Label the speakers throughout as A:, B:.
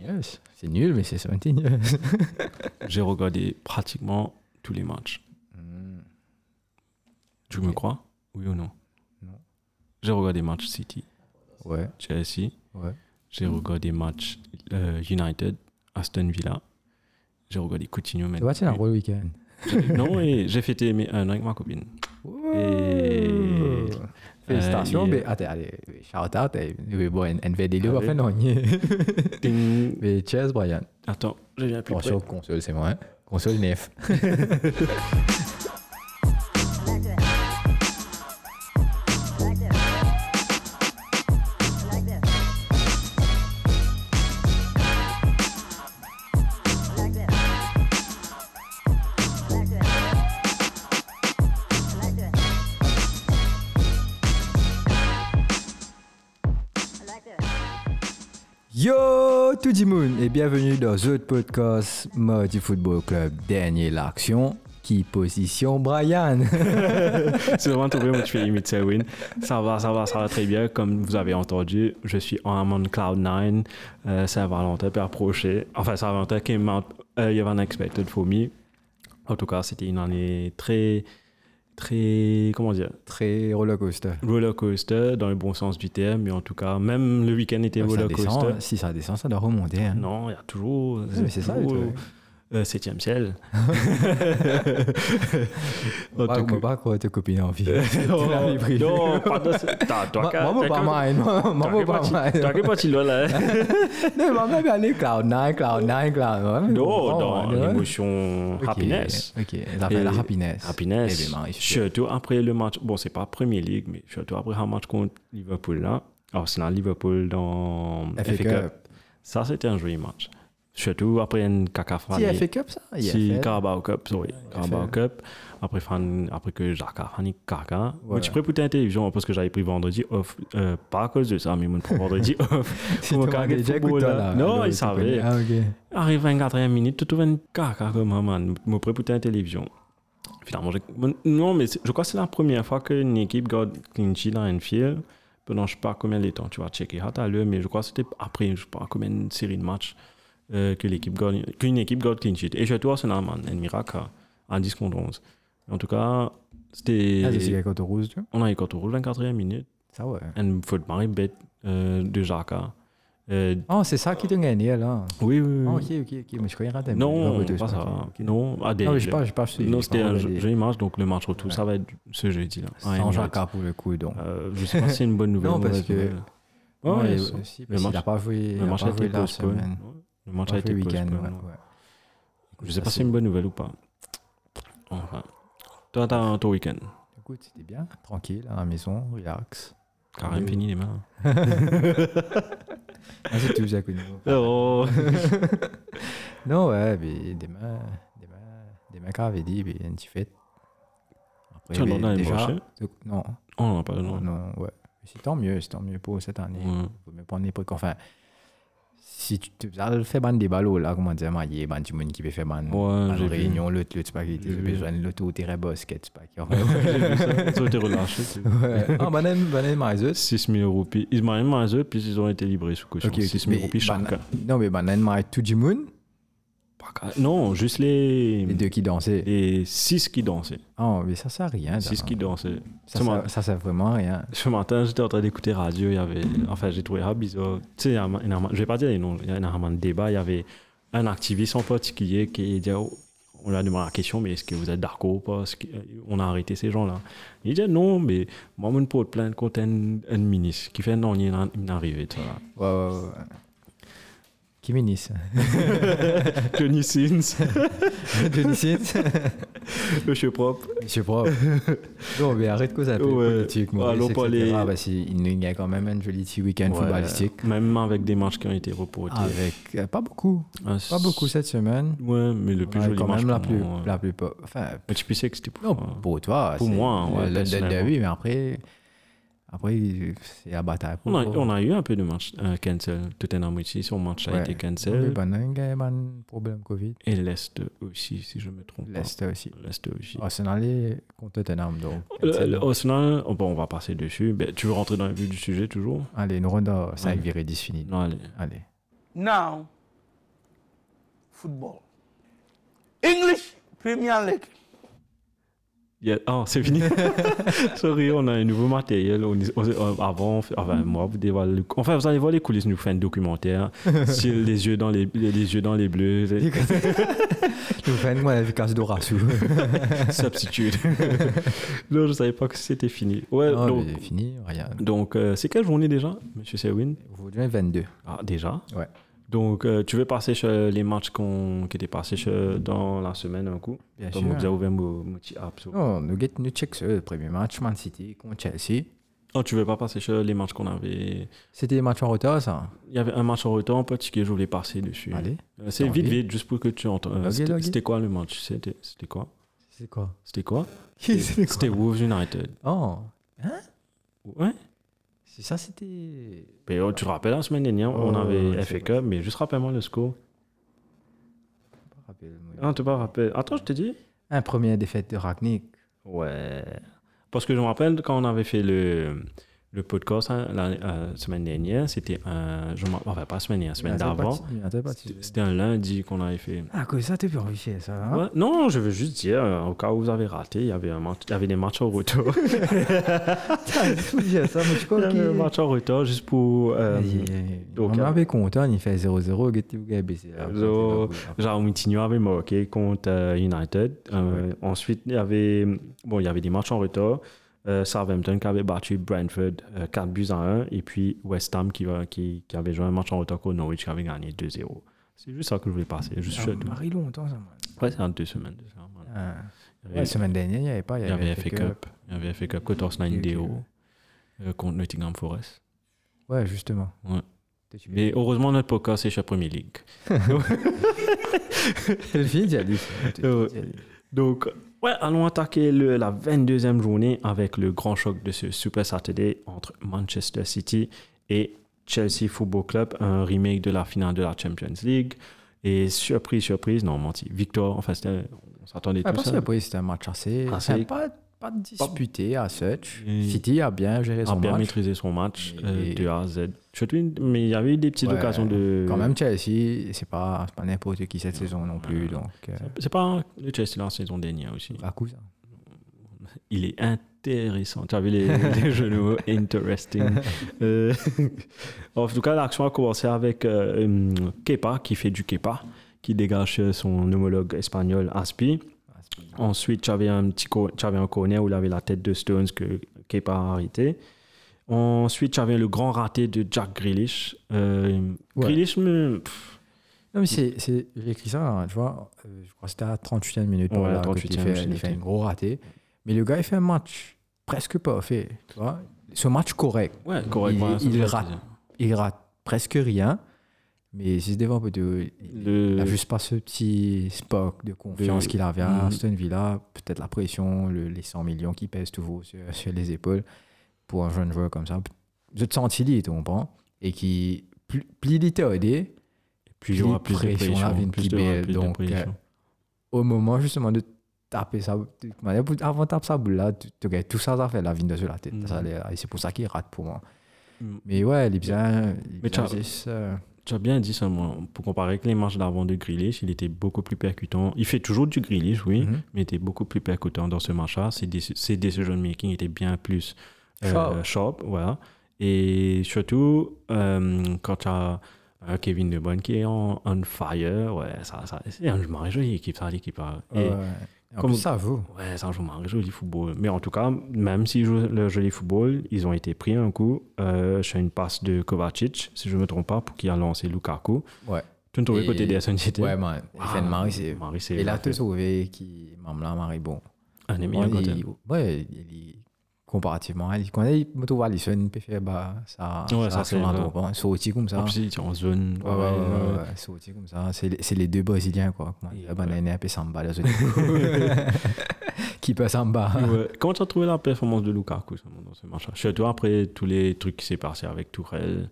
A: Yes. C'est nul, mais c'est 17. yes.
B: J'ai regardé pratiquement tous les matchs.
A: Hmm.
B: Tu
A: Ok.
B: me crois Oui ou non
A: Non.
B: J'ai regardé match City,
A: Ouais,
B: Chelsea.
A: ouais.
B: J'ai
A: Hmm.
B: regardé match euh, United, Aston Villa. J'ai regardé Coutinho.
A: Tu
B: mettre
A: vois, c'est un
B: but.
A: gros week-end.
B: Non, et j'ai fêté mes un an avec ma copine.
A: Ouh. Félicitations,
B: Euh,
A: mais attends, allez, shout out, eh, oui, bon, en- NVD,
B: Ah
A: va
B: oui.
A: faire non, yeah.
B: Ding.
A: Mais cheers, Brian.
B: Attends, je viens plus
A: Bon,
B: près.
A: sur console, c'est moi, hein. console nef. Yo tout le monde et bienvenue dans The Podcast Modi Football Club, dernier l'action qui position Brian.
B: C'est vraiment tout bien, tu fais imiter Selwyn. Ça va, ça va, ça va très bien. Comme vous avez entendu, je suis en mode Cloud9. Euh, Saint-Valentin peut approcher. Enfin, Saint-Valentin came out euh, you haven't expected for me. En tout cas, c'était une année très, très, comment dire,
A: Très roller coaster.
B: roller coaster dans le bon sens du terme. Mais en tout cas, même le week-end était
A: Ouais, ça
B: roller coaster.
A: descend, si ça descend, ça doit remonter. hein.
B: Non, il y a toujours.
A: Ouais, mais c'est ça le
B: toujours,
A: truc.
B: euh, septième ciel.
A: Moi,
B: En tout
A: moi,
B: cas-
A: pas quoi, tes copines en vie. Tu l'as mis pris.
B: non, pardon, c'est- t'as-
A: Ma-
B: toi, qu'à-
A: maman
B: t'as
A: pas
B: qu'à-
A: mine, maman
B: T'as
A: maman
B: que
A: pas
B: parti-
A: mine.
B: t'as que parti loin, là. hein.
A: Non, maman bien aller cloud 9, cloud 9, cloud
B: Non, dans l'émotion happiness.
A: Ok, elle appelle la
B: Et-
A: happiness.
B: Happiness.
A: Eh bien, il se-
B: Surtout après le match. Bon, c'est pas Premier League, mais surtout après un match contre Liverpool là. Arsenal Liverpool dans
A: FA Cup.
B: Ça, c'était un joli match. Surtout après une cacaphone.
A: Si, FA Cup ça
B: Si
A: IFL.
B: Carabao Cup, sorry. Carabao
A: IFL.
B: Cup. Après, fan- après que Jacques Fanny Caca.
A: Ouais.
B: Mais tu prêt pour télévision parce que j'avais pris vendredi off. euh, pas à cause de ça, mais mon vendredi off.
A: Si
B: Pour
A: t'as
B: caca
A: demandé Jack ou
B: football,
A: toi,
B: là.
A: là,
B: Non,
A: alors,
B: il
A: tu
B: savait.
A: connais. Ah, ok.
B: Arrive 24e minute, tu trouves une caca comme un man. Je prêt pour ta télévision. Finalement, j'ai- Mon- non, mais c'est- je crois que c'est la première fois qu'une équipe garde clean sheet dans un field. Pendant je sais pas combien de temps, tu vas checker à tout à l'heure, mais je crois que c'était après, je sais pas combien de séries de matchs euh, que l'équipe garde- qu'une équipe garde clean sheet. Et surtout Arsenal, man, un miracle hein, à 10 contre 11. En tout cas,
A: Ah, c'est
B: c'était.
A: Sega Cote Rose, tu vois.
B: On a eu contre 24e minute,
A: Ça, ouais.
B: un faut de marée bête euh, de Jacques. Euh,
A: Oh, c'est ça qui t'a gagné, là.
B: oui, oui, oui.
A: Ah, ok, ok, ok. Mais je croyais rien.
B: Non, pas ça. Non, à des-
A: Non, mais je parle, je parle.
B: non, c'était un jeu- joli match, donc le match retour, ça va être ce jeudi-là. Ouais,
A: Sans
B: mais-
A: Jacques pour le coup, donc.
B: Euh, je sais pas si c'est une bonne nouvelle.
A: Non, parce
B: mauvaise
A: que-
B: nouvelle. Ouais,
A: Non,
B: ouais,
A: il-
B: c'est-
A: si,
B: le
A: parce qu'il
B: match-
A: a pas joué.
B: le match a été
A: la
B: postponé.
A: semaine.
B: Ouais, Le match
A: Pas
B: a
A: joué
B: été
A: le week-end.
B: postponé,
A: ouais,
B: ouais.
A: ouais.
B: Je sais
A: Ça,
B: pas si c'est une bonne nouvelle ou pas. Enfin. Toi, t'as un- ton week-end.
A: Écoute, c'était bien, tranquille, hein, à la maison, relax.
B: Carême
A: Oui.
B: fini les mains.
A: Ah, c'est tout, Jacques Ouinou.
B: Oh.
A: Non, ouais, mais demain, demain, demain, quand avait dit, mais une petite fête. Après,
B: Tiens,
A: mais
B: on en a
A: déjà,
B: mangé
A: donc, non,
B: Oh non, pas non.
A: non, non, ouais. C'est tant mieux, c'est tant mieux pour cette année.
B: Ouais.
A: Vaut mieux prendre les prix. Enfin, si tu tu- ça le fait ban des ballots, là, comment dire, il y a ban du monde qui peut faire ban.
B: Ouais,
A: ban
B: j'ai vu.
A: réunion, l'autre, l'autre, tu pas qui
B: J'ai
A: tu
B: vu.
A: besoin de l'autre, terrain basket, tu pas qui.
B: J'ai vu ça. Ils ont été relâchés.
A: Ouais. Ah, ban ban Marisot.
B: 6 000 roupies. Ils m'ont mis eux, puis ils ont été libérés sous caution.
A: Ok, ok.
B: 6 000
A: Mais bah,
B: roupies
A: ban-
B: chacun.
A: Non, mais ban Marisot, tout du monde,
B: Pas grave. Ah, Non, juste les.
A: les deux qui dansaient.
B: Les 6 qui dansaient.
A: Ah, mais ça, ça, rien. ça.
B: 6 qui dansaient.
A: Ça,
B: Ce
A: ça-
B: matin-
A: ça, ça, vraiment rien.
B: Ce matin, j'étais en train d'écouter radio, il y avait... Enfin, j'ai trouvé ça bizarre. Tu sais, il y a un- il y a un- je vais pas dire les noms, il y a énormément de débats. Il y avait un activiste en particulier qui dit... oh, on lui a demandé la question, mais est-ce que vous êtes d'accord ou pas Est-ce que- euh, On a arrêté ces gens-là. Il dit non, mais moi, je me porte plainte contre un, un ministre qui fait non, il est en- il est arrivé. tu vois.
A: Ouais, ouais, ouais. Qui ministre
B: Tony Sins,
A: Denis Sitz
B: monsieur propre.
A: Monsieur Prof. Non, mais arrête cause ça peu
B: Ouais.
A: politique. Maurice,
B: Allons
A: etc.
B: pas les-
A: Ah, bah, si, il y a quand même un joli petit week-end
B: Ouais,
A: footballistique.
B: Même avec des matchs qui ont été reportés.
A: Avec, euh, pas beaucoup,
B: Ah,
A: pas beaucoup cette semaine.
B: Ouais, mais le plus
A: Ouais,
B: joli
A: quand
B: match
A: même la
B: pour
A: plus,
B: moi, ouais.
A: la plus po- Enfin,
B: Mais tu pensais que c'était pour
A: non,
B: moi.
A: pour toi,
B: Hein. Pour
A: c'est
B: moi, ouais,
A: le- le- le
B: personnellement.
A: derby, mais après, après c'est la bataille. pour
B: On a,
A: toi.
B: on a eu un peu de match euh, cancel. Tottenham aussi, son match a
A: Ouais. bah.
B: été
A: Non, mais
B: cancel.
A: Banang, il y a un problème Covid.
B: Et l'Est aussi, si je me trompe
A: Leicester aussi. Ah,
B: pas. L'Est aussi.
A: Arsenal est contre Tottenham, donc.
B: Le- le Arsenal, oh, bon, on va passer dessus. Ben, tu veux rentrer dans le vif du sujet toujours
A: Allez, une ronde, ça avec Viridis fini.
B: Non, allez.
A: Allez.
C: Now, football. English Premier League.
B: Yeah. Ah, c'est fini. Sorry, on a un nouveau matériel. On- on- avant, on fait- enfin,
A: Mm-hmm.
B: moi, vous dévoilez- enfin, vous allez voir les coulisses, nous fait un documentaire. sur les yeux dans les, les- les yeux dans les bleus, les-
A: Nous faisons moi la casse d'Orasu.
B: substitute. non, je savais pas que c'était fini. Ouais, donc,
A: C'est fini, rien.
B: donc, euh, c'est quelle journée déjà, Monsieur Sewin
A: Aujourd'hui, 22.
B: Ah, déjà.
A: Ouais.
B: Donc, euh, tu veux passer sur les matchs qu'on- qui étaient passés sur- dans la semaine un coup
A: Bien
B: Comme
A: sûr.
B: Vous avez ouvert mon, mon petit app. so.
A: Non, nous, get- nous check ce premier match, Man City contre Chelsea.
B: Oh, tu veux pas passer sur les matchs qu'on avait
A: C'était des matchs en retard, ça
B: Il y avait un match en retard en particulier, je voulais passer dessus.
A: Allez.
B: Euh, C'est
A: T'as
B: vite,
A: envie
B: vite, juste pour que tu entends. Euh,
A: Vas-y,
B: c'était-
A: vas-y.
B: C'était quoi le match C'était c'était quoi
A: C'est quoi
B: C'était quoi
A: C'est
B: C'était Wolves United.
A: Oh,
B: Ouais.
A: c'est ça, c'était.
B: Mais, oh, tu te rappelles, la semaine dernière,
A: Oh,
B: on
A: ouais,
B: avait
A: c'est
B: FA Cup, mais juste rappelle-moi le score. Ah, tu pas rappelé. Attends, je te dis.
A: Un premier défaite de Ragnik.
B: Ouais. Parce que je me rappelle quand on avait fait le, le podcast hein, la euh, semaine dernière, c'était un. Je m'en- enfin, pas semaine dernière, semaine d'avant. C'était c'était un lundi qu'on avait fait.
A: Ah, que ça, t'es pas envie, ça. hein
B: Ouais, non, je veux juste dire, euh, au cas où vous avez raté, il y avait, un match, il y avait des matchs en retour.
A: J'ai ça, mais je
B: il y
A: crois
B: avait un
A: qu'il-
B: match en retour juste pour. euh,
A: On
B: donc,
A: avait content, il fait 0-0, Getty vous baissé.
B: So,
A: hein.
B: Genre, Moutinho avait marqué contre euh, United. Euh, Ensuite, il y, avait, bon, il y avait des matchs en retard. Euh, Southampton qui avait battu Brentford euh, 4 buts à 1. Et puis West Ham qui, va- qui, qui avait joué un match en retard contre Norwich qui avait gagné 2-0. C'est juste ça que je voulais passer. Juste sur-
A: Ah, Marie longtemps, ça, man.
B: Ouais, c'est en deux semaines. deux semaines, voilà.
A: Ah.
B: Il y
A: Ouais, La
B: avait,
A: semaine dernière, il n'y avait pas.
B: il y avait FA Cup. Il y avait FA Cup contre Arsenal
A: Ok, ok,
B: DO
A: ouais.
B: euh, contre Nottingham Forest.
A: Ouais, justement.
B: Ouais.
A: T'es- tu-
B: Mais heureusement, notre podcast, c'est chez Premier League.
A: Elle vit, elle dit.
B: Euh, Donc, ouais, allons attaquer le- la 22e journée avec le grand choc de ce Super Saturday entre Manchester City et Chelsea Football Club, un remake de la finale de la Champions League. Et surprise, surprise, non, menti, victoire, enfin, c'était- on s'attendait
A: Ah,
B: tout
A: parce
B: ça.
A: que après, c'était un match assez.
B: Assez-
A: enfin, Pas, pas disputé à such.
B: Et- Ah,
A: City a bien géré
B: a
A: son
B: bien
A: match.
B: maîtrisé son match
A: Et-
B: euh, de A à Z. Surtout une- Mais il y avait eu des petites
A: Ouais,
B: occasions de.
A: Quand même, Chelsea, c'est pas, c'est pas n'importe qui cette saison Euh, non plus. Donc, euh,
B: C'est pas le Chelsea la saison dernière aussi.
A: à coup, ça.
B: Il est intéressant. Tu as vu les, les jeux de mots Interesting. Euh, en tout cas, l'action a commencé avec euh, hum, Kepa, qui fait du Kepa, qui dégage euh, son homologue espagnol Aspi. Ensuite, tu avais un petit cor- tu avais un corner où il avait la tête de Stones que Kepa a arrêté. Ensuite, tu avais le grand raté de Jack Grealish. Euh,
A: Ouais.
B: Grealish, me- pff,
A: Non, mais c'est, c'est, j'ai écrit ça, hein, tu vois, euh, je crois que c'était à 38 e minute.
B: Ouais,
A: voilà, que
B: 38e
A: il fait, il
B: minute.
A: fait un gros raté. Mais le gars, il fait un match presque parfait. Tu vois, ce match correct.
B: ouais, correct.
A: Il-
B: voilà, ça
A: il
B: me fait
A: rate.
B: plaisir.
A: Il rate presque rien. Mais si se devant un peu de. Il n'a
B: Le-
A: juste pas ce petit spark de confiance
B: Euh, de-
A: qu'il avait
B: Mhm.
A: à Aston Villa. Peut-être la pression, le- les 100 millions qui pèsent toujours sur, sur les épaules pour un jeune joueur comme ça. Je te sens il tu comprends Et qui. Plus, plus il est tordé,
B: Puis il y aura
A: plus
B: plus
A: de
B: de
A: pression, la
B: pression.
A: vie
B: Plus
A: qui
B: de-
A: belle,
B: plus de
A: donc, euh,
B: pression.
A: au moment justement de taper ça avant de taper sa boule là tu, tu gagnes tout ça ça fait la vigne dessus la tête
B: Mhm.
A: Ça, les- et c'est pour ça qu'il rate pour moi
B: Mhm.
A: mais ouais les bien
B: Mais t'as-
A: euh,
B: Tu as bien dit ça, moi. Pour comparer avec les matchs d'avant de Grealish, il était beaucoup plus percutant. Il fait toujours du Grealish, oui,
A: Mhm.
B: mais il était beaucoup plus percutant dans ce match-là. Ses, déci- ses decision making étaient bien plus euh,
A: Sharp.
B: sharp, voilà. Et surtout, euh, quand tu as euh, Kevin De Bruyne qui est en on fire, ouais, ça, ça, c'est un je m'en réjouis, l'équipe, ça, l'équipe. hein. Et-
A: ouais. En
B: comme-
A: plus, ça vaut
B: Ouais, ça joue mal, joli football. Mais en tout cas, même s'ils jouent le joli football, ils ont été pris un coup euh, sur une passe de Kovacic, si je ne me trompe pas, pour qui a lancé Lukaku.
A: Ouais.
B: Tu ne trouvais
A: Et-
B: côté des City Ah,
A: ouais man il fait une marie c'est
B: Marie, c'est.
A: il a tout sauvé qui même là marie bon
B: Un des meilleurs
A: Bon,
B: côtés.
A: il, ouais il est- comparativement à- quand il me trouve Alisson il peut faire bah ça
B: Ouais, ça, c'est
A: c'est
B: vrai.
A: sorti hein, comme ça
B: En plus, il était en zone.
A: Ouais, ouais, ouais, ouais, ouais, sauté comme ça. C'est les- c'est les deux Brésiliens, quoi. Moi,
B: Et
A: La
B: ouais.
A: banane et Samba, là, je dis. Qui peut Samba
B: Ouais. Comment tu as trouvé la performance de Lukaku seulement, dans ce match-là Surtout après tous les trucs qui s'est passé avec Tourelle,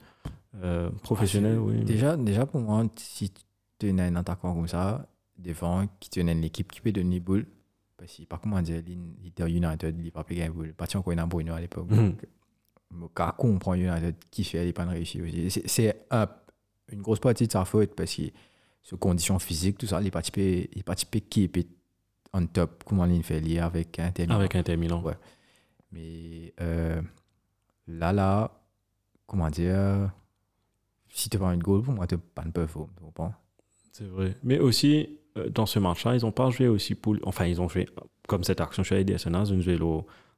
B: euh, professionnel, oui. mais-
A: Ah, déjà, déjà, pour moi, si tu as un attaquant comme ça, devant, qui tenait l'équipe, qui peut donner une boule, parce que, pas comment dire, il était United, il n'a pas payé une boule. Pas encore un Bruno à l'époque.
B: Mhm.
A: donc, mais Quand on prend United, qui fait, il n'est pas réussi aussi. C'est- C'est un- une grosse partie de sa faute parce que sur conditions physiques, tout ça. Il participait, il participait qui était on top, comment il fait lier avec Inter Milan.
B: Avec Inter Milan.
A: Ouais. Mais euh, là, là, comment dire, si tu pas une goal, pour moi, tu pas une perform, tu comprends?
B: C'est vrai. Mais aussi, euh, dans ce match-là, ils n'ont pas joué aussi pour. Enfin, ils ont joué comme cette action chez les Arsenal, ils ont joué le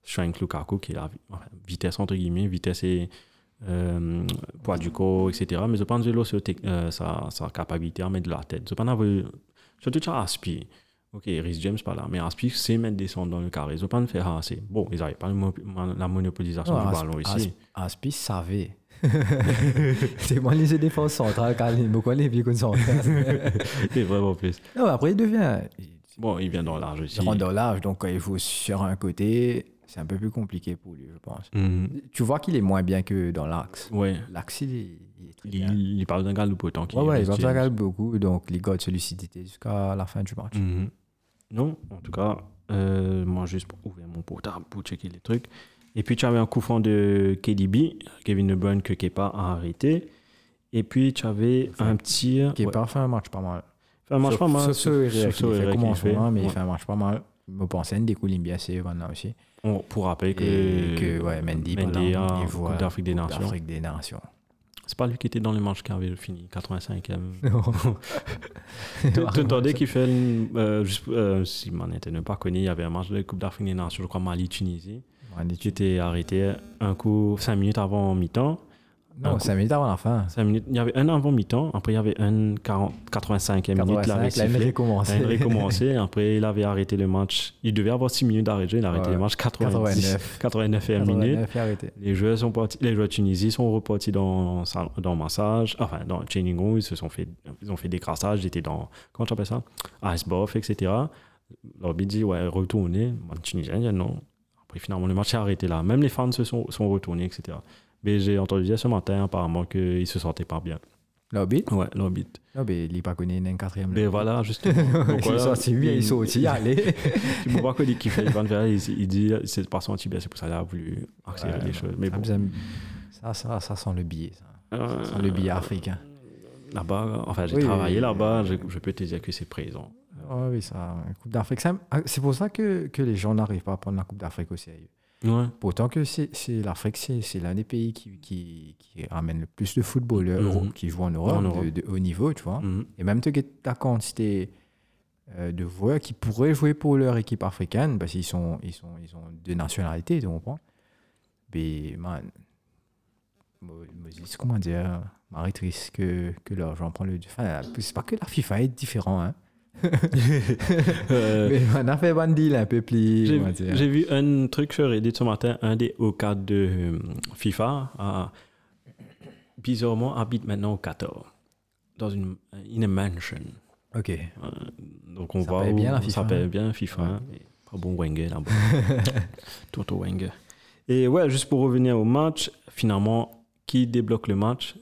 B: Shank Lukaku, qui est la vi- enfin, vitesse entre guillemets, vitesse et euh, poids du corps, etc. Mais ils n'ont pas joué le- sur tec- euh, sa, sa capacité à mettre de la tête. Ils n'ont pas joué. Surtout ça, Aspi. Ok, Rhys James pas là, mais Aspi sait mettre des centres dans le carré. Ils n'ont pas le faire assez. Bon, ils n'avaient pas le mo- la monopolisation du ballon ici.
A: Oh, Aspi savait. c'est moi les défenses centrales, car il beaucoup les vieux comme ça.
B: C'est vraiment plus.
A: Non, après, il devient. Il
B: Bon, il vient dans l'arge aussi.
A: rentre dans large, donc quand il joue sur un côté, c'est un peu plus compliqué pour lui, je pense.
B: Mhm.
A: Tu vois qu'il est moins bien que dans l'axe.
B: Ouais.
A: L'axe, il est, il est très
B: Il,
A: bien.
B: il parle d'un gars de potent qui
A: Ouais, ouais,
B: est
A: il va
B: Rhys
A: faire
B: James.
A: gagner beaucoup, donc les gars de lucidité jusqu'à la fin du match.
B: Mhm. Non, en tout cas, euh, moi, juste pour ouvrir mon portable pour checker les trucs. Et puis, tu avais un coup franc de KDB, Kevin De Bruyne, que Kepa a arrêté. Et puis, tu avais
A: Enfin,
B: un tir.
A: Qui est pas fait un match pas mal.
B: Enfin, marche pas mal.
A: Sauf Sow et Riyad,
B: Sauf
A: il fait
B: Sow et
A: comme en
B: Riyad
A: ce
B: qui fait.
A: moment, mais
B: Ouais.
A: il fait un match pas mal. Je me pensais à une des coups bien c'est Van aussi.
B: On- Pour rappeler que,
A: Et que, ouais, Mendy, voilà,
B: Mendy a
A: il
B: Coupe
A: voit
B: d'Afrique des Nations.
A: D'Afrique des Nations.
B: C'est pas lui qui était dans le match qui avait fini, 85e.
A: Tu
B: Tu entendais qu'il fait. une- euh, juste, euh, si m'en était ne pas connu, il y avait un match de Coupe d'Afrique des Nations, je crois, Mali-Tunisie. Tu t'es arrêté un coup, 5 minutes avant mi-temps.
A: Non, 5 minutes avant la fin.
B: Cinq minutes- il y avait un avant mi-temps, après il y avait un 40 85e minute, il
A: 85,
B: avait
A: la
B: sifflé.
A: MRI
B: Il
A: commencé.
B: avait recommencé, après il avait arrêté le match. Il devait avoir 6 minutes d'arrêt, il a arrêté
A: Ouais.
B: le match 90,
A: 89.
B: 89e
A: 89,
B: minute.
A: il a arrêté.
B: Les joueurs, sont partis, les joueurs tunisiens sont repartis dans, sa- dans massage, enfin dans training room, ils, se sont fait, ils ont fait des crassages, ils étaient dans, comment tu appelles ça Ice buff, etc. L'orbit dit, ouais, retournez. Bah, le Tunisien dit non. Après, finalement, le match est arrêté là. Même les fans se sont, sont retournés, etc. Mais j'ai entendu dire ce matin, apparemment, qu'ils se sentaient pas bien.
A: L'Orbit
B: Ouais, l'orbit.
A: Non, mais il n'est pas connu, il est en quatrième.
B: Mais voilà, justement.
A: Ils sont sortis, oui, ils sont aussi allés.
B: Tu peux voir que l'équipe fait Van Verre, il, il dit, c'est pas senti bien, c'est pour ça qu'il a voulu accélérer les choses. Mais
A: Ça
B: bon.
A: me semble- Ça, ça, ça sent le billet, ça. Ça sent
B: Euh,
A: le billet africain.
B: Là-bas, enfin, j'ai
A: Oui,
B: travaillé
A: oui,
B: là-bas,
A: oui.
B: je, je peux te dire que c'est présent.
A: Ah oui, ça, la Coupe d'Afrique. ça- ah, C'est pour ça que, que les gens n'arrivent pas à prendre la Coupe d'Afrique au sérieux.
B: Ouais.
A: Pourtant que c'est c'est l'Afrique, c'est c'est l'un des pays qui, qui, qui ramène le plus de footballeurs
B: Mhm.
A: euro- qui jouent en Europe,
B: En Europe. Mhm.
A: De, de haut niveau, tu vois. Et même tu as quantité euh, de joueurs qui pourraient jouer pour leur équipe africaine parce qu'ils sont, ils sont, ils ont deux nationalités, tu comprends Mais, man, mo- mo- c'est- comment dire, marie-triste que, que l'argent prend le. Enfin, c'est pas que la FIFA est différent, hein.
B: Euh,
A: Mais on a fait un deal un peu plus.
B: j'ai
A: on va dire.
B: j'ai vu un truc sur Reddit ce matin, un des hauts cadres de euh, FIFA, a- bizarrement, habite maintenant au Qatar, dans une in a mansion.
A: Ok.
B: Euh, Donc on
A: Ça
B: voit
A: paye
B: où-
A: bien, la
B: Ça
A: FIFA,
B: paye
A: hein.
B: bien FIFA. hein. Et Pas bon Wenger là-bas. Toto Wenger. Et ouais, juste pour revenir au match, finalement, qui débloque le match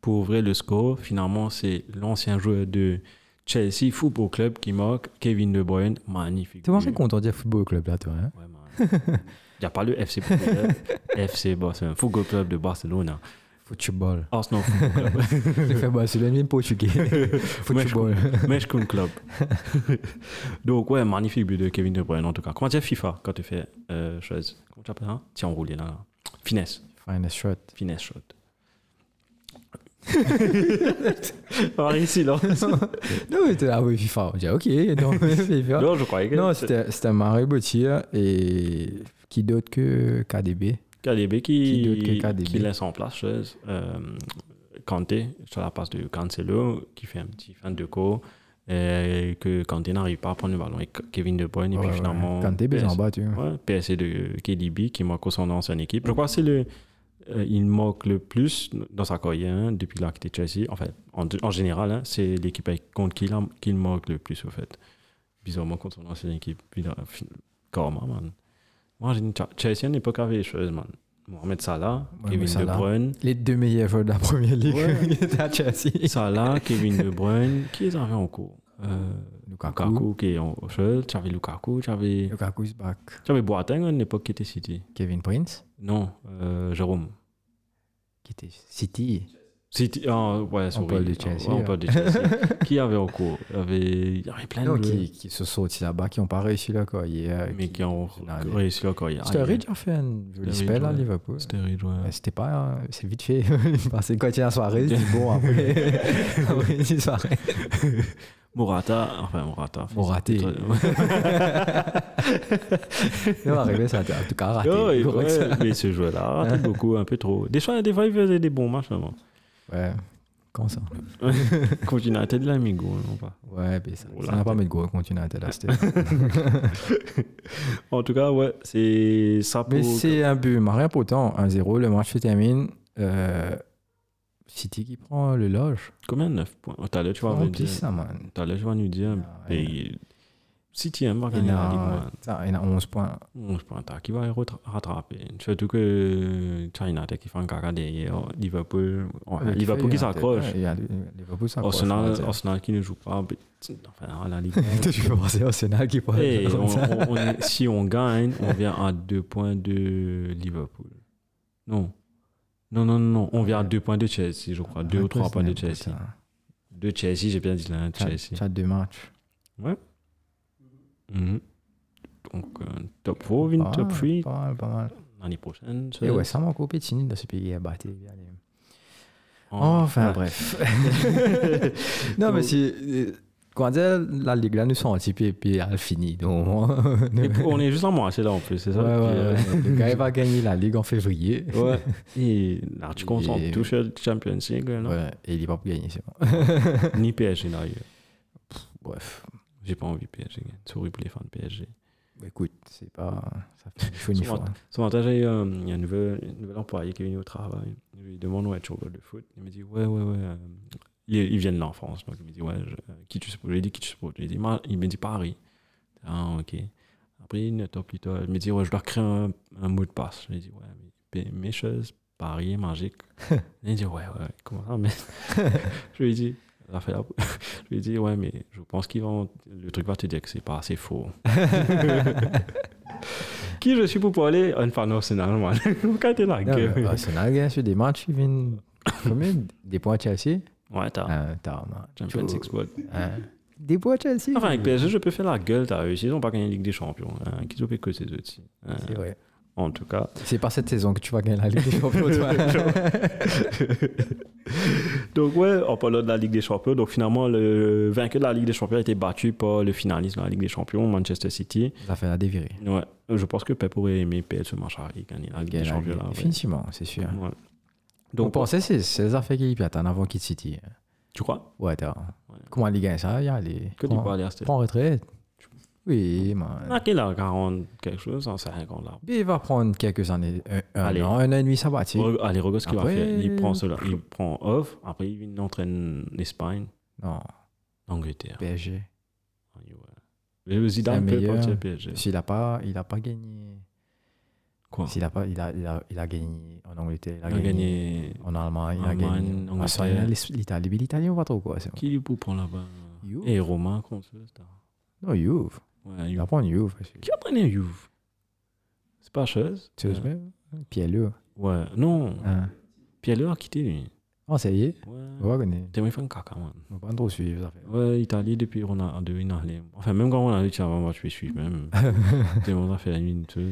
B: Pour ouvrir le score, finalement, c'est l'ancien joueur de Chelsea Football Club qui marque, Kevin De Bruyne. Magnifique.
A: T'es vraiment
B: but.
A: très content de dire football club là, toi. Hein
B: Ouais, man. Il n'y a pas le FC Club, FC Barcelone, Football Club de Barcelone.
A: football.
B: Arsenal Football Club.
A: J'ai fait Barcelone, même portugais. football.
B: Meshkoun Club. Donc, ouais, magnifique but de Kevin De Bruyne, en tout cas. Comment dire FIFA quand tu fais euh, chose Comment tu appelles ça Tiens, enroulé là, là. Finesse.
A: Find a shot.
B: Finesse shot. Par ici, là.
A: non, mais t'es là, ah oui, FIFA. On dit, ok, donc, FIFA.
B: Non, je croyais que.
A: Non, c'était c'était Mario Bottier et qui d'autre que KDB Qui
B: KDB qui,
A: d'autre que KDB?
B: qui laisse en place chose. Euh, Kanté, sur la passe de Cancelo, qui fait un petit fin de cours. Et que Kanté n'arrive pas à prendre le ballon. Et Kevin De Bruyne, et puis finalement.
A: KDB
B: PS-
A: en bas, tu vois.
B: Ouais, PSC de KDB qui marque son ancienne équipe. Je
A: Mm.
B: crois que c'est le. euh, il marque le plus dans sa carrière hein, depuis qu'il a quitté Chelsea. En fait, en, en général, hein, c'est l'équipe avec- contre qui il, a- qu'il marque le plus, au fait. Bizarrement, contre son ancienne équipe. Bizarre- fin- Karma, man. Moi, j'ai dit, Ch- Chelsea à l'époque avait les choses, man. Mohamed Salah,
A: Ouais, mais
B: Kevin De
A: Salah.
B: Bruyne.
A: Les deux meilleurs joueurs de la première ligue
B: Ouais.
A: étaient à Chelsea.
B: Salah, Kevin De Bruyne. Qui les avait en cours euh,
A: Lukaku.
B: Lukaku qui est en chose. Tu avais Lukaku, tu avais,
A: Lukaku is back.
B: tu avais Boateng à l'époque qui était City.
A: Kevin Prince,
B: Non, euh, Jérôme.
A: qui était City.
B: City, ah, ouais, sorry.
A: parle de Chelsea,
B: Ah, on
A: hein.
B: parle de Chelsea. qui avait au cours Il y avait, il y avait plein
A: Non,
B: de.
A: qui, qui se sortent là-bas, qui n'ont pas réussi là, quoi. Hier,
B: mais qui ont
A: Non, mais-
B: réussi encore hier.
A: Sturridge a fait un joli
B: Sturridge,
A: spell à
B: ouais.
A: Liverpool.
B: Sturridge,
A: Euh,
B: ouais.
A: C'était pas. euh, C'est vite fait. C'est quand il y a la soirée, c'est bon après. après une soirée.
B: Morata, enfin Morata. fait
A: Moraté.
B: ça.
A: Il va arriver, ça va en tout cas raté.
B: Oh, et
A: Correct, ça.
B: ouais, mais ce joueur-là a raté beaucoup, un peu trop. Des fois, des fois, il faisait des bons matchs avant.
A: Ouais. Comment ça
B: Contre United, il a mis goal, non pas.
A: Ouais, mais ça
B: Voilà.
A: ça n'a pas mis de go continue à tester.
B: En tout cas, ouais, c'est ça pour.
A: Mais c'est un but, mais rien pour autant. 1-0, le match se termine. Euh, City qui prend le loge.
B: Combien 9 points Tout à l'heure, tu vas nous
A: Remplis
B: dire.
A: ça, man.
B: Tout à l'heure, tu vas nous dire.
A: Ah, ouais.
B: Et si tu aimes, va
A: Il
B: gagner hein. la Ligue
A: a,
B: man.
A: ça, il a 11 points.
B: Bon, Je pense pas qui va les retra- rattraper. Surtout que tu as United qui fait un caca derrière. Liverpool, ouais,
A: Ouais,
B: Liverpool
A: il y
B: qui
A: a-
B: s'accroche.
A: il y a- Liverpool s'accroche. on va
B: Arsenal,
A: dire.
B: Arsenal qui ne joue pas. mais- Enfin, à la Ligue
A: Tu peux penser à Arsenal qui prend
B: Hey, Eh, on-
A: comme ça.
B: on- on est- si on gagne, on vient à deux points de Liverpool. Non. Non, non, non, non, on vient à deux points de Chelsea, je crois. Deux ou trois points de Chelsea. De Chelsea, j'ai bien dit là,
A: Tu as-
B: Chelsea.
A: tu as deux matchs.
B: Mhm. Donc, euh, top 4, une top 3
A: Ah, Pas mal, pas mal.
B: l'année prochaine. ça-
A: Et ouais, ça m'a coupé de signer dans ce pays à battre. allez.
B: en-
A: Enfin,
B: Oh, ouais.
A: bref. non, mais si. euh, Comment dire, la Ligue là nous sont anticipés et puis elle finit. Donc,
B: Et puis, on est juste en mois, c'est là en plus, c'est ça
A: Ouais, ouais,
B: Puis, euh,
A: ouais. Le gars, il va gagner la Ligue en février.
B: ouais. Et là, tu comptes en
A: Et-
B: touche à la Champions League, là.
A: Ouais, et il va pas gagner, c'est bon.
B: Ni PSG d'ailleurs.
A: Bref.
B: J'ai pas envie que PSG gagne. C'est horrible pour les fans de PSG.
A: Écoute, c'est pas. Ça fait ni chaud ni froid.
B: Son avantage, il y a euh, il y a un nouvel, un nouvel employé qui est venu au travail. Je lui demande Ouais, tu regardes le foot Il me dit Ouais, ouais, ouais. euh, Ils, ils viennent de la France. Donc il me dit Ouais, je- euh, qui tu supportes Je lui ai dit Qui tu supportes Je lui ai dit, Mar- Il me dit Paris. Ah, ok. Après, une top plutôt. Il me dit Ouais, je dois créer un, un mot de passe. Je lui ai dit Ouais, mais, mais- mes choses, Paris, magique. il me dit Ouais, ouais, ouais, comment ça mais... Je lui ai dit Raphaël, je lui ai dit Ouais, mais je pense qu'ils vont. Le truc va te dire que c'est pas assez faux. Qui je suis pour parler à une fan Arsenal, man. Pourquoi t'es là,
A: Non,
B: gueule
A: mais euh, Arsenal gagne sur des matchs, ils viennent. Combien Des points à Chelsea
B: Ouais, t'as
A: Ah, T'as man.
B: Champions
A: Tu-
B: League spot.
A: hein. Des points à Chelsea
B: Enfin, avec PSG, je peux faire la gueule, t'as réussi. Ils n'ont pas gagné la Ligue des Champions. Hein. Qui que ces autres hein.
A: C'est vrai.
B: En tout cas.
A: C'est pas cette saison que tu vas gagner la Ligue des Champions, toi.
B: Donc, ouais, en parlant de la Ligue des Champions, donc finalement, le vainqueur de la Ligue des Champions a été battu par le finaliste de la Ligue des Champions, Manchester City.
A: Ça fait la dévirer.
B: Ouais, je pense que Pep aurait aimé perdre ce match à gagner la Ligue des Champions. Là, ouais.
A: Définitivement, c'est sûr.
B: Ouais.
A: Donc, on
B: Donc,
A: pensait c'est c'est les affaires qui attendent hein, avant Kid City.
B: tu crois
A: Ouais, t'as. Comment elle gagne ça Il y a les.
B: que tu peux
A: prends,
B: aller à cette.
A: prends retraite. Oui, man.
B: Ah, qu'il a 40 quelque chose, hein, en 50 là.
A: Il va prendre quelques années. Un, un
B: Allez.
A: an, un an et demi sabbatique.
B: Re- Allez, regarde ce qu'il va
A: Après-
B: faire. Il prend, cela, il prend off, après il vient entraîne l'Espagne,
A: Non,
B: l'Angleterre.
A: PSG.
B: Ah, ouais. Le Zidane
A: C'est
B: peut
A: un
B: partir à
A: meilleur.
B: PSG.
A: S'il n'a pas, il a pas gagné.
B: Quoi
A: S'il a pas, il a, il a, il a gagné en Angleterre, il a,
B: Il a
A: gagné,
B: gagné.
A: en Allemagne, il a
B: Allemagne,
A: gagné. Ah, ça, il y en a l'Is- l'Italie, mais l'Italie, on va trop quoi. c'est bon.
B: Qui lui pour prendre là-bas
A: Juve.
B: Et Romain contre ça.
A: Non, Juve.
B: Ouais,
A: Il
B: Juve.
A: va prendre Juve. parce que-
B: Qui a entraîné Juve C'est pas chose.
A: Sérieusement PLE.
B: Ouais, non.
A: Hein.
B: Pierre Leur a quitté lui.
A: Oh, ça y est. On
B: Ouais.
A: va connaître.
B: T'es moins fan caca, man.
A: On va pas trop suivre les affaires.
B: Ouais, Italie depuis on a devenu aller. Enfin, même quand on a eu tiens, moi je vais suivre même. T'es on a fait la nuit une chose.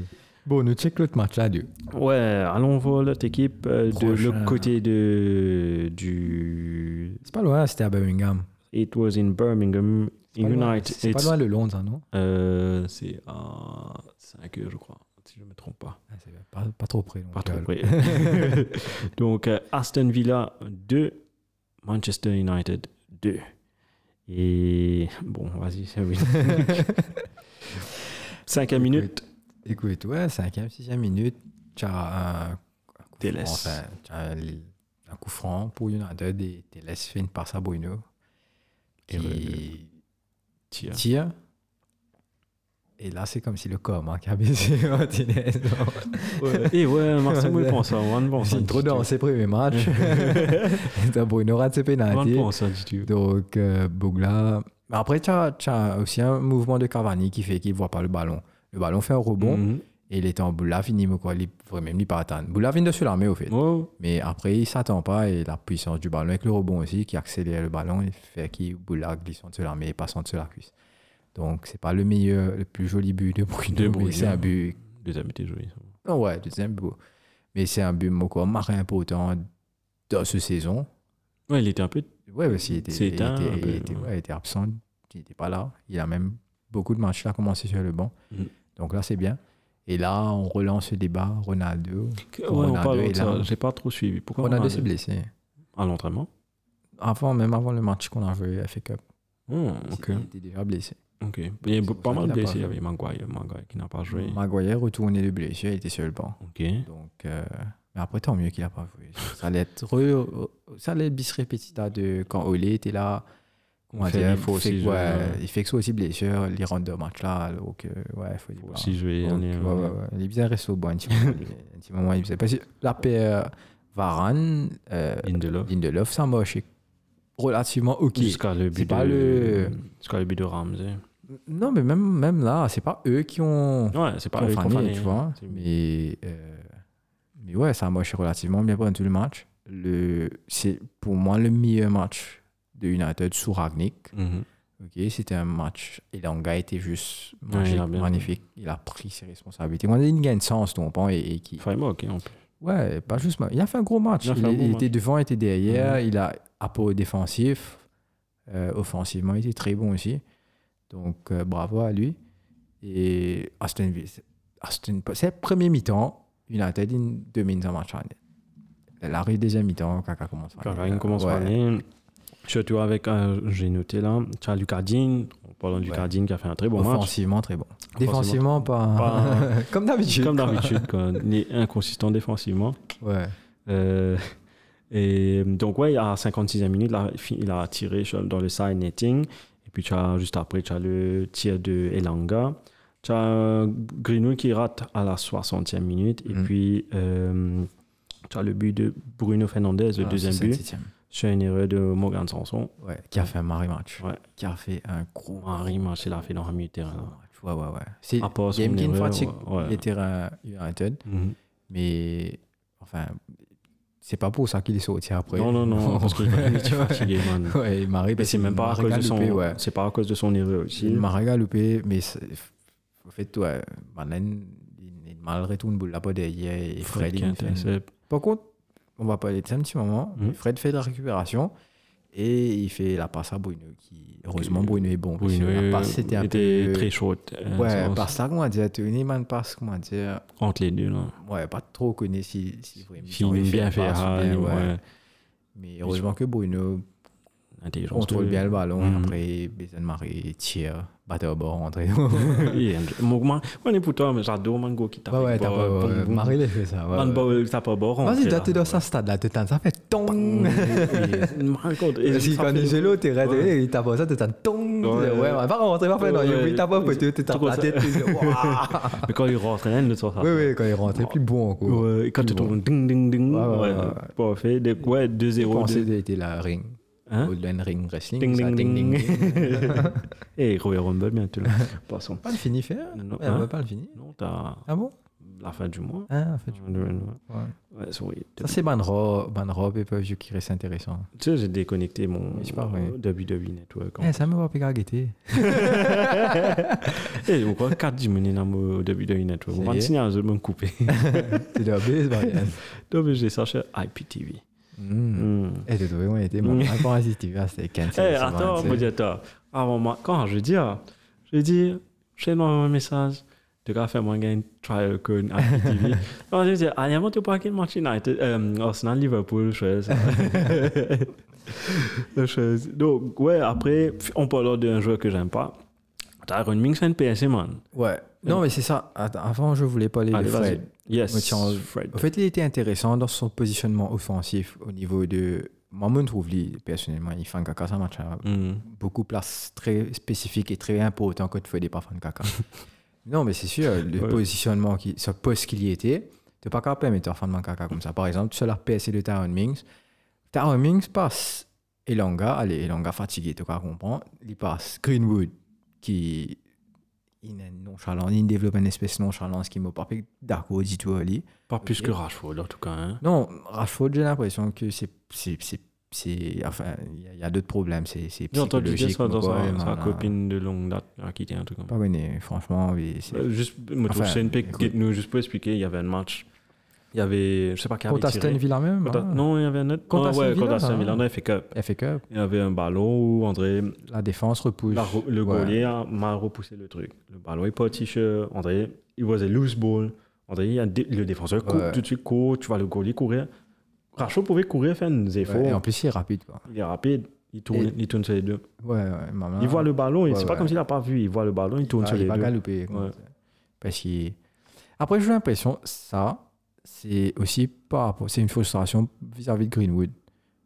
A: Bon, nous check l'autre match là, Dieu.
B: Ouais, allons voir l'autre équipe euh, de
A: Prochain.
B: l'autre côté de du.
A: C'est pas loin, c'était à Birmingham.
B: It was in Birmingham,
A: C'est pas loin-
B: United.
A: C'est pas loin de Londres, ça, non
B: Euh, c'est à 5 heures, je crois, si je ne me trompe pas.
A: Ah, c'est pas, pas trop près. donc,
B: Pas trop
A: euh,
B: près. Donc, euh, Aston Villa 2, Manchester United 2. Et bon, vas-y, c'est oui. Cinquième minute,
A: Écoute, ouais, cinquième, sixième minute, tu as un, un coup
B: Telles.
A: franc, enfin, tu as un, un coup franc pour United et Telles fait une passe à Bruno.
B: Et
A: Qui
B: tir.
A: tire. Et là, c'est comme si le corps hein, qui a baissé Martinez.
B: Et ouais, Marseille, moi, il pense à One Bon.
A: C'est trop dans ses premiers matchs. Et t'as Bruno rate ses
B: One
A: pénalités.
B: Bon, ça, dis tu.
A: Donc, euh, Bougla. Mais
B: Mm. Mhm.
A: Après, tu as, tu as aussi un mouvement de Cavani qui fait qu'il ne voit pas le ballon. Le ballon fait un rebond Et il était en Boulavini, mais quoi, il vraiment il pas atteindre. Boulavini de l'armée, au fait.
B: Oh,
A: Mais après, il s'attend pas et la puissance du ballon avec le rebond aussi qui accélère le ballon et fait qu'il boula glissant de cela, mais passant de cela cuisse. Donc, c'est pas le meilleur, le plus joli but de Bruno,
B: De
A: mais
B: Bruno.
A: c'est un but.
B: deuxième était joli.
A: Ah ouais, deuxième but. Mais c'est un but, moi, quoi, marqué important dans cette saison.
B: Ouais, il était un peu.
A: Ouais, parce qu'il était,
B: C'est
A: il
B: un
A: était-
B: peu,
A: il était-
B: ouais.
A: ouais, il était absent, il n'était pas là. Il a même beaucoup de matchs là commencé sur le banc.
B: Mm.
A: Donc là, c'est bien. Et là, on relance le débat. Ronaldo.
B: Ouais, on
A: Ronaldo
B: parle
A: est
B: de ça.
A: là.
B: J'ai pas trop suivi. Pourquoi
A: Ronaldo
B: Ronaldo
A: s'est blessé.
B: À l'entraînement
A: Avant, même avant le match qu'on a joué à FA Cup,
B: Oh,
A: Ah,
B: ok.
A: il était déjà blessé.
B: ok. Il y a
A: C'est
B: be-
A: pour ça
B: pas mal
A: qu'il a pas
B: blessés. Il y
A: joué.
B: avait Maguire, Maguire qui n'a pas joué.
A: Maguire retourné de blessure, il était sur le banc.
B: Ok.
A: Donc, euh, mais après, tant mieux qu'il n'a pas joué. Ça allait être, re- euh, ça allait être bis repetita de quand Olé était là. Comment
B: Félix
A: dire, il faut
B: aussi
A: aussi,
B: jouer, ouais.
A: il fait que ça aussi blessure, les rendeurs match là, donc euh, ouais, faut dire.
B: Si je vais
A: Donc,
B: aller.
A: ouais, ouais, ouais. Il faisait rester au banc un petit moment. un petit moment, il faisait. Parce que la paire Varane, euh,
B: Lindelof.
A: Lindelof, ça moche est relativement ok.
B: Jusqu'à le
A: C'est
B: but
A: pas
B: de.
A: le-
B: Jusqu'à le but de Ramsey.
A: Non, mais même, même là, c'est pas eux qui ont,
B: Ouais, c'est
A: qui
B: pas
A: ont
B: le
A: fané, tu vois.
B: C'est-
A: Mais, euh, mais ouais, ça moche est relativement bien pendant tout le match. Le, c'est pour moi le meilleur match de United sous Ragnick.
B: Mhm.
A: Ok, c'était un match. Et Langa était juste
B: Ouais,
A: magique,
B: il a bien
A: magnifique. Il a pris ses responsabilités. On a une gain de sens, ton pan, et, et qui.
B: Vraiment, ok. hein, en plus.
A: Ouais, pas juste. mal. Il a fait un gros match.
B: Il a fait
A: Il,
B: un
A: est-
B: bon
A: il
B: match.
A: était devant, il était derrière. Il a apport défensif. Euh, offensivement, il était très bon aussi. Donc, euh, bravo à lui. Et Aston Villa, Aston, c'est le premier mi-temps. United il domine un match. L'arrivée deuxième mi-temps, Kaka commence. à-
B: Cavani commence par
A: Ouais.
B: aller. Surtout avec, euh, j'ai noté là, tu as Lucardine, en parlant de
A: Ouais.
B: Lucardine qui a fait un très bon match.
A: Offensivement, très bon. Défensivement, pas.
B: Pas-
A: Comme d'habitude.
B: Comme d'habitude, quoi. il est inconsistant défensivement.
A: Ouais.
B: Euh, et donc, ouais, à 56e minute, il a, fi- il a tiré sur- dans le side netting. Et puis, tu as, juste après, tu as le tir de Elanga. Tu as Greenwood qui rate à la 60e minute. Et
A: Mhm.
B: puis, euh, tu as le but de Bruno Fernandez, le
A: Ah,
B: deuxième but,
A: 67e.
B: sur une erreur de Morgan Sanson.
A: Ouais, qui a fait un maré match.
B: Ouais.
A: Qui a fait un gros
B: Henri Marché l'a fait dans un milieu de terrain. là.
A: match. Ouais, ouais, ouais. C'est
B: Ah. À part son
A: Game King
B: erreur,
A: Fatigue
B: ouais.
A: les terrains United,
B: Mhm.
A: mais enfin, c'est pas pour ça qu'il est sorti après.
B: Non, non, non, parce qu'il il était fatigué, man.
A: ouais, il m'a
B: Mais c'est même pas à cause de son,
A: Ouais.
B: c'est pas à cause de son erreur aussi.
A: Il m'a galopé, mais c'est- au fait, ouais, Manen, il il m'a retourné boule là-bas derrière et Fred, il fait une- Par contre, on va parler de ça un petit moment.
B: Mhm.
A: Fred fait de la récupération et il fait la passe à Bruno. Qui, heureusement, Bruno est bon. parce que la passe, c'était un
B: était
A: peu...
B: très short. euh,
A: Ouais,
B: sens-
A: passe là, comment dire, tu une bonne passe, comment dire.
B: entre les deux. Là.
A: Ouais, pas trop connu si, si vraiment.
B: Si il aime bien
A: fait
B: faire,
A: une passe ou bien,
B: ouais.
A: ouais. Mais heureusement que Bruno
B: intelligence.
A: contrôle
B: de-
A: bien le ballon.
B: Mhm.
A: Après, Bézan Marie tire, batte au bord, rentrée.
B: Il aime- Moi, moi, moi, pour toi, mais j'adore Mango qui tape.
A: ouais, ouais, t'as pas.
B: boum,
A: ouais,
B: boum.
A: Marie, il a fait ça. ouais,
B: Man
A: ouais.
B: ball, tape au bord.
A: Vas-y,
B: rentrée,
A: toi,
B: là.
A: t'es dans ce stade-là, t'es dans- ça fait tong.
B: Oui, man, contre- et
A: Si
B: ça
A: quand
B: fait-
A: il gèle, t'es raide,
B: Ouais.
A: il tape ça, t'es un tong.
B: Ouais.
A: Ouais, ouais, va rentrer, va faire. Non,
B: Ouais.
A: il tape un peu, tu tapes la
B: Tout
A: tête. tu dis, Waouh.
B: Mais quand il rentre, rien ne sort ça.
A: Oui, oui, quand il rentre, et puis bon, encore.
B: Ouais, quand tu tombes, ding, ding, ding.
A: Ouais, ouais,
B: Ouais,
A: ouais, ouais.
B: parfait. Des- Ouais,
A: Je
B: 2-0.
A: pensais
B: deux-
A: que c'était la ring.
B: Hein?
A: Golden Ring Wrestling.
B: Ding,
A: ça,
B: ding,
A: ding, ding,
B: ding.
A: ding.
B: Et Royal Rumble bientôt. là. Passons.
A: Pas le fini faire
B: Non,
A: Ouais, On
B: hein?
A: va pas le fini.
B: Non, t'as
A: Ah bon
B: la fin du mois.
A: Ah, en fait, je-
B: Ouais,
A: ouais.
B: sorry.
A: Ça, c'est Banro, Banro, et Peugeot qui reste intéressant.
B: Tu sais, j'ai déconnecté mon
A: Mais c'est pas vrai.
B: WWE Network.
A: Eh, ça me va pas guetter.
B: Et donc, Eh, quoi, 4 minutes dans mon WWE Network. On
A: Ça
B: va
A: y est.
B: signer à me couper.
A: C'est de la baisse, Brian.
B: Donc, j'ai cherché IPTV.
A: Mm.
B: Hmm.
A: Eh, t'es trouvé, moi, il était bon.
B: Mm.
A: Encore si tu veux, Ah, c'était
B: Eh,
A: cancel. c'est
B: attends,
A: bon,
B: mon
A: c'est-
B: Dieu, attends. Avant, moi, quand je dis, ah, je dis, je t'ai envoyé un message. Tu as fait mon gain trial code IPTV. Alors, je dis, ah, il y a un tu parles quel match United, euh, Arsenal, Liverpool, chose. chose. Donc, ouais, après, on parle d'un joueur que j'aime pas. Tyron Mings, c'est un PSC, man.
A: Ouais. Non, mais c'est ça. Attends, avant, je voulais parler de
B: Allez, vas-y.
A: Fred.
B: Yes.
A: Moi, tiens,
B: Fred.
A: En fait, il était intéressant dans son positionnement offensif au niveau de. Moi, je me trouve, lui, personnellement, il fait un caca, ça match. hein.
B: Hmm.
A: beaucoup de places très spécifiques et très importantes quand tu fais des parfums de caca. non, mais c'est sûr, le
B: Ouais.
A: positionnement, qui, ce poste qu'il y était, tu pas capable de mettre un parfum de caca comme ça. Par exemple, sur la PSC de Tyron Mings, Tyron Mings passe Elanga, allez, Elanga fatigué, tu comprends, il passe Greenwood qui il est nonchalant, il développe une espèce de nonchalance qui m'a pas fait d'accord du tout. Ali.
B: Pas plus
A: Ok.
B: que Rashford, en tout cas. Hein.
A: Non, Rashford, j'ai l'impression que c'est. c'est- c'est- c'est- Enfin, il y a- il y a, d'autres problèmes. C'est c'est
B: J'ai entendu dire
A: psychologique.
B: ça
A: mais
B: dans
A: quoi,
B: sa,
A: ouais,
B: sa
A: man, là.
B: copine de longue date a quitté un truc comme ça.
A: Pas connu, franchement, oui. c'est-
B: Euh, Juste, moi,
A: Enfin,
B: c'est une pic
A: écoute.
B: qui nous juste pour expliquer, il y avait un match. Il y avait, je sais pas qui avait
A: Contre Aston
B: tiré.
A: Villa même
B: Contre-
A: hein.
B: Non, il y avait un autre.
A: Contre
B: Ah
A: Aston
B: ouais,
A: Villa,
B: contre Aston
A: hein.
B: Villa, on a fait cup.
A: FA Cup,
B: Il y avait un ballon où André,
A: la défense repousse.
B: la re- le
A: Ouais.
B: goalie a mal repoussé le truc. Le ballon est parti chez André. Il was a loose ball. André, il y a dé- le défenseur court,
A: Ouais.
B: tout de suite court. Tu vois le goalie courir. Racho pouvait courir, faire des efforts.
A: Ouais, et en plus, il est rapide. Quoi.
B: Il est rapide. Il tourne,
A: Et-
B: il tourne sur les deux.
A: Ouais, ouais, maman.
B: Il voit le ballon. et
A: Ouais,
B: c'est pas
A: ouais.
B: comme s'il n'a pas vu. Il voit le ballon, il tourne
A: Ah,
B: sur
A: il
B: les
A: va
B: deux.
A: galoper. comme
B: Ouais.
A: ça. Parce qu'il- Après, j'ai l'impression, ça, c'est aussi par rapport. C'est une frustration vis-à-vis de Greenwood.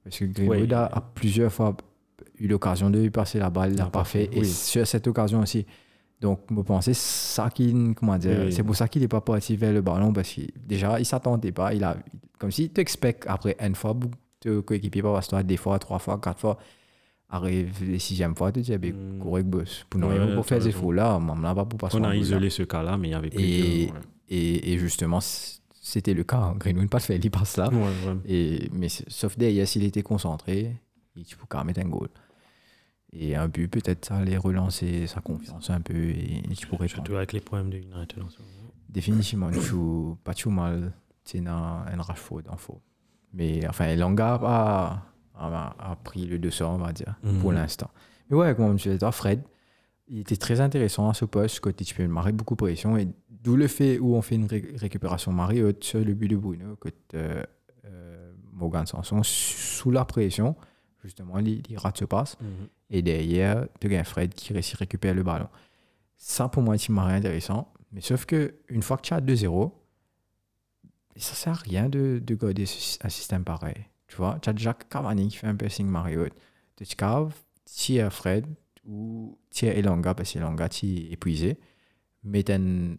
A: Parce que Greenwood
B: Ouais.
A: a, a plusieurs fois eu l'occasion de lui passer la balle, il l'a
B: Ah,
A: pas fait.
B: parfait,
A: Et
B: oui.
A: sur cette occasion aussi. Donc, je pensais, ça qui. Comment dire
B: Oui.
A: C'est pour ça qu'il n'est pas parti vers le ballon. Parce que déjà, il s'attendait pas. Il a, comme si tu expectes après une fois, te coéquipier pas parce que toi, deux fois, trois fois, quatre fois, arrive la sixième fois, tu dis, eh bien,
B: Hmm.
A: correct, boss. Pour nous,
B: Ouais,
A: pour
B: t'as
A: faire des
B: raison.
A: faux là, même là, pas pour passer
B: On
A: en
B: a
A: boule, là.
B: isolé ce cas-là, mais il y avait plus
A: Et-
B: de... ouais.
A: Et, et justement, c- c'était le cas. hein. Greenwood, pas de fait, il passe là.
B: Ouais, ouais.
A: Et, mais c'est- sauf derrière, s'il était concentré, il peut quand même mettre un goal. Et un but, peut-être, ça allait relancer sa confiance un peu. Et, et tu pourrais prendre.
B: Surtout avec les problèmes de United. en ce moment.
A: Définitivement, tu joues pas tout mal. C'est un, un Rashford en faux. Mais enfin, Elanga a, a, a pris le 200, on va dire,
B: Mhm.
A: pour l'instant. Mais ouais, comme tu disais, toi, Fred, il était très intéressant à ce poste, côté tu peux marrer beaucoup de pression. Et d'où le fait où on fait une ré- récupération marée haute sur le but de Bruno, côté euh, euh, Morgan Sanson, sous la pression, justement, il, il rate ce passe. Et derrière, tu as Fred qui réussit à récupérer le ballon. Ça, pour moi, c'est marrant intéressant. Mais sauf que une fois que tu as 2-0, ça sert à rien de, de garder ce- un système pareil. Tu vois, tu as déjà Cavani qui fait un passing Mario. Tu te caves, tu as Fred ou tu as Elanga, parce que Elanga, tu es épuisé. Mais tu as un,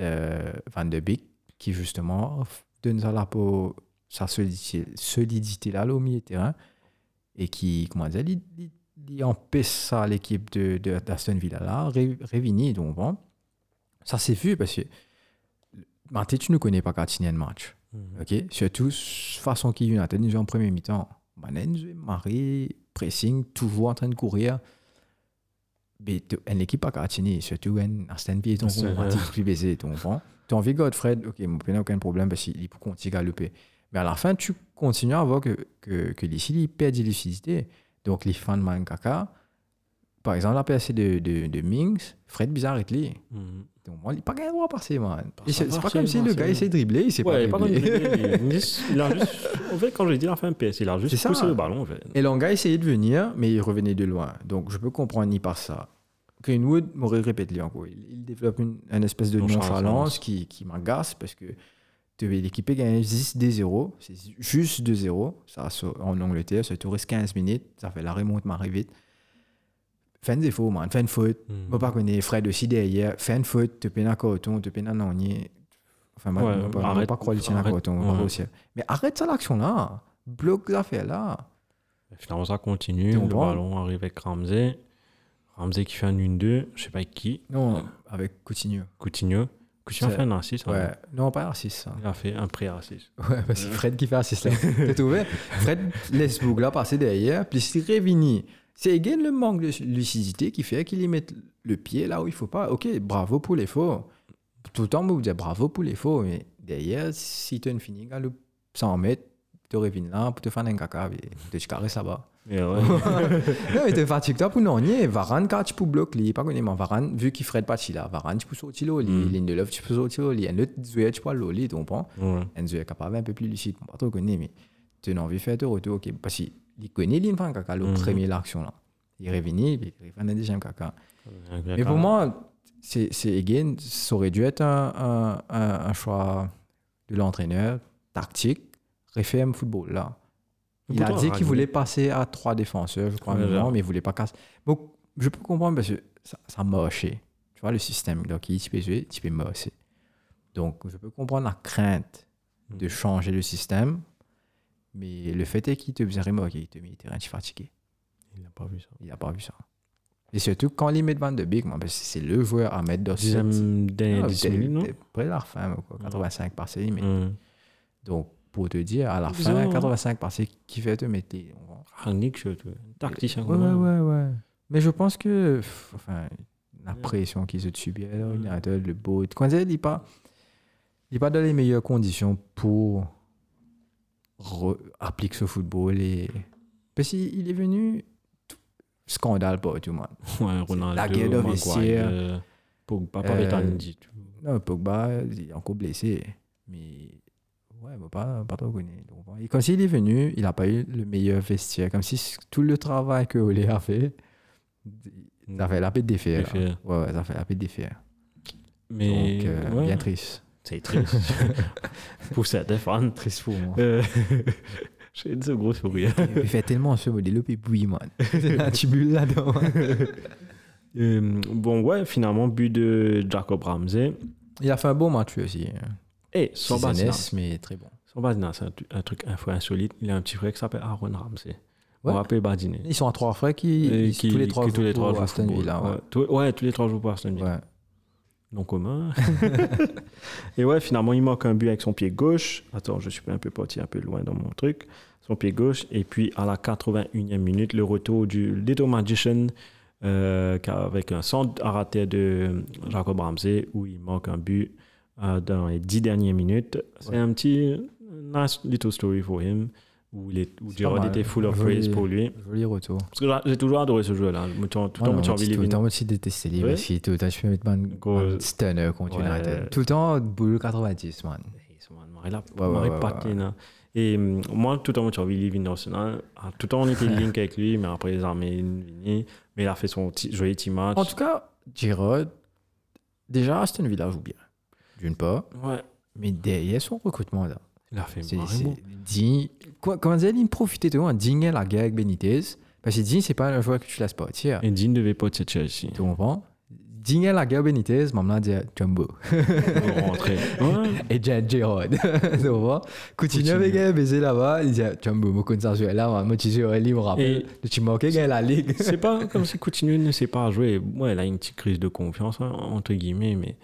A: euh, Van de Beek qui, justement, donne ça là pour sa solidité, solidité là, là, au milieu de terrain et qui, comment dire, il, il- il empêche ça à l'équipe de, de- d'Aston Villa là, Ré- Révini, donc bon. Ça s'est vu parce que Marté, tu ne connais pas Cartinian match.
B: Mhm.
A: ok Surtout façon qu'il United nous joue en premier mi-temps. Manen, Marie, pressing, toujours en train de courir. Mais tu- une équipe pas Cartini, surtout un Aston Villa, ton
B: C'est
A: rond,
B: vrai.
A: Marty, plus baisé, ton bon. Tu as envie de Godfred, ok, mon n'a aucun problème parce qu'il continue à galoper. Mais à la fin, tu continues à voir que, que, que les Chili perdent de lucidité. Donc, les fans de Mangaka, par exemple, la PSC de, de, de Mings, Fred Bizarre est lié.
B: Mhm.
A: Donc, moi, il n'a pas gagné droit à passer, man.
B: Pas
A: Et C'est c'est pas
B: passer,
A: comme si
B: man,
A: le
B: c'est-
A: gars, il s'est dribblé, il s'est
B: Ouais,
A: pas
B: pas
A: dribblé.
B: comme- il a juste- il a juste- En fait, quand j'ai dit il a fait un PS, il a
A: C'est
B: juste
A: ça.
B: poussé le ballon. en fait.
A: Et Langa essayait de venir, mais il revenait de loin. Donc, je peux comprendre ni par ça. Greenwood m'aurait répété encore. Il, il développe une, une espèce de
B: Nonchalance.
A: nonchalance qui, qui m'agace parce que tu veux l'équipe gagne 10 des 0 c'est juste 2-0. Ça, ça, en Angleterre, ça te reste 15 minutes, ça fait la remonte marée vite. Fin des faux, man. Fin de faute.
B: Mm. Mhm.
A: Moi, par contre, Fred aussi derrière. Fin de faute, te peine à coton, te peine à nanier. Enfin, moi,
B: Ouais,
A: moi, pas- moi,
B: arrête.
A: pas croire le tien à
B: Arrête.
A: coton. moi, pas
B: Ouais.
A: aussi. Mais arrête ça, l'action-là. Bloque l'affaire-là.
B: Finalement, ça continue.
A: Tu
B: Le
A: comprends
B: ballon arrive avec Ramsey. Ramsey qui fait un 1-2, je sais pas qui,
A: Non, avec Coutinho.
B: Coutinho. Coutinho
A: C'est-
B: fait un assist. hein.
A: Ouais. Non, pas R6, ça.
B: Il a fait un pré-assist.
A: Ah Ouais, parce que Fred qui fait R6, là. T'as trouvé Fred laisse Bougla passer derrière, puis c'est Révini. C'est également le manque de lucidité qui fait qu'il y mette le pied là où il faut pas. Ok, bravo pour l'effort. Tout le temps, vous dites bravo pour l'effort, mais derrière, si tu as une finie, à le 100 mètres, tu Révini là pour te faire un caca, et tu te caresses là-bas.
B: Et ouais.
A: non, mais t'es fatigué toi pour non, nier. Varane, quand tu peux bloquer, lui, pas connu, mais Varane, vu qu'il ferait pas de là, Varane, tu peux sortir là, lui.
B: Mm.
A: Ligne de l'œuf, tu peux sortir là, lui. Un autre Zoué, tu peux aller là, lui, tu comprends?
B: Ouais.
A: Un Zoué capable un peu plus lucide, on pas trop connu, mais tu as envie de faire ton retour, ok, parce qu'il connaît l'île, enfin, caca, le
B: Mm.
A: premier, l'action là. Il est revenu, puis il fait un deuxième caca.
B: Avec la
A: Mais pour
B: carte.
A: moi, c'est, c'est again, ça aurait dû être un, un- un- un choix de l'entraîneur tactique, référent football là. Il a
B: Pourtant,
A: dit
B: Ragnier-
A: qu'il voulait passer à trois défenseurs, je crois, à un
B: Ouais,
A: moment,
B: genre.
A: mais il voulait pas casser. Donc, je peux comprendre parce que ça, ça marchait. Tu vois, le système, donc il peut jouer, il peut marcher. Donc, je peux comprendre la crainte de
B: Mm.
A: changer le système, mais le fait est qu'il te faisait remarquer, il te met, il était fatigué.
B: Il n'a pas vu ça.
A: Il n'a pas vu ça. Et surtout quand il met Van de Beek, moi, parce que c'est le joueur à mettre dans ce
B: Deuxième
A: Ah,
B: dernière 10
A: t'es-
B: minutes, non
A: t'es près de la fin, quoi. 85 par série. Mais...
B: Hum.
A: Donc, pour te dire, à la
B: Bizarre,
A: fin,
B: hein.
A: 85 par série, qui fait te mettre les- on va-
B: Ah, nique, surtout. Tacticien.
A: Ouais, ouais,
B: comment-
A: ouais, ouais. Mm. Mais je pense que. pff, Enfin, la pression qu'ils ont subie à l'ordinateur, le beau. Quand il n'est pas. Il n'est pas dans les meilleures conditions pour re- appliquer ce football. Et... Parce qu'il est venu. tout- Scandale pour tout le monde.
B: Ouais, Ronaldo,
A: la guerre de
B: Maguire,
A: vestiaire.
B: euh, Pogba,
A: Euh,
B: Pavetandi, tu vois.
A: Non, Pogba, il est encore blessé. Mais ouais, il ne pas, pas trop connu. Donc, bon. Et quand il est venu, il n'a pas eu le meilleur vestiaire. Comme si c- tout le travail que Olé a fait, ça
B: Mm.
A: fait la paix de défaire.
B: Défaire.
A: hein. Ouais, ouais, ça fait la paix de défaire.
B: Mais
A: Donc, euh,
B: ouais,
A: bien triste.
B: c'est triste. pour certains fans.
A: Triste pour moi.
B: Euh, J'ai une grosse sourire.
A: il fait tellement ce modèle, puis bouillie, man. La tubule là-dedans.
B: Euh, bon, ouais, finalement, but de Jacob Ramsey.
A: Il a fait un bon match lui aussi. hein.
B: Et sans
A: Seasoness,
B: base
A: mais très bon.
B: Son Badina, c'est un, tu- un truc info insolite. Il a un petit frère qui s'appelle Aaron Ramsey. On
A: Ouais.
B: l'appelle Badiné.
A: Ils sont à trois frères qui, ils- tous les trois
B: Euh, qui tous les trois
A: jouent
B: jouent
A: à
B: au
A: Aston
B: football.
A: Villa.
B: Ouais,
A: ouais.
B: tous- ouais, tous les trois jouent pour Aston Villa.
A: Ouais.
B: Non commun. et ouais, finalement, il manque un but avec son pied gauche. Attends, je suis un peu parti un peu loin dans mon truc. Son pied gauche. Et puis, à la 81e minute, le retour du Little Magician euh, qui a- avec un centre à rater de Jacob Ramsey où il manque un but euh, dans les 10 dernières minutes. C'est un petit nice little story for him où, il est, où
A: C'est
B: Gerrard
A: pas mal.
B: était full of
A: Joli-
B: praise pour lui.
A: Joli retour.
B: Parce que j'a- j'ai toujours adoré ce jeu-là. Je me tiens- Tout le
A: Ouais,
B: temps,
A: non,
B: j'ai
A: moi, tu-
B: envie de
A: Tout le
B: l'éviter.
A: temps, moi, tu détestais les
B: Ouais.
A: parce que tout le temps, je peux mettre man,
B: Gros-
A: man stunner contre
B: Ouais.
A: United. Tout le temps, boule 90, man.
B: Hey, ce man, Marie, là,
A: Ouais, ouais,
B: Marie
A: ouais, ouais,
B: Patin, hein. Et hum, moi, tout le temps, moi, j'ai envie de vivre international. Ah, Tout le temps, on était link avec lui, mais après, les armées, il est venu. mais il a fait son petit- joli petit match.
A: En tout cas, Giroud, déjà, Aston Villa joue bien. D'une part,
B: ouais,
A: mais derrière son recrutement, là,
B: il a fait
A: c'est.
B: vraiment.
A: Digne. Comment dire, il profitait de moi, hein, digne la guerre avec Benitez. Parce que digne, c'est pas un joueur que tu laisses partir.
B: Et Dean devait pas être chez Chelsea. hein,
A: Tu comprends? Digne la guerre Benitez, maintenant, dire Jumbo.
B: Pour rentrer. Ouais.
A: et Jan Gerard. Tu vois Coutinho avait gagné baiser là-bas. Il disait Tu me connais ça, là, moi, tu sais, il me rappelle. Tu manquais gagner la ligue.
B: C'est pas comme si Coutinho ne sait pas jouer. Ouais, il a une petite crise de confiance, hein, entre guillemets, mais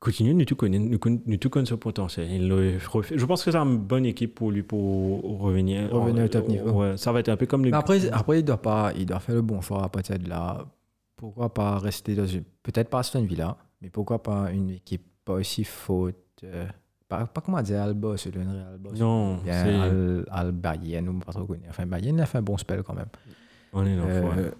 B: Coutinho ne tout connaît, ne connaît, ne tout connaît son potentiel. Il le refait. Je pense que c'est une bonne équipe pour lui pour revenir.
A: Revenir au top niveau. Ah.
B: Ouais, ça va être un peu comme le.
A: Mais après, après il, doit pas, il doit faire le bon choix à partir de là. Pourquoi pas rester dans une. Peut-être pas Aston Villa, mais pourquoi pas une équipe pas aussi faute. euh, pas, pas comment dire Alba, c'est le Real Boss.
B: non,
A: Bien,
B: c'est-
A: Al, Al Bayern, ou pas trop connu. Enfin, Bayern a fait un bon spell quand même.
B: on est dans le foire.
A: Euh,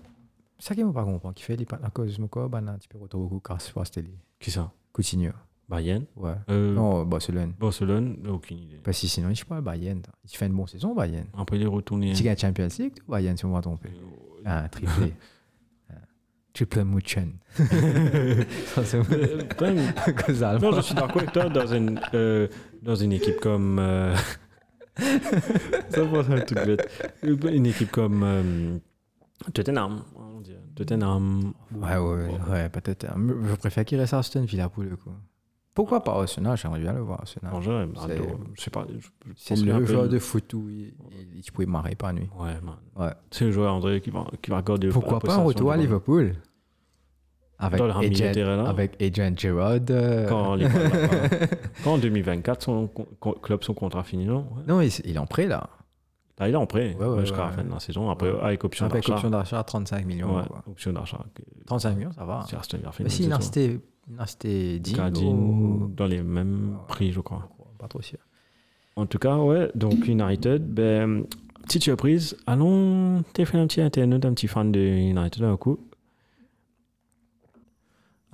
A: ça qui ne pas comprendre, qui fait les pas à cause de quoi, bah, non, tu peux retrouver beaucoup grâce à cette télé.
B: Qui ça
A: Coutinho,
B: Bayern
A: ouais.
B: Euh,
A: Non, Barcelone.
B: Barcelone Aucune idée.
A: Parce que sinon, je parle Bayern. Il fait une bonne saison, Bayern.
B: Après, il est retourné.
A: Tu gagnes Champions League, toi, Bayern, si on va tromper. Ah, triplé. Ah. Triple Mouchen. Ça, c'est
B: Euh, ben,
A: cause allemand.
B: non, je suis d'accord avec toi dans une, euh, dans une équipe comme. euh, ça me un truc bête. Une équipe comme euh, Tottenham. on dirait. Tottenham.
A: Ouais, ouais, ouais, ouais, peut-être. Mais Je préfère qu'il reste à Aston Villa pour le coup. Pourquoi pas Arsenal J'aimerais bien le voir, Arsenal.
B: Bon, j'aurais-
A: C'est-
B: je sais pas. je- je
A: C'est
B: pense qu'il y a un
A: le
B: peu
A: joueur
B: une-
A: de foot où il, il, il pouvait marrer par nuit.
B: Ouais, man.
A: Ouais.
B: C'est le joueur André qui va, qui va regarder.
A: Pourquoi
B: la
A: pas un
B: possession
A: retour
B: du
A: à
B: ballon.
A: Liverpool avec
B: Dans le milieu de
A: Adrian,
B: terrain, là.
A: avec Adrian Gerrard. euh,
B: Quand, les- quand en 2024, son con- con- club, son contrat finit, non Ouais.
A: Non, il, il est en prêt là.
B: Là, il est en prêt
A: Ouais, ouais,
B: jusqu'à la
A: ouais.
B: fin de la saison. Après, Ah, avec option
A: Avec
B: d'achat.
A: option d'achat à 35 millions.
B: Ouais,
A: quoi.
B: option d'achat. que-
A: 35 millions, ça va. hein.
B: C'est Aston Villa.
A: Mais Bah, si, il a resté- il a resté 10
B: oh. Cardine, dans les mêmes
A: Ouais.
B: prix, je crois.
A: Pas trop sûr.
B: En tout cas, ouais, donc United, ben, petite surprise. Allons, t'es fait un petit internaute, un petit fan de United d'un coup.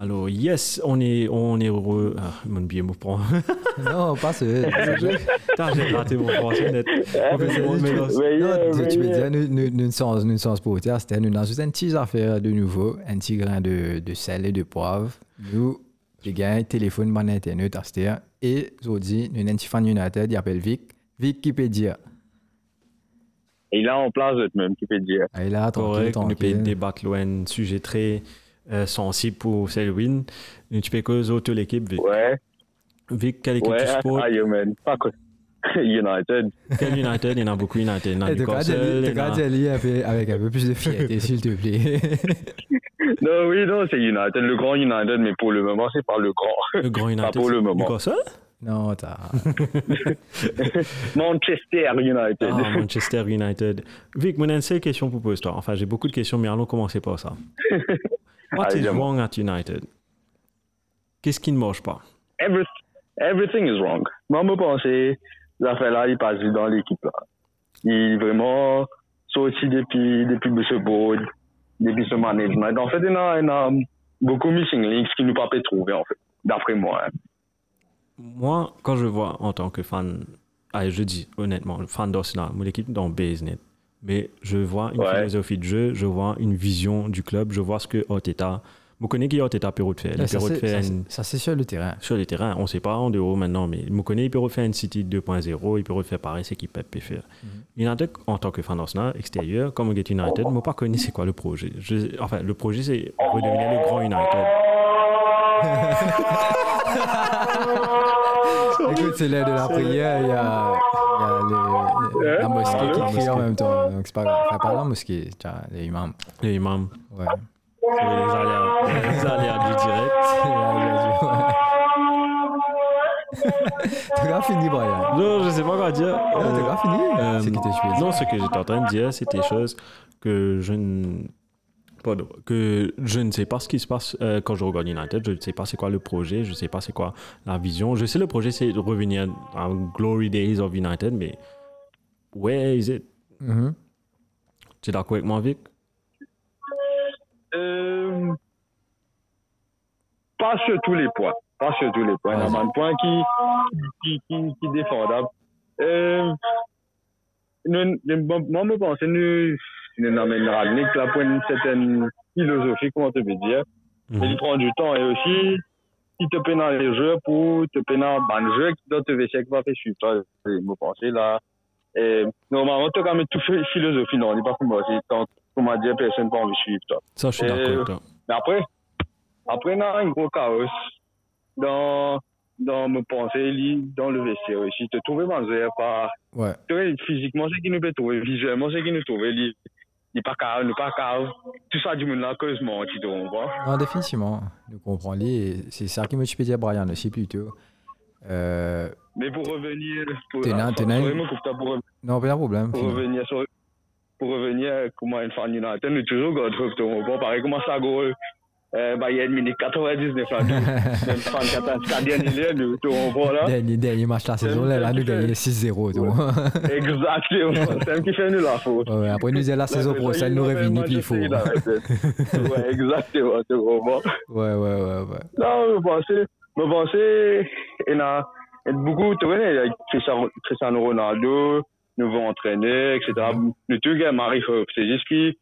B: Alors, yes, on est, on est heureux. Ah, mon billet me prend.
A: non, pas ce.
B: Putain, j'ai raté mon français net. En fait, c'est
A: Non,
B: mon mélange.
C: Mais yeah, mais
A: tu veux
C: yeah.
A: dire, nous- nous nous ne sommes nous ne sommes pas au terre, c'était nous ajoutons une petite affaire de nouveau, un petit grain de, de sel et de poivre. Nous, les gars, téléphone, mon internet, Aster, et aujourd'hui, nous avons un petit fan United, il appelle Vic. Vic qui peut dire.
C: Et là, on place tout même, qui peut dire.
A: Ah, il est là, tranquille,
B: correct, nous peut
A: tranquille.
B: débattre loin, sujet très euh, sensible pour Selwyn. Nous, tu peux causer toute l'équipe. Vic.
C: Ouais,
B: Vic, quelle équipe
C: ouais,
B: tu supportes
C: ah, yo, man. Fuck United.
B: Quel United Il y en a beaucoup, United. Il y en a
A: Eh, Te
B: Newcastle,
A: garde-
B: il
A: te
B: y en a-
A: garde Ali avec avec un peu plus de fierté, s'il te plaît.
C: Non, oui, non, c'est United, le grand United, mais pour le moment, c'est par le grand.
B: Le grand United.
C: pour le
B: c'est
C: moment.
B: Newcastle
A: Non, t'as.
C: Manchester United.
B: Ah, Manchester United. Vic, mon une seule question pour poser toi. Enfin, j'ai beaucoup de questions, mais allons commencer par ça. What is
C: Allez, dis-moi.
B: wrong at United? Qu'est-ce qui ne marche pas?
C: Every- everything is wrong. Moi, me penser, l'affaire là, il passe vite dans l'équipe là. Il vraiment sorti depuis, depuis ce board, depuis ce management. En fait, il y en a, il y en a beaucoup missing links qui nous pas peut trouver, en fait, d'après moi. hein.
B: Moi, quand je vois en tant que fan, allez, je dis honnêtement, fan d'Arsenal, mon équipe dans Business, mais je vois une
C: Ouais.
B: philosophie de jeu, je vois une vision du club, je vois ce que Arteta, je connais qui est Arteta Perrault de faire.
A: Là, ça,
B: Perrault de
A: c'est- ça,
B: faire une-
A: c'est- ça, c'est sur le terrain.
B: sur les terrains, on ne sait pas en dehors maintenant, mais je connais, il peut refaire une City 2.0, il peut refaire pareil, c'est qu'il peut peut faire.
A: Mhm.
B: United, en tant que fan d'Arsenal, extérieur, comme on est United, je pas connu c'est quoi le projet. Je- enfin, le projet, c'est redevenir le grand United.
A: Écoute, c'est l'heure de la prière, il y a, il y a les-
C: Euh,
A: Ah, la mosquée
C: allô
A: qui crie en même temps. Donc, c'est pas grave. Enfin, pas la mosquée, t'as les imams.
B: Les imams,
A: Ouais.
B: oui, les aléas, les aléas du direct.
A: T'as grave fini, Brian.
B: Non, je sais pas quoi dire.
A: Ah, T'as
B: Euh,
A: grave fini
B: Euh,
A: C'est qui t'es joué
B: Non, ce que j'étais en train de dire, c'est des choses que je ne. pardon, que je ne sais pas ce qui se passe euh, quand je regarde United. Je ne sais pas c'est quoi le projet, je ne sais pas c'est quoi la vision. Je sais le projet, c'est de revenir à Glory Days of United, mais where is it?
A: Mhm.
B: Tu es d'accord avec moi, Vic?
C: Euh, pas sur tous les points. Pas sur tous les points. Il y en a un point qui, qui, qui, qui est défendable. Euh, nous- nous- bon, moi, je pense que nous, nous amènera Nick là pour une certaine philosophie, comment te peut dire.
B: Mhm.
C: Mais il prend du temps et aussi, il te peine dans les jeux pour te peine dans ben, le jeu qui doit te faire va faire suivre. Ça, c'est mon pensée là. Et normalement, tu as quand même tout fait philosophie, non, il n'est pas comme moi. C'est tant- Comment dire, personne n'a envie de suivre, toi.
B: Ça, je suis
C: Euh,
B: d'accord avec toi.
C: Mais après, après, on a un gros chaos dans, dans mes pensées, li- dans le vestiaire aussi. Te trouver mangé par,
A: Ouais.
C: tu vois, physiquement, c'est qui nous peut trouver, visuellement, c'est qui nous trouve, il n'est pas calme, il n'est pas calme. Tout ça, du monde là, causeusement, tu te comprends.
A: Non, définitivement. Je comprends les. C'est ça qui me suis dit à Brian aussi, plutôt. Euh,
C: Mais pour revenir, pour,
A: T'es là,
C: ah,
A: t'es là.
C: sorry, moi, coupe ta, pour,
A: non, pas de problème.
C: pour
A: fini.
C: revenir sur, pour revenir, euh, comment une fan United, nous toujours, quand tu te comprends, pareil, comment ça, goal, euh, Bayern Munich 99 là, même fan canadienne, il est, nous, tu comprends là.
A: Dernier, dernier match de la saison, là, là, nous gagnons 6-0. tu vois.
C: Exactement. C'est un qui fait nous la faute.
A: Ouais, ouais, après, nous, disons, la saison prochaine, nous revenons, puis il faut. Ouais,
C: Ouais, exactement. C'est vraiment.
A: ouais, ouais. ouais.
C: Non, je pensais, je pensais, il a il y a beaucoup tourné avec Cristiano Cristiano Ronaldo, nouveau entraîneur, etc.
A: Mm-hmm.
C: Le tout gars, Marie Hope, c'est juste qui,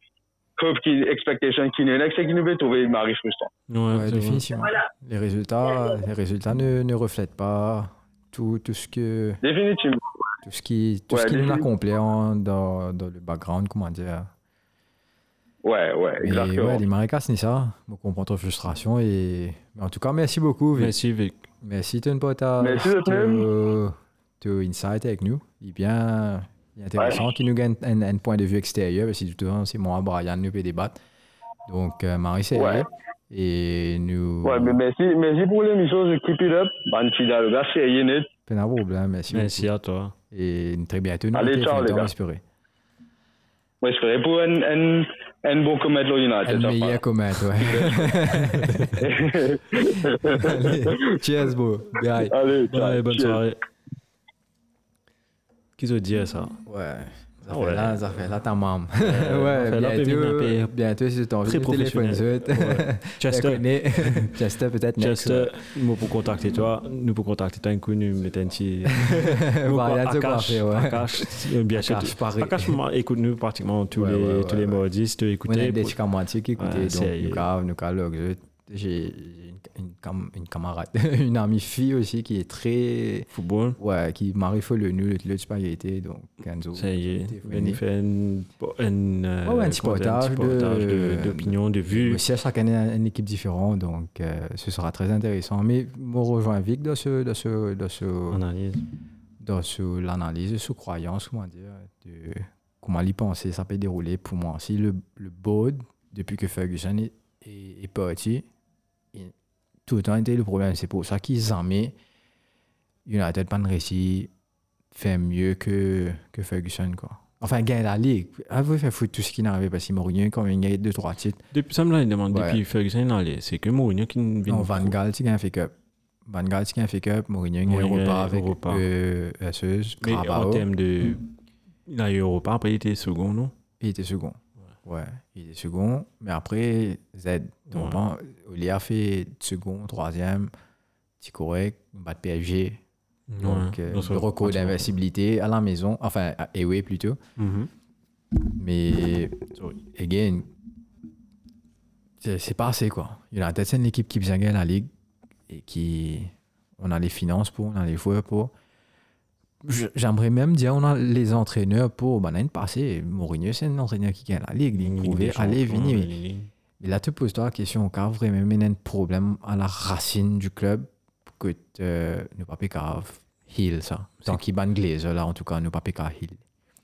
C: Hope qui, expectation qui n'est là, c'est qui nous veut trouver Marie frustrant.
B: Ouais,
A: Ouais,
B: c'est vrai.
A: définitivement. Les résultats, les résultats ne, ne reflètent pas tout, tout ce que
C: Définitivement.
A: tout ce qui tout ce
C: Ouais,
A: qui nous
C: définitivement.
A: accomplit en- dans, dans le background, comment dire.
C: Ouais, ouais,
A: Et
C: exactement.
A: ouais, les marécas, c'est ça. Je comprends ta frustration et mais en tout cas, merci beaucoup. Vic.
B: Merci, Vic.
A: Merci de ne pas ta
C: Merci de
A: te- te insight avec nous. Il est bien il est intéressant qu'il nous gagne un, un point de vue extérieur parce que tout le temps, c'est moi, Brian, nous peut débattre. Donc, euh, Marie, c'est
C: Ouais.
A: Et nous.
C: Ouais, mais merci, merci pour l'émission de Keep It Up. Ban Chida, le gars, c'est Yenet.
A: Pas de problème, hein, merci. beaucoup.
B: Merci à toi.
A: Et très bientôt, nous
C: Allez,
A: était
C: ciao, les gars.
A: inspiré.
C: Moi, je ferais pour un, un, un bon comète, le United.
A: Elle
C: ça, par
A: meilleur comment ouais. Allez, cheers, bro. Bye.
C: Allez,
B: Ouais,
C: ciao.
B: bonne
C: Cheers.
B: soirée. Qu'est-ce que dire ça?
A: Ouais. Ça fait
B: Ah Ouais.
A: là, ça fait là ta maman.
B: ça fait là,
A: ouais,
B: t'es venu à
A: bientôt,
B: paix.
A: bientôt, c'est ton
B: Très
A: jeu de téléphone.
B: professionnel.
A: zut.
B: Chester.
A: Connais. Chester, peut-être next.
B: Chester, nous pour contacter toi, nous pour contacter toi, un coup, nous mettons un petit.
A: ouais. Bah, il y a de quoi
B: Akash,
A: faire, ouais.
B: Akash, euh, bien sûr.
A: Akash, pareil.
B: Akash, moi, écoute-nous pratiquement tous
A: Ouais,
B: les,
A: ouais, ouais,
B: tous les
A: ouais.
B: mardis, si tu
A: On
B: veux
A: a
B: écouter.
A: des
B: pour-
A: chics à moitié qui écoutaient,
B: Ouais,
A: donc
B: c'est-
A: nous cave, nous calogue. je- J'ai une, une, cam- une camarade, une amie fille aussi qui est très.
B: Football.
A: Ouais, qui marie folle le nul, le spaghetti, donc Kenzo.
B: Ça y est,
A: Téléphoner.
B: on fait une- une, euh,
A: Ouais, ouais, un petit
B: comment dire,
A: portage de-
B: de- d'opinion, de vue.
A: Mais c'est à chaque année une équipe différente, donc euh, ce sera très intéressant. Mais moi, je rejoins Vic dans, ce, dans, ce, dans, ce,
B: Analyse.
A: dans ce- l'analyse, sous croyance, comment dire, de comment l'y penser, ça peut dérouler pour moi aussi. Le, le board, depuis que Ferguson est, est est parti. Et tout le temps était le problème. C'est pour ça qu'ils ont mis United pas réussi fait mieux que, que Ferguson. Quoi. Enfin, gagner la Ligue. Ah, vous faire foutre tout ce qui n'arrivait parce que Mourinho, quand il gagne 2-3 titres,
B: Depuis ça, me l'a demande,
A: Ouais.
B: depuis Ferguson, non, les- c'est que Mourinho qui ne vient
A: non, Van Gaal, tu gagnes un fake-up. Van Gaal, tu gagnes un fake-up. Mourinho, il gagne
B: Mourinho,
A: Europa avec
B: Europa.
A: euh, Asseuse,
B: Mais en
A: Carabao. Hmm.
B: termes de. Il a eu Europa, après il était second, non
A: Il était second. Ouais, il était second. Mais après, Z. Donc,
B: Ouais.
A: bon, Olia fait second, troisième. Petit correct. Bat PSG. Donc,
B: Ouais.
A: euh,
B: Non, ça-
A: le record d'invincibilité à la maison. Enfin, à Ewe plutôt.
B: Mhm.
A: Mais,
B: Sorry.
A: again, c'est c'est pas assez, quoi. United, c'est une équipe qui vient gagner la Ligue et qui... On a les finances pour, on a les joueurs pour. Je- J'aimerais même dire, on a les entraîneurs pour. Ben, l'année passée, Mourinho, c'est un entraîneur qui gagne la Ligue. Il hein,
B: Ligue des
A: pouvait aller
B: Champions,
A: venir.
B: la Ligue.
A: Et là, tu poses toi la question, car vraiment, il y a un problème à la racine du club que euh, nous pas cave heal ça. Tant qu'il ban Glazer, là, en tout cas, nous pas cave heal.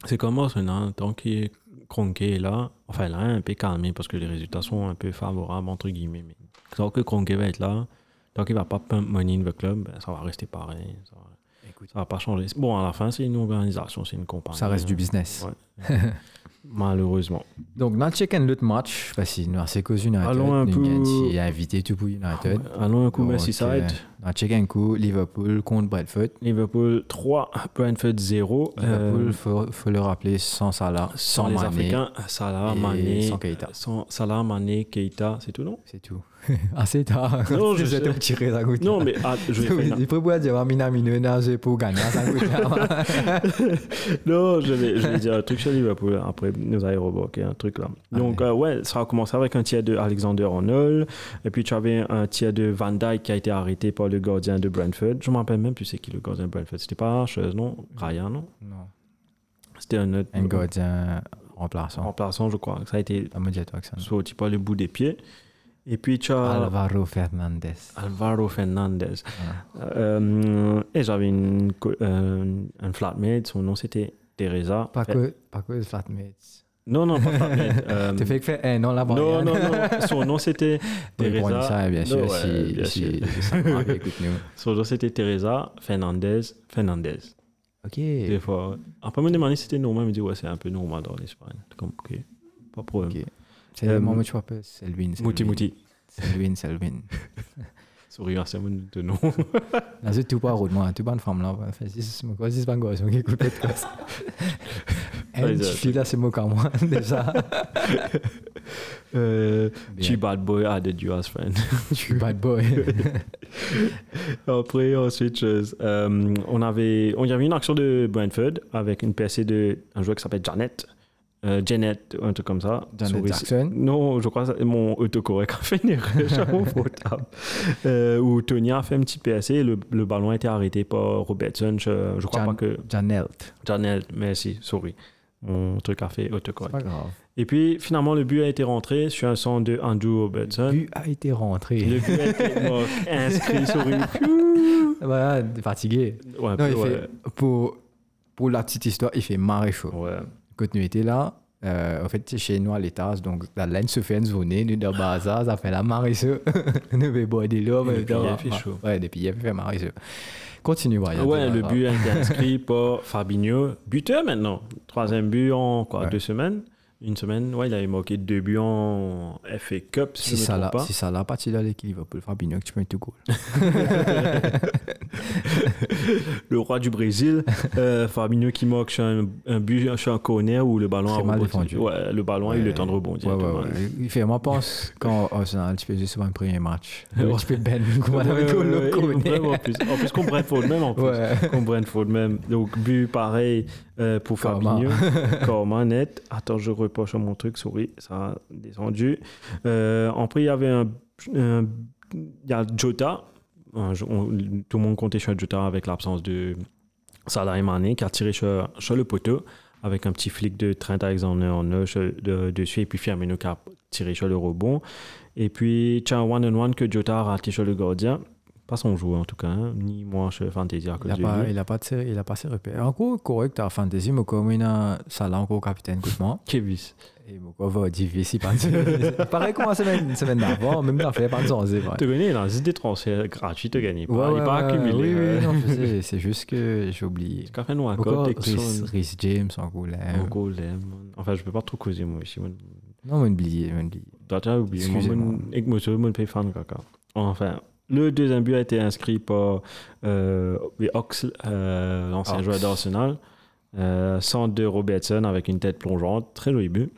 B: C'est comme Arsenal, tant qu'il Kronke est là, enfin là, un peu calmé parce que les résultats sont un peu favorables, entre guillemets. Mais tant que Kronke va être là, tant qu'il va pas pump money in the club, ben, ça va rester pareil. Ça va,
A: Écoute,
B: ça va pas changer. Bon, à la fin, c'est une organisation, c'est une compagnie.
A: ça reste du
B: hein.
A: business.
B: Ouais. Malheureusement.
A: Donc, nous avons checké l'autre match, parce que nous avons c'est cause United.
B: Allons un
A: nous
B: peu-
A: avons dit, invité tout pour United.
B: Allons un coup,
A: Donc,
B: Merseyside.
A: euh, Nous avons checké un coup, Liverpool contre Bradford.
B: Liverpool 3, Brentford 0.
A: Liverpool, il faut, faut le rappeler, sans Salah,
B: Euh, sans,
A: sans,
B: les
A: Mané
B: Africains, Salah,
A: et
B: Mané,
A: sans Keita.
B: sans Salah, Mané, Keita, c'est tout, non
A: C'est tout. Assez tard.
B: Non, je
A: Vous
B: sais.
A: êtes tiré la goutte.
B: Non, mais ah, je vais faire-
A: Il peut pas dire hein, Mina Minona, c'est pour gagner ça coûte rien.
B: Non, je vais, je vais dire un truc chez Liverpool après nos aéroports, un truc là.
A: Ah,
B: Donc, euh, ouais, ça a commencé avec un tiers de Alexander Arnold, et puis tu avais un tiers de Van Dyke qui a été arrêté par le gardien de Brentford. Je me rappelle même plus c'est qui le gardien de Brentford. C'était pas Arches, non Ryan, non
A: Non.
B: C'était un autre
A: Un gardien remplaçant.
B: remplaçant, je crois. Ça a été
A: Pas me dire toi que ça.
B: sorti par le bout des pieds. Et puis tu as
A: Alvaro Fernandez.
B: Alvaro Fernandez.
A: Ah.
B: Euh, et j'avais une, co- euh, un flatmate, son nom c'était Teresa.
A: Pas que, pas que le flatmate.
B: Non, non, pas flatmate. euh,
A: Tu fais que faire un an là-bas.
B: Non,
A: hein.
B: non, non. Son nom c'était
A: Oui, pour
B: Teresa.
A: ça, bien sûr,
B: Non, ouais,
A: si,
B: bien
A: si,
B: sûr.
A: si ça marche, écoute-nous.
B: Son nom c'était Teresa Fernandez. Fernandez. Des
A: Ok.
B: fois. Après me demander si c'était normal, il me dit ouais, c'est un peu normal dans l'Espagne. Comme, ok, pas de problème.
A: Ok. C'est
B: Euh,
A: le moment où tu vois pas. C'est Luin. c'est
B: Mouti
A: Luin.
B: Mouti.
A: C'est Luin, c'est Luin.
B: Sourire, c'est un mot de nom.
A: Là, c'est tout pas route, moi. Tout bonne femme là. ouais. Enfin, si c'est mon gosse, si c'est pas un gosse. Ok, écoute, peut-être quoi, ça.
B: Ouais,
A: Un
B: ça-
A: petit fille, là, c'est mon qu'à moi, déjà.
B: Euh,
A: Bien.
B: tu bad boy had a duas friend.
A: Tu bad boy.
B: Après, ensuite, chose, oh, euh, on avait, on y avait une action de Brentford avec une PSC de un joueur qui s'appelle Janet. Euh, Janet, un truc comme ça.
A: Janet
B: Souris-
A: Jackson.
B: Non, je crois que ça- mon autocorrect a fait une erreur sur mon portable. Euh, où Tony a fait un petit PSC. Le, le ballon a été arrêté par Robertson. Je, je crois
A: Jan-
B: pas que.
A: Janelt.
B: Janet, merci, souris. Mon truc a fait autocorrect.
A: Pas grave.
B: Et puis, finalement, le but a été rentré sur un son de Andrew Robertson.
A: but a été rentré.
B: Le but a été bon, inscrit, souris.
A: Voilà, fatigué.
B: Ouais,
A: Non, il
B: ouais.
A: fait, pour, pour la petite histoire, il fait marée chaud.
B: Ouais.
A: Quand nous étions là, euh, en fait, c'est chez nous à l'étage, donc la laine se fait une zone, nous dans le bazar, ça fait la marée chaud. nous devons boire de l'eau. mais
B: depuis,
A: dans-
B: il a fait chaud. Ah
A: Ouais, depuis, il a fait marée chaud. Continue, Brian.
B: Ouais, le
A: Voilà.
B: but a été inscrit par Fabinho, buteur maintenant. Troisième but en quoi, deux semaines Une semaine, ouais, il avait marqué deux buts en FA Cup, si,
A: Si
B: je
A: ça
B: ne me
A: l'a
B: trompe pas.
A: si ça l'a parti de l'équilibre pour le Fabinho, que tu peux tout goal.
B: Le roi du Brésil, euh, Fabinho qui marque sur un, un but sur un corner où le ballon
A: Très
B: a
A: mal
B: rebondi.
A: défendu.
B: Ouais, le ballon a eu le temps de rebondir.
A: Ouais, ouais,
B: tout le
A: ouais.
B: monde.
A: Il fait, moi, pense, quand Arsenal, tu faisais souvent un premier match. Tu peux ben, comment
B: Ouais,
A: avec
B: ouais,
A: le
B: ouais,
A: corner.
B: vraiment, en plus, en plus qu'on Brentford même en plus.
A: Ouais.
B: Qu'on Brentford même. Donc but pareil euh, pour
A: Corma.
B: Fabinho. Corma net. Attends, je reproche mon truc, souris, ça a descendu. Euh, après, il y avait un, un- il y a Jota. Un- on- tout le monde comptait sur Jota avec l'absence de Salah et Mané qui a tiré sur, sur le poteau avec un petit flic de Trent Alexander en de, dessus et puis Firmino qui a tiré sur le rebond. Et puis, tu as un one-on-one que Jota a raté sur le gardien Pas son joueur, en tout cas, hein, ni moi, chez Fantasy, à
A: Il
B: cause
A: n'a
B: de
A: pas,
B: lui.
A: il a pas de ses- il a pas ses repères. Encore correct, à fantasy, mais comme il a ça là encore capitaine Goutman.
B: Kevis.
A: Et mon quoi va diviser par Pareil comme la semaine, une semaine d'avant, même là, fait pas de sens, c'est vrai.
B: Tu connais, il a juste des transferts gratuits de gagner.
A: Ouais,
B: pas, il
A: ouais,
B: pas
A: ouais,
B: accumulé.
A: oui,
B: euh.
A: oui, non, je sais, c'est juste que j'ai oublié.
B: Qu'a fait nous un
A: Encore
B: code
A: Rhys
B: Texon,
A: Rhys James, en golem.
B: un golem. Enfin, je peux pas trop causer, moi, ici. moi.
A: Non, mais oublié, mais oublié.
B: Toi, tu as oublié. Moi,
A: Excusez-moi.
B: mon- et que moi, je mon pays fan, caca. Enfin, le deuxième but a été inscrit par euh, oui, Ox, euh, l'ancien
A: Ox.
B: joueur d'Arsenal. Euh, 102 Robertson avec une tête plongeante. Très joli but.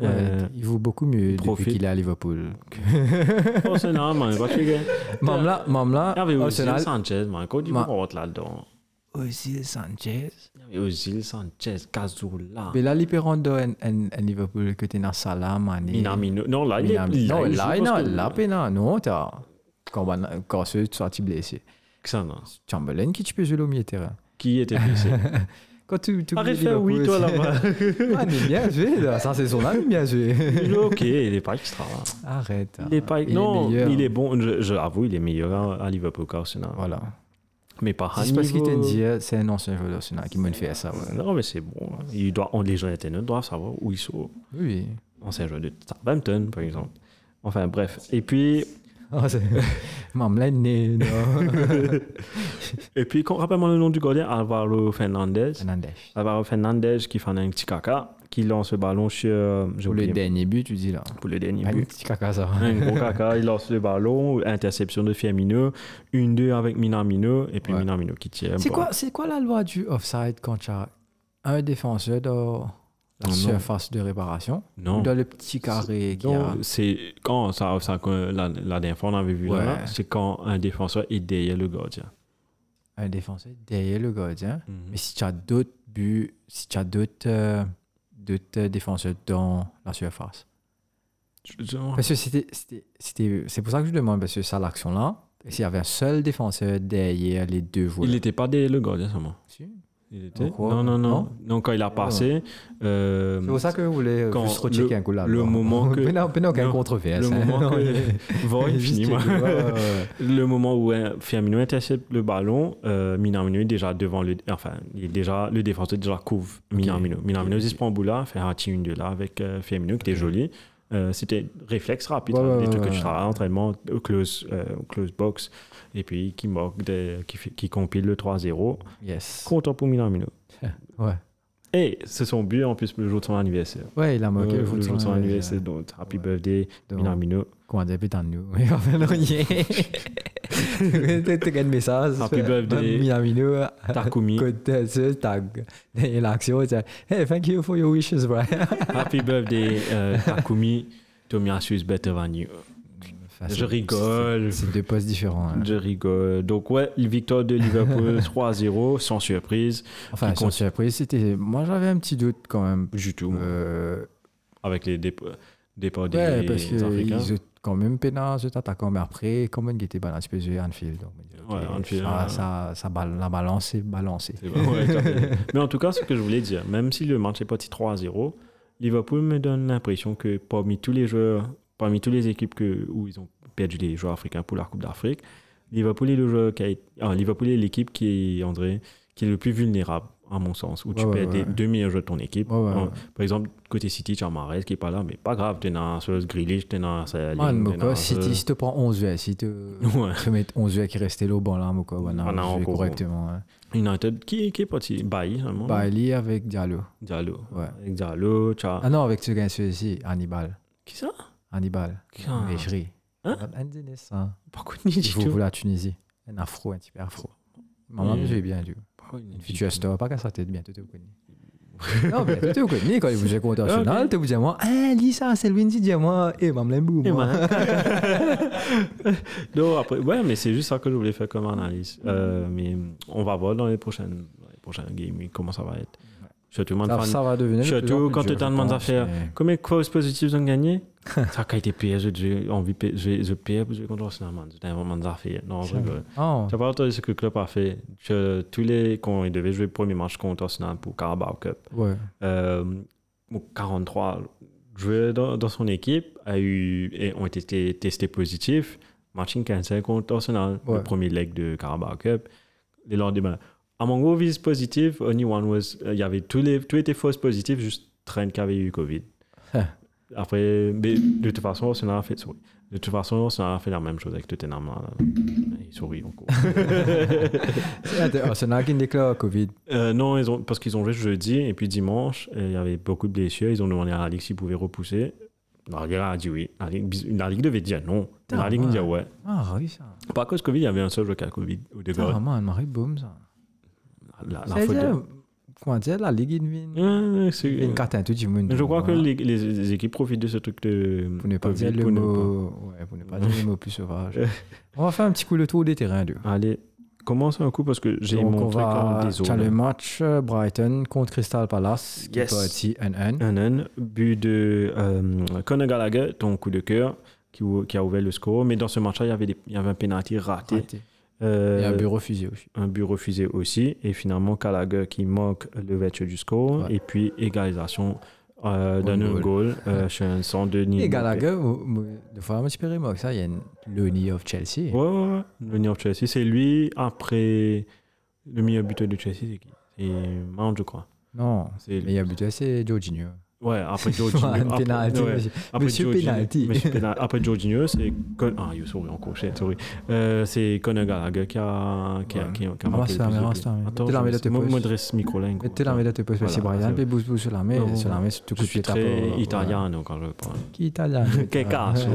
A: Ouais,
B: Euh,
A: il vaut beaucoup mieux depuis
B: profite.
A: qu'il est à Liverpool.
B: Arsenal, man, pas tu gagnes.
A: Mam là, mam là,
B: Il y avait Ozil
A: Arsenal.
B: Sanchez, man. Quand tu
A: Ma-
B: rentres là-dedans.
A: Ozil Sanchez.
B: Il y avait Ozil Sanchez, Cazorla.
A: Mais là, il peut rendre en, en, en Liverpool que t'es dans Salah, Mané.
B: Minamino. Non, là, il est
A: Minam- Non, là,
B: joue
A: il
B: parce
A: a
B: que-
A: là, pena. Non, t'as. Quand on- quand tu sorti blessé.
B: Que ça, non.
A: Chamberlain qui tu peux jouer au milieu de terrain.
B: Qui était Ah, blessé
A: Quand tu. tu
B: Arrête de
A: Liverpool,
B: faire oui, toi,
A: c'est-
B: là-bas.
A: Ah, mais bien joué, là. ça c'est son ami, bien joué.
B: Il est ok, il est pas extra. là.
A: Arrête. hein.
B: Il est pas.
A: Il est
B: non,
A: meilleur.
B: il est bon. Je, je avoue, il est meilleur à- à Liverpool qu'Arsenal.
A: Voilà.
B: Mais pas à un
A: C'est parce qu'il
B: niveau-
A: t'a dit, c'est un ancien joueur d'Arsenal qui m'a fait ça. ouais.
B: Non, mais c'est bon. hein. Il doit, on, les gens éternels doivent savoir où ils sont.
A: Oui.
B: Ancien joueur de Southampton, par exemple. Enfin, bref. Et puis,
A: Ah, c'est- Mamelin, né, non.
B: et puis quand- rappelle-moi le nom du gardien, Alvaro Fernandez.
A: Fernandes.
B: Alvaro Fernandez qui fait un petit caca, qui lance le ballon sur. euh,
A: Pour le dernier but, tu dis là.
B: pour le dernier
A: Ah,
B: but.
A: une petite caca, ça.
B: un Hein, gros caca, il lance le ballon, interception de Firmino, une deux avec Minamino, et puis
A: Ouais.
B: Minamino qui tire.
A: C'est
B: bon.
A: quoi, c'est quoi la loi du offside quand tu as un défenseur dans la
B: Non, non.
A: surface de réparation
B: Non.
A: ou dans le petit carré qui a...
B: Non, c'est quand ça, ça- quand la, la dernière fois on avait vu là,
A: Ouais.
B: c'est quand un défenseur est derrière le gardien.
A: un défenseur derrière le gardien. Mais si tu as d'autres buts, si tu as d'autres euh, d'autres défenseurs dans la surface.
B: Je- je-
A: Parce que c'était, c'était, c'était- c'est pour ça que je demande, parce que ça, l'action-là, s'il y avait un seul défenseur derrière les deux
B: Il
A: joueurs.
B: n'était pas derrière le gardien seulement.
A: Si.
B: Il était...
A: Pourquoi
B: Non, non, non,
A: Non Ah.
B: Non, quand il a passé, euh,
A: C'est pour ça que vous voulez
B: Quand
A: juste rechecker
B: le-
A: un coup là.
B: le moment que-
A: Pénal, pénal, aucun
B: Non,
A: controverse.
B: le
A: hein.
B: moment
A: Non,
B: que Vaughan
A: juste
B: finit, moi.
A: checker, ouais, ouais, ouais.
B: le moment où euh, Firmino intercepte le ballon, euh, Minamino est déjà devant le. Enfin, il est déjà, le défenseur déjà couvre Minamino. Minamino,
A: Ok.
B: il se prend un bout là, fait un petit une de là avec euh, Firmino, qui était joli. Euh, c'était réflexe rapide,
A: Ouais,
B: hein,
A: ouais,
B: des
A: ouais,
B: trucs que
A: ouais.
B: tu travailles à l'entraînement, au close, euh, au close box, et puis qui, moque des- qui, fait- qui compile le 3-0.
A: Yes.
B: Content pour Minamino.
A: Ouais.
B: Et c'est son but en plus le jour de son anniversaire.
A: Ouais, il a
B: Euh,
A: moqué
B: le jour de son anniversaire,
A: anniversaire.
B: donc happy
A: Ouais.
B: birthday, Minamino.
A: Comment dire, putain de nous. Il va faire le Tu gagnes message.
B: Happy birthday.
A: Minamino.
B: Takumi,
A: Côté ce tag. Et l'action, c'est Hey, thank you for your wishes, Brian.
B: happy birthday, euh, Takumi. Tomiyasu is better than you. Je rigole.
A: Ah, C'est deux postes différents. hein.
B: Je rigole. Donc, ouais, victoire de Liverpool 3-0, sans surprise.
A: Enfin,
B: Qui
A: sans
B: compte-
A: surprise, c'était. Moi, j'avais un petit doute quand même.
B: Du tout.
A: Euh,
B: Avec les dépa- départs des
A: Ouais, parce
B: Africains.
A: qu'ils ont quand même peinard cet attaquant, mais après, comme il était balancé, il faisait Anfield. Donc, il dit, ok,
B: Ouais, Anfield,
A: ça,
B: ouais.
A: ça, ça bal- la balance est balancée.
B: C'est vrai, ouais, tout à fait. Mais en tout cas, ce que je voulais dire, même si le match est parti 3-0, Liverpool me donne l'impression que parmi tous les joueurs, parmi toutes les équipes que, où ils ont perdu les joueurs africains pour la Coupe d'Afrique, Liverpool est le joueur qui a été- ah, Liverpool est l'équipe qui est André, qui est le plus vulnérable à mon sens, où tu
A: Ouais, ouais,
B: perds les
A: ouais.
B: deux meilleurs joueurs de ton équipe.
A: Ouais, ouais,
B: Hein,
A: ouais.
B: Par exemple, côté City, tu as Mahrez qui est pas là, mais pas grave, t'es dans ce Grealish, t'es dans ce
A: Man,
B: Ling, t'es
A: Moko,
B: dans
A: Ah, si
B: ce-
A: tu si tu prends 11 joueurs, si tu
B: Ouais. Ah,
A: tu mets 11 joueurs qui restaient là au banc, là, Moko, voilà,
B: On a
A: on joue
B: encore-
A: correctement. hein.
B: United, qui, qui est parti Bailly, seulement.
A: Bailly avec Diallo.
B: Diallo.
A: Ouais.
B: Avec Diallo, tu as-
A: Ah non, avec ce gars-ci, Hannibal.
B: Qui ça
A: Hannibal.
B: Ah.
A: Mais je ris.
B: Hein
A: Un dîner, ça.
B: Par contre, ni du
A: Je vous
B: tout. Mm.
A: voulez la Tunisie. Un afro, un petit peu afro. Maman,
B: Oui.
A: j'ai bien, tu
B: Pourquoi Oh, il
A: Une
B: dit
A: future store, pas qu'à ça, t'es bien, t'es au connu. non, mais t'es au connu, quand il vous compte national, t'es au diamant. Ah, lis ça, c'est le Windy Diamant. Eh, maman, l'aime beaucoup,
B: Eh
A: moi.
B: ben. non, après, ouais, mais c'est juste ça que je voulais faire comme analyse. Euh, mais on va voir dans les prochaines, dans les prochaines games week comment ça va être. Surtout, man,
A: Ça,
B: fan-
A: ça va devenir. de
B: surtout
A: plus en plus
B: quand tu
A: dur,
B: te
A: je
B: demandes à
A: pense,
B: faire
A: mais-
B: combien de causes positives ont gagné Ça a été pire, je- j'ai envie de je je paye pour jouer contre Arsenal, man. J'ai vraiment des affaires. Non, je rigole.
A: Oh,
B: Tu n'as pas entendu ce que Klopp a fait. Je- tous les, quand il devait jouer le premier match contre Arsenal pour Carabao Cup,
A: ouais.
B: euh, bon, 43 joueurs dans, dans son équipe a eu, et ont été testés positifs. Martin Kansai contre Arsenal,
A: Ouais.
B: le premier leg de Carabao Cup. Les lors des mains. À mon gros vise positif, only one was. euh, Il y avait tous les, tout était fausse positif, juste Trent qui avait eu Covid. Après, mais de toute façon, Arsenal a fait. Sorry. De toute façon, Arsenal a fait la même chose avec Tottenham. là, là. Ils sourient encore.
A: Ah, oh, C'est Arsenal qui déclare Covid.
B: Euh, non, ils ont, parce qu'ils ont joué jeudi et puis dimanche, euh, il y avait beaucoup de blessures. Ils ont demandé à la Ligue s'ils pouvaient repousser. La Ligue a dit oui. La Ligue, la Ligue devait dire non. La
A: Ah,
B: Ligue
A: ouais.
B: dit ouais.
A: Ah oui, ça. Ah,
B: Par cause Covid, il y avait un seul joueur qui a Covid au
A: C'est
B: départ.
A: vraiment un mari boom, ça.
B: La, la
A: Ça veut
B: faute de-
A: dire, Comment dire, la Ligue, il vient-
B: Ouais, ouais, c'est-
A: il y a une carte à tout du monde.
B: Je crois que
A: Voilà.
B: les, les- les équipes profitent de ce truc de.
A: Pour ne pas
B: Covid,
A: dire le
B: pour ne
A: mot. ouais, pour ne pas dire le mot plus sauvage. On va faire un petit coup le tour des terrains, deux.
B: pas. Allez, commence un coup parce que j'ai
A: Donc, on
B: mon truc en
A: va faire le
B: désordre.
A: match euh, Brighton contre Crystal Palace, qui
B: Yes.
A: est parti 1-1.
B: Un un, but de euh, Conor Gallagher, ton coup de cœur, qui, ou- qui a ouvert le score. Mais dans ce match-là, il y avait, des- il y avait un pénalty raté.
A: Raté.
B: Euh,
A: Et un but refusé aussi.
B: un but refusé aussi. Et finalement, Gallagher qui manque l'ouverture du score.
A: Ouais.
B: Et puis, égalisation euh,
A: Un
B: d'un
A: goal.
B: goal euh, chez un centre de Nîmes.
A: Et Gallagher, au- au- de fois, un petit peu remarque ça, il y a une- le nid of Chelsea.
B: Ouais, ouais, ouais. Le New Chelsea, c'est lui après le meilleur buteur de Chelsea. C'est qui C'est Mount, je crois.
A: Non,
B: C'est-
A: le meilleur buteur, c'est Jorginho.
B: Ouais, après Jorginho.
A: Un
B: après-
A: penalty,
B: ouais.
A: monsieur.
B: Après
A: Monsieur
B: Jorginho-
A: penalty.
B: Monsieur Pena- Après Jorginho, c'est. Con- Ah, you sorry, encore shit, sorry. Euh, c'est Conor Gallagher qui a, qui a,
A: Ouais.
B: qui a, qui a
A: Ah,
B: marqué le
A: c'est un
B: plus de
A: meilleur,
B: buts.
A: c'est un meilleur.
B: Attends,
A: T'es là, mais là, t'es
B: moi,
A: pas-
B: moi, dresse micro là.
A: Mettez la médaille de poste, c'est
B: Voilà,
A: Brian,
B: c'est-
A: puis bouge bouge sur l'armée,
B: Non,
A: sur l'armée, surtout
B: Je
A: que
B: suis
A: tu tapes.
B: très
A: euh, Ah, voilà.
B: italien quand je parle.
A: Qui est italien
B: Che cazzo.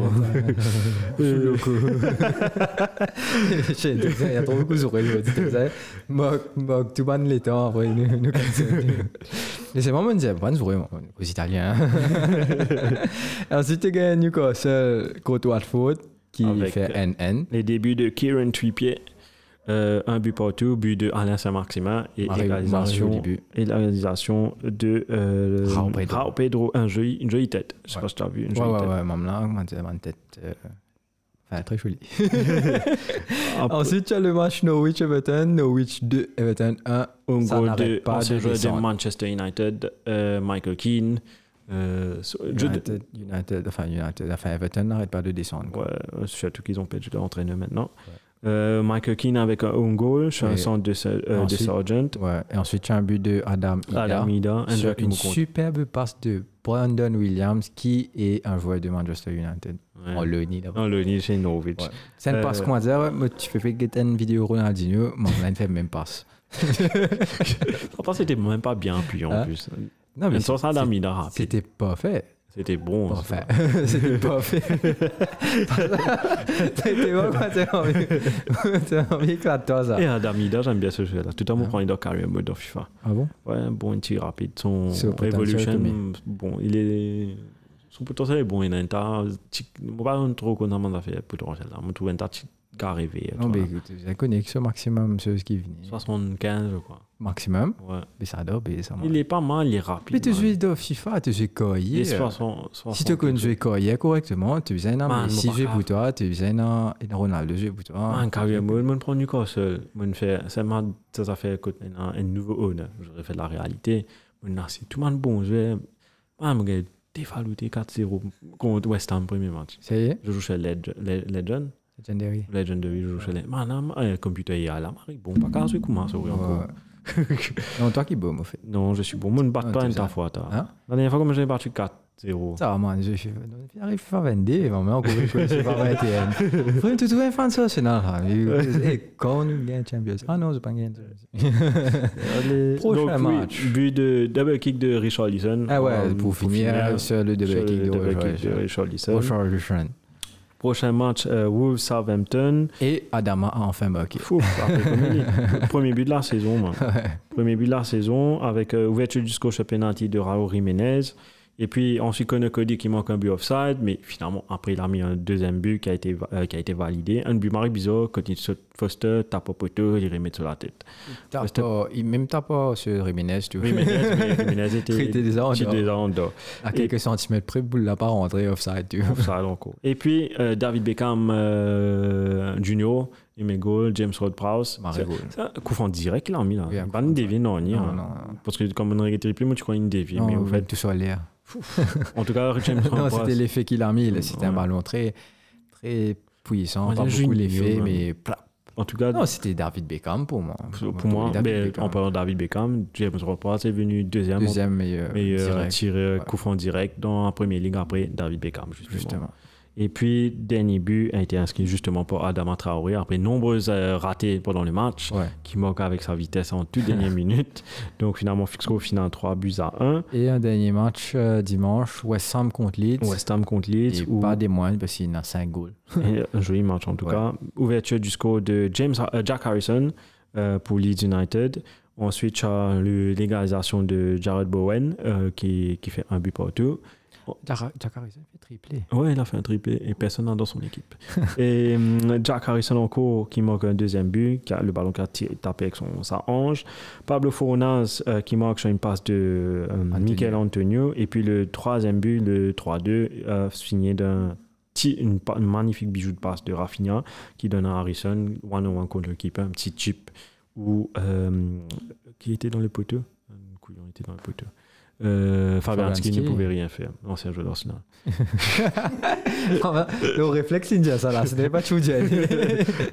A: J'ai dit, il y a trop beaucoup sur elle, je dis comme ça. Moc, moc, tout ban les temps, après, nous, nous, comme ça. Laissez-moi me dire, ban sur moi, hein, aux Italiens. Ensuite, tu gagnes Newcastle contre Watford, qui
B: Avec,
A: fait
B: euh,
A: NN.
B: Les débuts de Kieran Trippier, euh, un but partout, but de Alain Saint-Maximin et
A: Mario- Mario au
B: égalisation,
A: début.
B: égalisation de euh,
A: Raul Pedro.
B: Raul Pedro, un joli, une jolie tête. Je sais
A: Ouais.
B: pas si tu as vu une
A: Ouais,
B: jolie
A: ouais,
B: tête.
A: ouais, même là, comment dire, ma tête. euh, Enfin, très jolie.
B: Après,
A: Ensuite, tu as le match Norwich-Everton, Norwich 2, Everton 1.
B: un
A: ça
B: goal
A: n'arrête
B: de
A: pas
B: ancien
A: de
B: joueur de
A: descendre.
B: Manchester United, euh, Michael Keane. euh, so- je-
A: United, United, enfin, United, enfin, Everton n'arrête pas de descendre. quoi.
B: Ouais, euh, surtout qu'ils ont perdu leur entraîneur maintenant. Euh, Michael Keane avec un own goal, je suis un
A: Et
B: centre de, Sa- euh,
A: ensuite,
B: de Sargent.
A: Ouais, et ensuite, tu as un but de Adam Ida.
B: Adam Ida, Ah, un
A: sur
B: joueur qui
A: une
B: me compte.
A: superbe passe de Brandon Williams, qui est un joueur de Manchester United.
B: Ouais.
A: On le nie là.
B: Non, le Nice, c'est Norwich.
A: Ouais. C'est une
B: Euh,
A: passe qu'on va dire, ouais, mais tu fais peut-être une vidéo Ronaldinho, mais on a fait même passe.
B: En fait, c'était même pas bien appuyé en
A: Hein?
B: plus.
A: Non,
B: Même
A: c'est-
B: sans Adam Ida
A: c'est-
B: rapide.
A: c'était pas fait.
B: C'était bon.
A: Pas
B: ça.
A: fait. c'était pas fait. C'était bon, quoi, t'as envie. T'as envie que la toi, ça.
B: Et Adam Ida, j'aime bien ce jeu-là. Tout à l'heure,
A: Ah. Hein?
B: quand il est dans Career Mode dans FIFA.
A: Ah bon
B: Ouais, bon, un tir rapide. Son
A: C'est au potentiel
B: Evolution,
A: que
B: bon, il est. Son potentiel est bon. Il a un tas. tic- Moi, pas un trop content de faire le potentiel. là. Moi, je trouve un tas de tic- qui a rêvé.
A: Non, mais écoute, j'ai la connexion maximum sur ce qui est venu.
B: 75, je crois.
A: Maximum,
B: Ouais.
A: mais ça doit, mais ça marche.
B: Il est pas mal, il est rapide.
A: Mais tu
B: man.
A: joues de FIFA, tu joues
B: Il est
A: Koye.
B: 60
A: Si tu
B: 60
A: connais jouer Koye correctement, tu faisais un
B: Man,
A: Messi
B: mon
A: jouer
B: pas
A: pour toi, tu faisais un un Ronaldo jouer pour toi.
B: Man, carrière mode, je prends Newcastle. Je fais, ça m'a, ça ça fait écoute, un, un øh, nouveau honneur. J'aurais fait de la réalité. Maintenant, c'est tout le monde bon. Je vais, man, mon gars, t'es falouté 4-0 contre West Ham, premier match.
A: Ça y est,
B: Je joue chez Leg- Le- Legend.
A: legendary.
B: Legendary, je joue chez Legend. Man, là, le computer, il y a la marie. Bon, pas qu'à jouer comment ça, oui, encore.
A: Ouais. Non, toi qui boum, au fait.
B: Non, je suis bon. Moi, je ne
A: Ah,
B: bats pas
A: t'es
B: une
A: ça.
B: ta fois. t'as.
A: Hein
B: La dernière fois, comme j'ai battu 4-0.
A: Ça va, man, je suis. J'arrive à 22, mais on couvre le c'est pas 21. Frère, tu trouves un fan ça, c'est normal. Et quand nous gagnons Champions. Ah non, c'est pas gagné.
B: Allez.
A: Prochain
B: Donc, oui,
A: match.
B: but de double kick de Euh, Richard Leeson.
A: Ah ouais, pour finir sur le
B: sur
A: double kick
B: le double kick de
A: de
B: Richard Leeson.
A: Rochard
B: Prochain match, euh, Wolves Southampton.
A: Et Adama a enfin marqué.
B: Fou, après, comme il dit, le premier but de la saison. man. Premier but de la saison avec euh, ouverture du score sur penalty de Raúl Jiménez. Et puis ensuite Connor Cody qui manque un but offside, mais finalement après il a mis un deuxième but qui a été, va- euh, qui a été validé. Un but marqué bizarre, Cody Foster tape au poteau, il remet sur la tête.
A: T'as
B: C'était-
A: pas- il- Même t'as pas sur Riménez, tu vois.
B: Jiménez, mais Jiménez était
A: Il était déjà en
B: petit
A: dehors.
B: déjà en dehors.
A: À quelques centimètres près, boule n'a pas rentré offside, tu vois.
B: Ça, donc, oh. Et puis, euh, David Beckham euh, Junior, Aimé Goal, James Rod Prowse.
A: Mario Gold.
B: C'est un coup franc direct qu'il a mis là.
A: Oui, un coup
B: pas
A: franc
B: une dévie, non, ni,
A: Non,
B: hein.
A: non, non.
B: Parce que comme on aurait été plus, moi tu crois une dévie.
A: Non,
B: Mais au fait,
A: tout solaire.
B: en tout cas, James Rod
A: Non,
B: Prowse.
A: c'était l'effet qu'il a mis. là, C'était un
B: Ouais.
A: ballon très, très puissant,
B: On
A: pas
B: dirait
A: beaucoup
B: Juninho,
A: d'effets,
B: même.
A: mais plat.
B: En tout cas,
A: Non, c'était David Beckham pour moi.
B: pour, pour moi,
A: David
B: ben,
A: Beckham.
B: en parlant de David Beckham, James Roper c'est venu deuxième,
A: deuxième meilleur,
B: meilleur
A: direct,
B: tireur
A: ouais.
B: coup franc direct dans la première ligue après David Beckham, justement.
A: justement.
B: Et puis, dernier but a été inscrit justement pour Adama Traoré après nombreuses euh, ratées pendant le match.
A: Ouais.
B: qui manque avec sa vitesse en toute dernière minute. Donc finalement, Fixco final 3 buts à 1.
A: Et un dernier match euh, dimanche, West Ham contre Leeds.
B: West Ham contre Leeds,
A: Et
B: où-
A: pas des moines parce qu'il a 5 goals.
B: et un joli match en tout
A: Ouais.
B: cas. Ouverture du score de James, euh, Jack Harrison euh, pour Leeds United. Ensuite, tu as le- l'égalisation de Jared Bowen euh, qui, qui fait un but partout.
A: Jack Harrison fait triplé.
B: Ouais, il a fait un triplé et personne n'a dans son équipe. et hum, Jack Harrison encore qui marque un deuxième but, qui a le ballon qui a tiré- tapé avec son, sa hanche. Pablo Fornaz qui marque sur une passe de euh,
A: Antonio.
B: Michael Antonio. Et puis le troisième but, le 3-2, euh, signé d'un ti- une, pa- une magnifique bijou de passe de Rafinha qui donne à Harrison one-on-one contre le keeper, un petit chip ou euh, qui était dans le poteau. Un couillon était dans le poteau. Euh, Fabianski ne
A: Fabianski.
B: pouvait rien faire, ancien joueur d'Arsenal.
A: bah, le réflexe indien, ça là, ce n'est pas Choudian.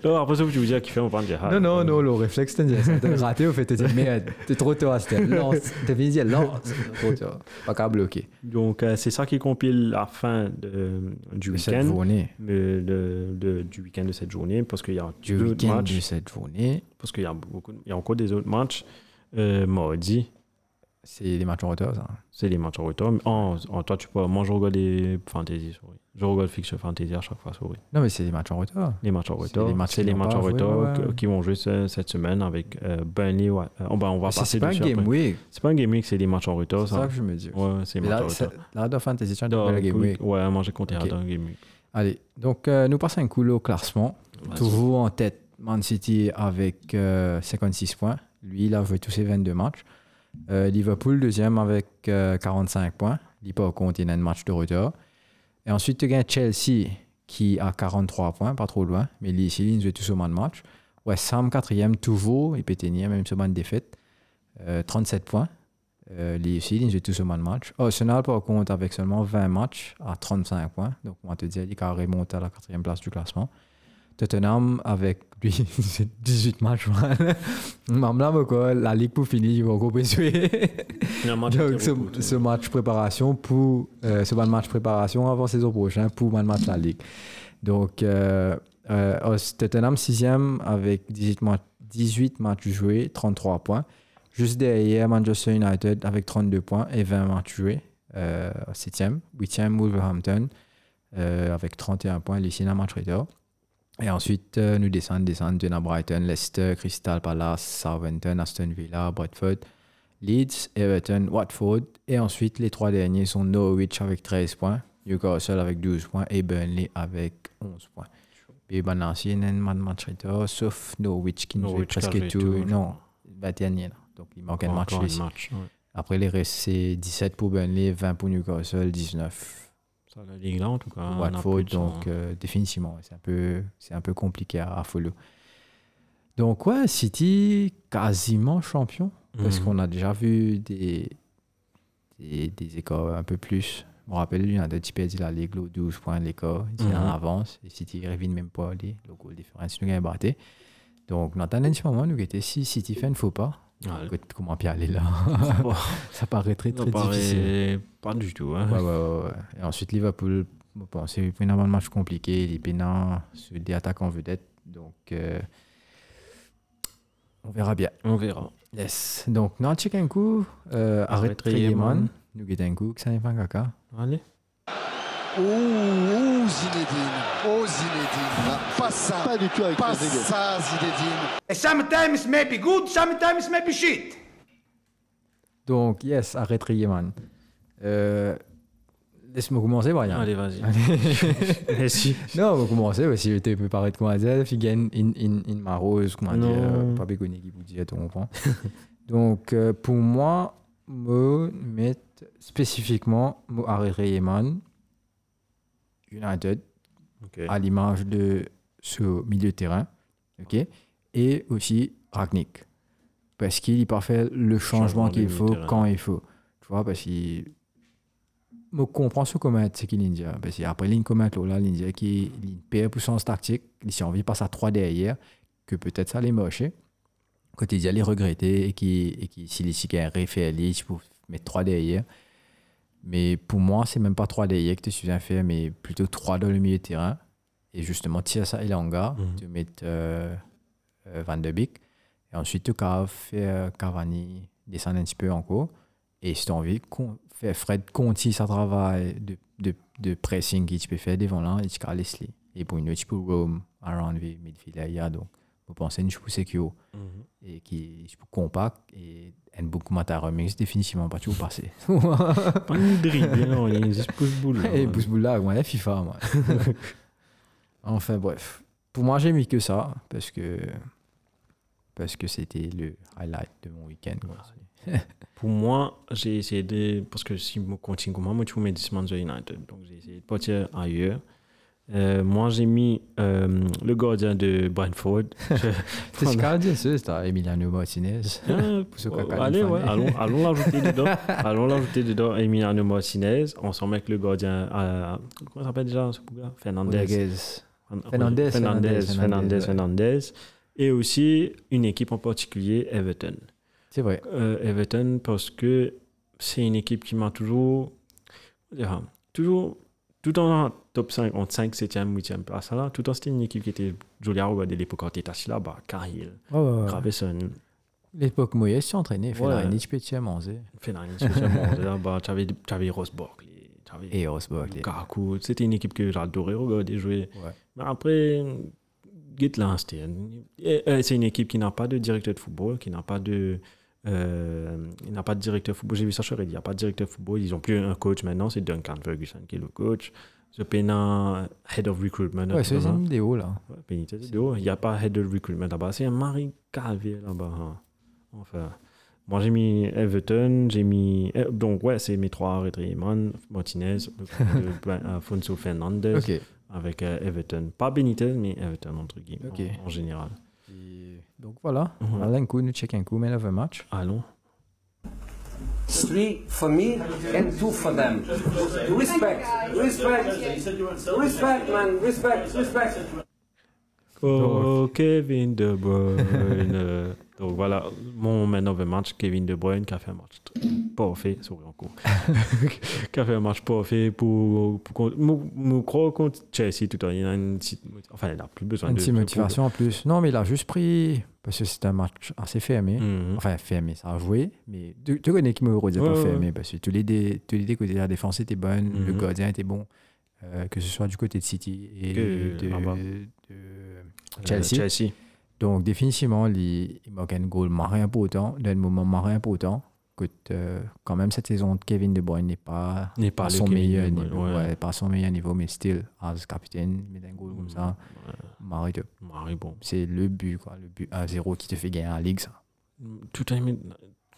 B: Non, après ça, je vais vous dire qu'il fait, on parle de Jihad.
A: non, non, non, le réflexe indien, ça t'a raté au fait, t'es dit, merde, t'es trop tôt à ce stade. Lance, t'es fini de dire lance. Trop tôt. Pas qu'à bloquer.
B: Donc, euh, c'est ça qui compile la fin de- du
A: De cette
B: week-end.
A: journée.
B: euh, de- de- du week-end de cette journée, parce qu'il y a
A: Du
B: deux
A: week-end
B: matchs,
A: de cette journée,
B: parce qu'il y a, beaucoup, il y a encore des autres matchs. Euh, mardi,
A: c'est des matchs en retard, ça.
B: c'est les matchs en retour. Oh, oh, toi, tu peux. Moi, je regarde les fantasy, sorry. Je regarde Fiction Fantasy à chaque fois, sorry.
A: Non, mais c'est des matchs en retard.
B: Les matchs en
A: C'est
B: retour.
A: les matchs
B: C'est
A: qui
B: les
A: n'ont
B: matchs
A: pas
B: en
A: joué,
B: retour
A: ouais.
B: qui- qui vont jouer ce- cette semaine avec euh, Burnley. ouais. Euh, oh, ben, on va
A: C'est
B: passer
A: c'est pas un
B: dessus
A: game
B: après.
A: week.
B: C'est pas un game week, c'est les matchs en retour.
A: C'est ça
B: Ça.
A: que je me dis.
B: Ouais, c'est les
A: Mais
B: matchs en
A: Là,
B: retour.
A: c'est- là, dans Fantasy, tu as
B: Non,
A: le game
B: oui,
A: week.
B: Ouais, moi j'ai compté
A: Ok.
B: dans le game week.
A: Allez, donc euh, nous passons un coup au classement.
B: Vas-y.
A: Toujours en tête, Man City avec euh, 56 points. Lui, il a joué tous ses 22 matchs. Euh, Liverpool, deuxième avec euh, 45 points. Dis pas au compte, il a un match de retard. Et ensuite, tu gagnes Chelsea qui a 43 points, pas trop loin. Mais lui, ici, il joue tous au moins de match. West Ham, quatrième, toujours. Et péténier, même semaine de défaite. Euh, 37 points. Euh, lui aussi, il joue tous au moins de match. Ah, Arsenal, par contre, avec seulement 20 matchs à 35 points. Donc, on va te dire, il a remonté à la quatrième place du classement. Tottenham avec lui 18 matchs. Même là, quoi, la ligue pour finir, il va encore plus jouer.
B: Finalement,
A: Donc, ce, ce match préparation pour euh, ce bon match préparation avant saison prochaine pour man match la ligue. Donc euh, euh, Os- Tottenham 6e avec 18 matchs, 18 matchs joués, 33 points. Juste derrière Manchester United avec 32 points et 20 matchs joués, euh, 7e, 8e Wolverhampton euh, avec 31 points, les Siena match retard. Et ensuite, euh, nous descendons, descendons, Donna Brighton, Leicester, Crystal Palace, Southampton, Aston Villa, Bradford, Leeds, Everton, Watford. Et ensuite, les trois derniers sont Norwich avec 13 points, Newcastle avec 12 points et Burnley avec 11 points. Et ben là, c'est un man- match retard, sauf Norwich qui nous
B: Norwich
A: joue
B: qui a
A: presque
B: joué
A: tout.
B: tout, je
A: Non,
B: crois.
A: 21 là. Donc, il manque un match.
B: hein. match.
A: ici. Après, les restes, c'est 17 pour Burnley, 20 pour Newcastle, 19
B: Ça, la Ligue là, en tout cas. on a
A: Watford,
B: Ah, plus de
A: donc
B: ça. hein.
A: euh, définitivement, c'est un peu, c'est un peu compliqué à, à follow. Donc ouais, City quasiment champion parce
B: Mhm.
A: qu'on a déjà vu des, des des écarts un peu plus. Je me rappelle, il y en a deux types dit la Ligue, l'autre 12 points de l'écart, il est en
B: Mhm.
A: avance et City révine même pas les le goal difference nous gagne batté. Donc dans un petit moment nous était si City fait ne faut pas.
B: Ouais.
A: écoute, Comment puis aller là
B: Bon,
A: Ça paraît très
B: ça
A: très
B: paraît
A: difficile.
B: Pas du tout. hein.
A: Ouais, ouais, ouais, ouais. Et ensuite, Liverpool, bon, c'est un match compliqué. Les pénins, c'est des attaques en vedette. Donc, euh, on verra bien.
B: On verra.
A: Yes. Donc, non, check un coup. Euh, arrête
B: Arrête
A: Rayman.
B: Rayman.
A: Nous guettons un coup. Que ça n'est pas un caca.
B: Allez.
D: Oh, oh Zinedine, oh Zinedine, pas ça,
E: Pas du tout avec
D: pas
E: les égaux.
D: ça Zinedine.
F: Sometimes may be good, sometimes may be shit.
A: Donc, yes, arrête Rayman. Euh, Laisse-moi commencer, Brian.
B: Allez, vas-y.
A: Allez.
B: Eh si.
A: Non, on va commencer parce qu'il était préparé de comment dire, il gagne in, in, in ma rose, comment dire,
B: Non.
A: euh, pas bégoné qui vous dit, on comprend. Donc, euh, pour moi, me mettre spécifiquement Mohari Yeman, United,
B: Ok.
A: à l'image de ce milieu de terrain, ok, et aussi Ragnik, parce qu'il y parfait le changement,
B: Changement de
A: qu'il
B: milieu de
A: faut
B: terrain.
A: quand il faut, tu vois, parce qu'il me comprends ce comment c'est qui l'India. Parce que après ligne comment là, l'India qui il perd puissance tactique, il s'est envie passe à 3 derrière, que peut-être ça les mocher. Quand ils allaient regretter et qui et qui si les chicains refait ils pour mettre 3 derrière. Mais pour moi, c'est même pas 3 derrière que tu suis faire, mais plutôt 3 dans le milieu de terrain. Et justement, tirer ça et l'anga,
B: Mhm.
A: tu mets euh, euh, Van de Beek. Et ensuite, tu as fait Cavani descendre un petit peu encore. Et si tu as envie, con- faire Fred Conti, ça travaille de, de, de pressing qu'il peut faire devant là, il à Leslie. Et pour une autre, tu peux roam around the midfield area. Donc, vous pensez que je peux secure et qui je peux compact et un beaucoup m'a remix définitivement pas tout passer.
B: Pas une hein, dribble, non, il est juste pouce boule.
A: et Bousboula, moi, la FIFA, moi. enfin, bref. Pour moi, j'ai mis que ça parce que parce que c'était le highlight de mon week-end. quoi.
B: Pour moi, j'ai essayé de. Parce que si je continue comme moi, moi, je mets 10 Manchester United. Donc, j'ai essayé de partir ailleurs. Euh, moi, j'ai mis euh, le gardien de Brentford.
A: C'est ce qu'a dit, c'est ça, Emiliano Martinez.
B: Euh,
A: ce
B: euh,
A: caca,
B: allez,
A: il
B: ouais,
A: fallait.
B: allons, allons l'ajouter dedans. allons l'ajouter dedans. Emiliano Martinez. On s'en met avec le gardien. euh, comment s'appelle déjà ce gars Fernandez.
A: Rodriguez.
B: Fernandez.
A: Fernandez,
B: Fernandez.
A: Fernandez,
B: Fernandez.
A: ouais.
B: Fernandez. Et aussi une équipe en particulier, Everton.
A: C'est vrai.
B: Euh, Everton parce que c'est une équipe qui m'a toujours. euh, toujours. Tout en top 5, entre 5, 7e, 8e place, là, tout en c'était une équipe qui était jolie à regarder l'époque quand tu là-bas, Cahill,
A: Ouais, ouais, ouais.
B: Graveson,
A: L'époque Moyes s'est entraîné, fait
B: Ouais.
A: la Nietzsche petit à manger.
B: Fellaini, spécialement, là-bas, tu avais, Ross Barkley, tu avais
A: Et Rosberg. les-
B: Lukaku, c'était une équipe que j'adorais oh, regarder jouer.
A: Ouais.
B: Mais après, Gitlan, c'était une- et, euh, c'est une équipe qui n'a pas de directeur de football, qui n'a pas de. euh, il n'a pas de directeur de football. J'ai vu ça, je il n'y a pas de directeur de football. Ils n'ont plus un coach maintenant, c'est Duncan Ferguson qui est le coach. The Pena, head of recruitment.
A: Ouais, c'est
B: apparemment.
A: une vidéo là.
B: Ouais, Benitez est dehors. Il n'y a pas head of recruitment là-bas. C'est un Marie Calvier là-bas. hein. Enfin, moi j'ai mis Everton, j'ai mis. eh, Donc, ouais, c'est mes trois retrievemen Martinez, le coup de Bra- Alfonso Fernandez
A: Ok.
B: avec euh, Everton. Pas Benitez, mais Everton entre guillemets,
A: Ok.
B: en, en général.
A: Et Donc voilà,
B: Ouais.
A: Alain coup, nous check un coup, mais là, un match.
B: Allons.
E: three for me and two for them. Respect, respect, respect, man, respect, respect.
B: Oh, Kevin De Bruyne. Donc voilà, mon man of the match, Kevin De Bruyne, qui a fait un match t- parfait, souris en cours, qui a fait un match parfait pour, pour, contre- mou- mou- croire contre Chelsea tout à l'heure. Il a une petite, moti- enfin, il n'a plus besoin
A: Une
B: de.
A: petite
B: de-
A: motivation en plus. Non, mais il a juste pris, parce que c'est un match assez fermé.
B: Mhm.
A: Enfin, fermé, ça a joué. Mais tu, tu connais qui me redit
B: Ouais,
A: pas
B: ouais,
A: fermé, parce que tous les dés, tous les dés côté de la défense étaient bonnes, le
B: Mhm.
A: gardien était bon, euh, que ce soit du côté de City et
B: Que-
A: de,
B: là-bas.
A: de- de
B: Euh,
A: Chelsea.
B: Chelsea.
A: Donc, définitivement, les- il manque un goal marin important, d'un moment marin important. Écoute, euh, quand même, cette saison, Kevin De Bruyne n'est pas,
B: N'est pas
A: à
B: le
A: son
B: Kevin De
A: meilleur
B: Bruyne,
A: niveau.
B: ouais.
A: ouais, pas à son meilleur niveau, mais still, as capitaine, il met un
B: Mm.
A: goal comme ça. Marie, de-
B: Marie, bon.
A: c'est le but, quoi, le but 1-0 qui te fait gagner la ligue, ça.
B: Tout à l'heure,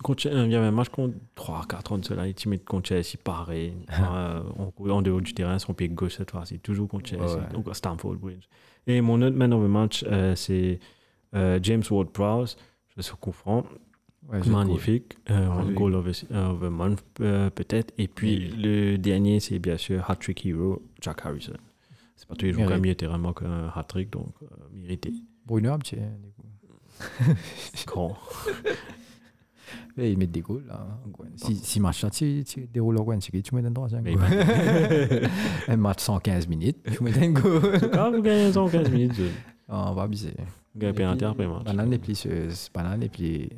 B: contre- il y avait un match contre 3-4 ans de cela, il timide contre Chelsea, pareil. Euh, en, en dehors du terrain, son pied gauche cette fois-ci, toujours contre Chelsea,
A: Ouais, ouais.
B: donc à Stamford Bridge. Et mon autre man of the match, euh, c'est euh, James Ward-Prowse, je suis confront,
A: Ouais, c'est
B: magnifique, euh,
A: Ah
B: un
A: oui.
B: goal of the, of the month euh, peut-être. Et puis le dernier, c'est bien sûr hat-trick hero, Jack Harrison. C'est pas tous les jours qu'un
A: Mérite.
B: milieu de terrain manque un hat-trick, donc euh, mérité.
A: cool. Bruno, Abdi, hein, du coup.
B: Grand.
A: Là, ils mettent des goals, là. hein. Si, si match là, tu, tu déroules en c'est que tu mets un troisième
B: Mais
A: goal. un match 115 minutes, tu mets un goal.
B: Quand vous gagnez en 15 minutes, vous
A: Ah, on va abuser.
B: gagnez pénalité après match.
A: Banane les plisseuses, banane les plis.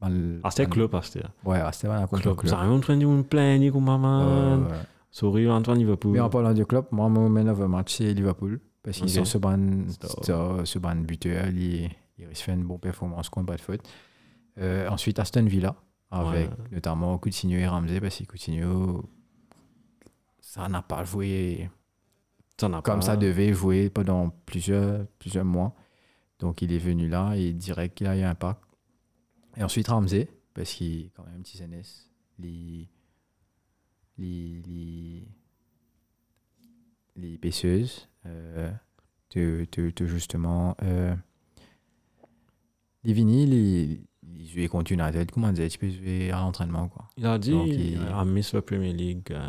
A: ban-
B: Ah, c'était
A: ban-
B: club, ah, c'était.
A: Ouais, ah, c'était un contre
B: Club.
A: club.
B: Ça arrive en train de me plaindre, comme
A: Euh,
B: maman.
A: ouais.
B: Souris, Antoine Liverpool.
A: Mais en parlant de club, moi, mon man of the match, c'est Liverpool. Parce qu'ils
B: Ok.
A: ont ce ban,
B: Stop.
A: ce- ce ban buteur, ils ils risquent de faire une bonne performance contre Bradford. Euh, ensuite, Aston Villa, avec
B: Ouais.
A: notamment Coutinho et Ramsey, parce que Coutinho, ça n'a pas joué
B: Ça n'a
A: comme
B: pas-
A: ça devait jouer pendant plusieurs, plusieurs mois. Donc il est venu là et direct qu'il a eu un pack. Et ensuite Ramsey, parce qu'il est quand même petit NS. Les. Les. Les. Les baisseuses. euh, de, de- de justement. Euh, les vinyles, les, il jouait contre United, comment dire, tu peux jouer à l'entraînement, quoi.
B: Il a dit
A: Donc,
B: il
A: il-
B: a miss la Premier League, euh,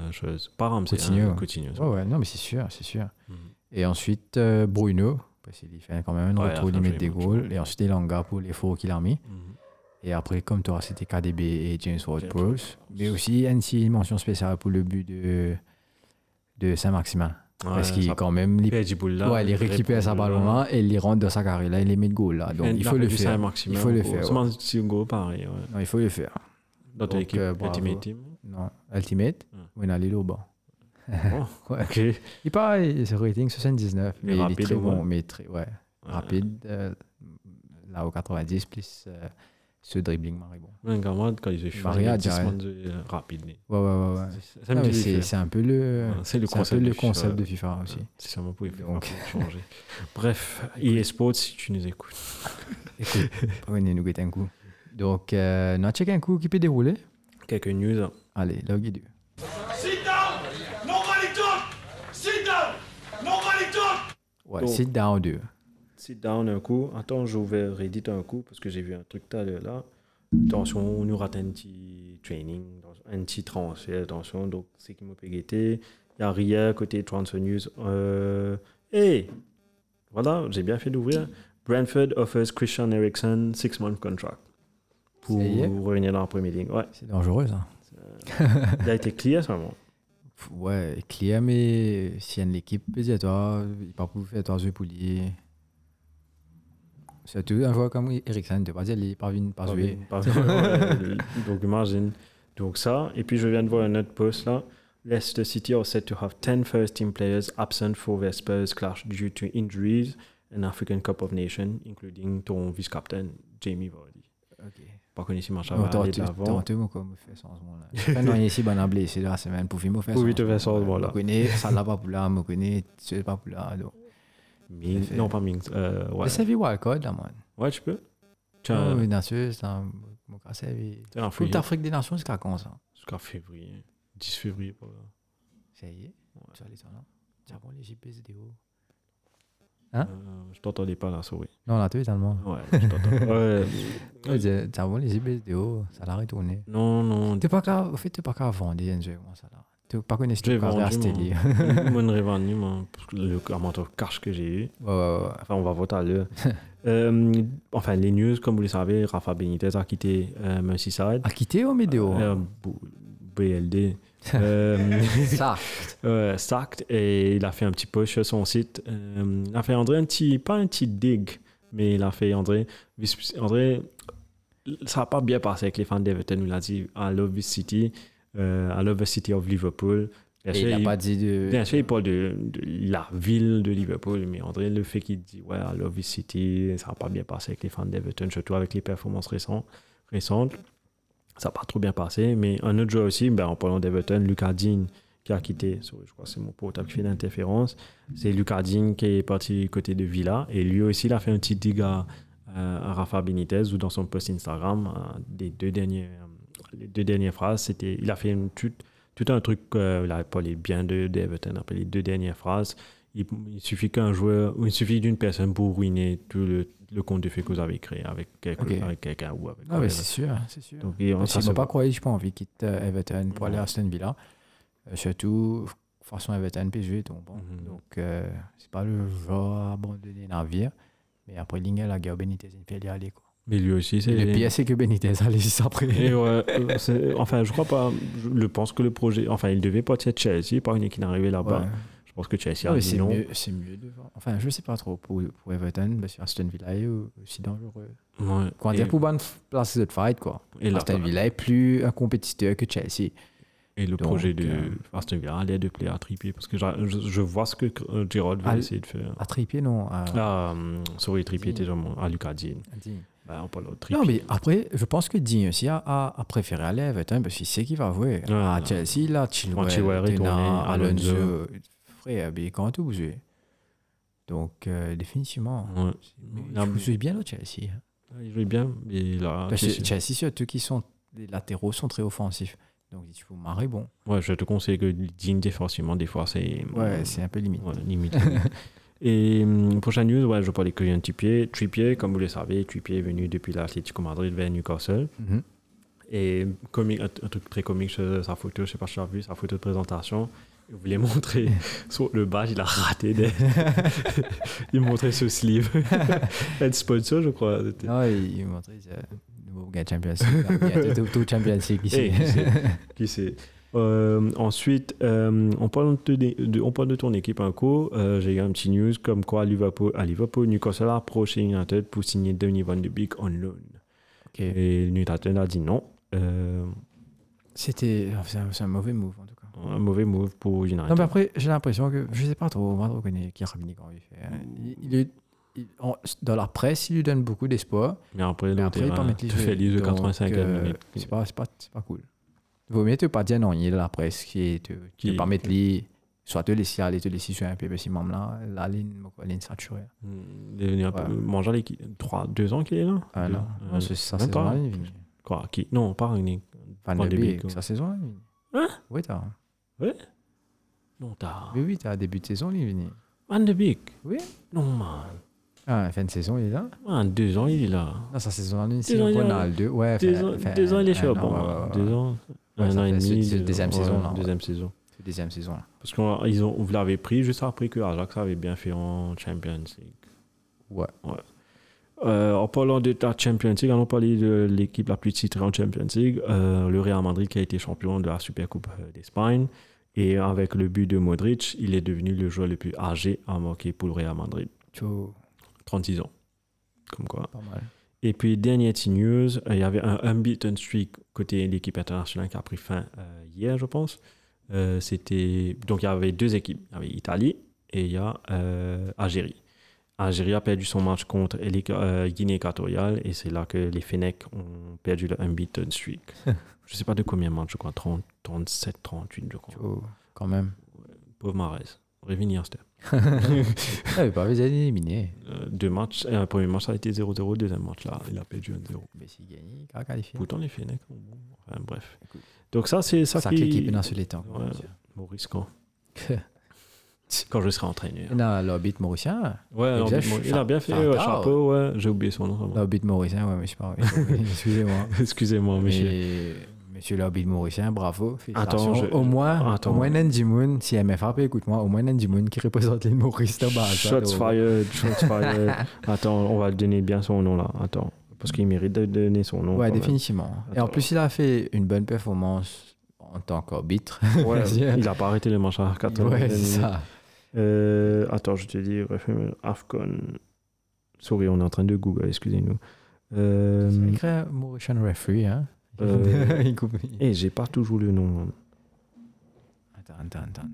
B: euh, chose. Pas Ramsey,
A: Coutinho.
B: hein, Coutinho.
A: Oh Ouais, ouais, non, mais c'est sûr, c'est sûr.
B: Mhm.
A: Et ensuite, euh, Bruno, parce qu'il fait quand même un
B: Ouais, il a
A: retour,
B: fait
A: il
B: un
A: met
B: joli
A: des
B: match.
A: goals. Et ensuite, Elanga pour l'effort qu'il a mis.
B: Mhm.
A: Et après, comme toi, c'était KDB et James Ward-Prowse.
B: Ward-Prowse.
A: Mais aussi, NC, mention spéciale pour le but de, de Saint-Maximin. parce qu'il, quand même, il, ouais, il récupère sa ballon-là et il les rentre dans sa carré-là, il les met de goal. Là. Donc, il faut le faire.
B: Il
A: faut le faire, ouais.
B: pareil. Ouais.
A: Non, il faut le faire.
B: Dans
A: Donc,
B: l'équipe,
A: euh, bravo.
B: Ultimate Team.
A: Non, Ultimate,
B: Ouais.
A: on a les bas.
B: Oh,
A: Ouais.
B: ok.
A: Il part, il- ce rating 79,
B: Il est
A: mais il
B: rapide
A: est très
B: au moins.
A: bon, mais très, ouais, rapide. euh, là, au 90, plus euh, ce dribbling maribond.
B: Mon camarade, quand il se chauffe, il
A: Maria,
B: est dix
A: dirais.
B: secondes, euh, rapide.
A: Ouais, ouais, ouais. ouais.
B: Ça me
A: Non, mais
B: dit
A: c'est
B: le
A: c'est un peu le,
B: Ouais, c'est le
A: c'est un peu
B: concept
A: le
B: de FIFA.
A: concept de FIFA aussi.
B: Si ça m'a pas fait
A: Donc.
B: changer. Bref, EA Sports, si tu nous écoutes.
A: Écoute, prenez-nous guetter un coup. Donc, euh, on a checké un coup qui peut dérouler.
B: Quelques news. hein.
A: Allez, là, Guidu.
F: Sit down! Nobody talk! Sit down! Nobody talk!
A: Ouais,
B: Donc.
A: sit down 2.
B: Sit down un coup. Attends, j'ouvre Reddit un coup parce que j'ai vu un truc tout à l'heure là. Attention, on nous rate un petit training, un petit transfert. Attention, donc c'est qui m'a guetté. Il y a Ria côté Transfer News. Euh... Et voilà, j'ai bien fait d'ouvrir. Brentford offers Christian Eriksen six month contract pour
A: Ça y est.
B: revenir dans la première ligne. Ouais,
A: C'est dangereux, ça.
B: il a été clear ce moment.
A: Pff, Ouais, Clem mais si elle l'équipe, vas-y, toi, il part pour faire toi, je pour lui. Surtout un joueur comme Ericsson, de base, il parvient pas jouer.
B: Par- ouais, donc imagine. Donc ça, et puis je viens de voir un autre post là. Leicester City are said to have 10 first team players absent for their Spurs clash due to injuries and African Cup of Nations, including ton vice-captain Jamie Vardy.
A: Ok.
B: Pas connu si machin
A: Non,
B: va
A: t'as-
B: aller de
A: t'as-
B: l'avant.
A: t'as un mot comme fait sans ce moment-là. Enfin, non, il est ici, ben, en blé, c'est de la semaine, pour filmer, au fait
B: Pour
A: sans
B: vite
A: ce
B: faire sans ce
A: moment-là.
B: moment-là.
A: Me connaît, ça l'a pas pour là, me connaît, c'est pas pour là. donc.
B: Mings-
A: fait.
B: Non, pas Mings. euh, ouais.
A: Mais c'est vie wildcard, là, man.
B: ouais, tu peux. Tu as
A: Ah, Oui, bien sûr, c'est un. Mon cas, c'est vie.
B: t'es en
A: Toute
B: février.
A: l'Afrique des Nations jusqu'à quand, ça
B: Jusqu'en février. 10 février. Pour là.
A: Ça y est. Tu vas aller, toi, là. Tu vas prendre les GPS des hauts. Hein
B: Euh, je t'entendais pas là, souris.
A: Non, là, tu es tellement.
B: Ouais, je t'entends. Ouais.
A: Ouais, t'as- T'as bon les IBS de haut, ça l'a retourné.
B: Non, non.
A: T'es pas qu'à, au fait, t'es pas qu'à vendre des NGO, moi, ça là. T'es pas connu ce
B: J'ai
A: truc à
B: vendu
A: rester
B: mon,
A: lié.
B: mon revenu, mon- parce que le commentaire cash que j'ai eu.
A: Ouais, ouais, ouais.
B: Enfin, on va voter à l'heure. Euh, enfin, les news, comme vous le savez, Rafa Benitez a quitté euh, Merseyside.
A: À quitter oh, au médio.
B: Euh, B- BLD. Euh,
A: Ça.
B: euh, sacked et il a fait un petit post sur son site. Euh, il a fait André un petit, pas un petit dig, mais il a fait André. vis- André, ça n'a pas bien passé avec les fans d'Everton. Il a dit I love this city, euh, I love the city of Liverpool. Bien
A: Et
B: sûr,
A: il a
B: il-
A: pas dit de.
B: Bien sûr, il parle de, de la ville de Liverpool, mais André, le fait qu'il dit, ouais, I love this city, ça n'a pas bien passé avec les fans d'Everton, surtout avec les performances récentes, récentes ça n'a pas trop bien passé. Mais un autre joueur aussi, ben, en parlant d'Everton, Lucas Dean, qui a quitté, sorry, je crois que c'est mon pote qui fait l'interférence, c'est Lucas Dean qui est parti du côté de Villa, et lui aussi, il a fait un petit dig à, à Euh, Rafa Benitez, ou dans son post Instagram, euh, des deux dernières, les deux dernières phrases, c'était, il a fait une toute tout un truc, euh, il a parlé bien de d'Everton après les deux dernières phrases. Il, il suffit qu'un joueur, ou il suffit d'une personne pour ruiner tout le, le compte de fait que vous avez créé avec quelqu'un
A: Ok.
B: avec quelqu'un ou avec
A: Non, Ah, mais
B: whatever.
A: c'est sûr, hein, c'est sûr.
B: Donc, et on-
A: Parce
B: ça,
A: qu'ils
B: se
A: m'ont pas
B: voit.
A: croyé, j'ai pas envie de quitter euh, Everton pour aller
B: Ouais.
A: à Aston Villa. Euh, Surtout, façon Everton PG, donc bon.
B: Mhm.
A: Donc, euh, c'est pas le genre à abandonner le navire. Mais après, Lingel a gagné Benitez, il fait y aller, quoi.
B: Mais lui aussi, c'est.
A: Le pire, c'est que Benitez allait juste
B: Et
A: après.
B: ouais, euh, c'est- enfin, je crois pas. Je le pense que le projet. Enfin, il devait partir de Chelsea par une équipe arrivée là-bas.
A: Ouais.
B: Je pense que Chelsea
A: Ouais,
B: a
A: mais
B: dit
A: c'est
B: non.
A: mieux, c'est mieux devant. Enfin, je sais pas trop pour, pour Everton, parce que Aston Villa est aussi dangereux.
B: Ouais.
A: Quand
B: et,
A: dire pour Ah, bonne place de fight, quoi.
B: et la-
A: Aston Villa est plus un compétiteur que Chelsea.
B: et le
A: Donc,
B: projet de
A: euh,
B: Aston Villa allait de plaire à triper parce que j'a- je, je vois ce que euh, Gerrard va
A: Ah,
B: essayer de faire.
A: À Trippier, non. à-
B: Ah, hum, sorry, triper était genre à Lucas Digne.
A: à Digne.
B: Bah, on parle de triper.
A: Non, mais après, je pense que Digne aussi a, a- a préféré aller à Everton, parce qu'il sait qu'il va jouer.
B: Ouais,
A: à
B: ouais.
A: Chelsea, là,
B: Quand
A: Chilwell,
B: Chilwell Ah. est
A: Tena,
B: tourné, Alonso.
A: Alonso, frère, mais quand tout vous jouez. Donc, euh, définitivement,
B: Ouais. Il a-
A: vous jouez bien le Chelsea. hein.
B: Il jouait bien, mais là.
A: Parce
B: Chelsea-
A: que Chelsea, surtout qui sont les latéraux, sont très offensifs. Donc, il faut marrer bon.
B: Ouais, je te conseille que digne défensivement, des fois, c'est. euh,
A: Ouais, c'est un peu limite.
B: Ouais, limite. Et hum, prochaine news, ouais, je parlais que un Trippier. Trippier, comme vous le savez, Trippier est venu depuis l'Atlético Madrid vers Newcastle.
A: Mhm.
B: Et comique, un, un truc très comique sur sa photo, je sais pas si tu as vu, sa photo de présentation. Il voulait montrer sur le badge, il a raté. Des... il montrait ce sleeve. Head sponsor, je crois. c'était-
A: Non, il il m'a montré ça. Nouveau gars Champions League. là. Il y a tout, tout Champions League ici.
B: Hey, qui sait, qui sait. Euh, ensuite, euh, on, parle de, de- on parle de ton équipe un coup. Euh, J'ai eu un petit news comme quoi Liverpool, à Liverpool, Newcastle a approché United pour signer Donny Van de Beek on loan.
A: Ok.
B: Et United a dit non. Euh,
A: C'était. C'est un, c'est un mauvais move en tout cas.
B: un mauvais move pour United.
A: Non, mais après, j'ai l'impression que. Je sais pas trop. Moi, je reconnais qui Ragnick, quand il fait. hein. Il- il est- il- en- dans la presse, il lui donne beaucoup d'espoir.
B: mais après,
A: Mais
B: le
A: après, il
B: terrain,
A: permet
B: tu fais les deux 85 minutes.
A: euh, C'est pas, c'est pas, c'est pas cool. Vaut mieux te pas dire non, il est la presse qui te, qui
B: Qui-
A: te permet de lire, soit te laisser aller, te laisser sur un peu, si même là, la ligne, la ligne saturée.
B: Il est venu un peu-
A: Ouais.
B: Manger l'équipe. 3, 2 ans qu'il est là
A: Ah
B: Deux
A: non,
B: ans.
A: non,
B: Euh,
A: c'est sa
B: même
A: saison
B: pas.
A: là, il vient.
B: quoi, qui Non, pas Rangnick.
A: Van
B: Van
A: de
B: de Beek,
A: Beek,
B: ouais.
A: sa saison là, il vient.
B: Hein
A: Oui, t'as.
B: Non, t'as.
A: Oui, oui, t'as début de saison, il vient.
B: Van de Beek
A: Oui.
B: Non, man.
A: Ah, fin de saison, il est là.
B: Man, deux ans, il est là.
A: Non, sa saison là, il
B: Deux ans,
A: est
B: il est là.
A: Ronaldo. Ouais,
B: Deux
A: fait-
B: ans,
A: fait
B: deux ans, il est
A: un
B: chaud.
A: an,
B: Bon,
A: ouais, ouais, ouais.
B: deux ans,
A: Ouais,
B: un
A: ça
B: an et
A: fait- c'est-
B: demi.
A: c'est
B: deux-
A: deuxième saison, là, ouais.
B: Deuxième saison.
A: C'est Deuxième saison là.
B: Parce qu'on ils ont, vous l'avez pris juste après que Ajax avait bien fait en Champions League.
A: Ouais.
B: Euh, en parlant de la Champions League, allons parler de l'équipe la plus titrée en Champions League, euh, le Real Madrid qui a été champion de la Supercoupe euh, d'Espagne. Et avec le but de Modric, il est devenu le joueur le plus âgé à marquer pour le Real Madrid.
A: Tcho,
B: 36 ans. Comme quoi.
A: pas mal.
B: Et puis, dernière petite news, euh, il y avait un unbeaten streak côté l'équipe internationale qui a pris fin euh, hier, je pense. Euh, C'était Donc, il y avait deux équipes. Il y avait Italie et il y a euh, Algérie. Algérie a perdu son match contre les- euh, Guinée équatoriale et c'est là que les Fennecs ont perdu le unbeaten streak. je sais pas de combien de matchs, je crois. 30, 37, 38, je crois.
A: Tcho, quand même.
B: Pauvre Marès. Revenir, c'était.
A: Ah, mais pas vous allez éliminer.
B: Euh, deux matchs. Euh, premier match, ça a été 0-0. Deuxième match, là, il a perdu 1-0.
A: Mais s'il gagne, il sera qualifié.
B: Pourtant, les Fennecs, ont- enfin, bref.
A: Écoute.
B: Donc ça, c'est ça
A: Ça
B: qui...
A: l'équipe dans ce temps.
B: Ouais. Maurice, quand Quand je serai entraîneur.
A: Non, l'orbite mauricien.
B: Ouais, alors,
A: Exact.
B: bon, il a bien fait,
A: Enfin,
B: ouais,
A: ah,
B: chapeau, ouais. J'ai oublié son nom. vraiment.
A: L'orbite mauricien, ouais, mais je sais pas. Excusez-moi.
B: Excusez-moi, monsieur.
A: Mais monsieur l'orbite mauricien, bravo.
B: Attends,
A: Attends,
B: je-
A: au moins,
B: Attends.
A: au moins Nandy Moon, si elle m'a frappé, écoute-moi, au moins Nandy Moon qui représente les Maurice là-bas. ça,
B: Shots
A: donc.
B: fired, shots fired. Attends, on va lui donner bien son nom, là. Attends, parce qu'il mérite de donner son nom.
A: Ouais,
B: quand même.
A: définitivement. Et en
B: Attends.
A: plus, il a fait une bonne performance en tant qu'arbitre.
B: Ouais, il a pas arrêté le match à 14
A: ouais, c'est ça.
B: Euh, attends, je te dis, refais-moi, Afcon. Sorry, on est en train de Google, excusez-nous. Euh,
A: C'est écrit euh, Mauritian Referee, hein.
B: Euh,
A: il coupe.
B: eh, j'ai pas toujours le nom. hein.
A: Attends, attends, attends.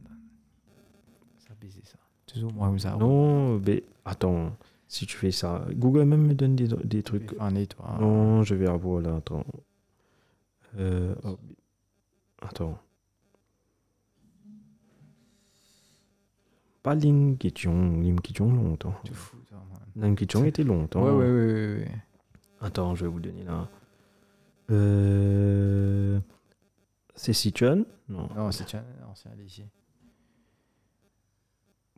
A: Ça baiser ça. Toujours moi ou ça.
B: Non, mais attends, si tu fais ça, Google même me donne des, des trucs.
A: En est, toi.
B: Non, je vais avoir là, attends. Euh, oh, Attends. Pas Lim Kichong, Lim Kichong longtemps.
A: Tu fous, toi, man.
B: Lim Kichong était longtemps.
A: Ouais, ouais, ouais, ouais, ouais.
B: Attends, je vais vous donner là. Euh... C'est Sichuan Non.
A: Non, c'est tiens, non, c'est un léger.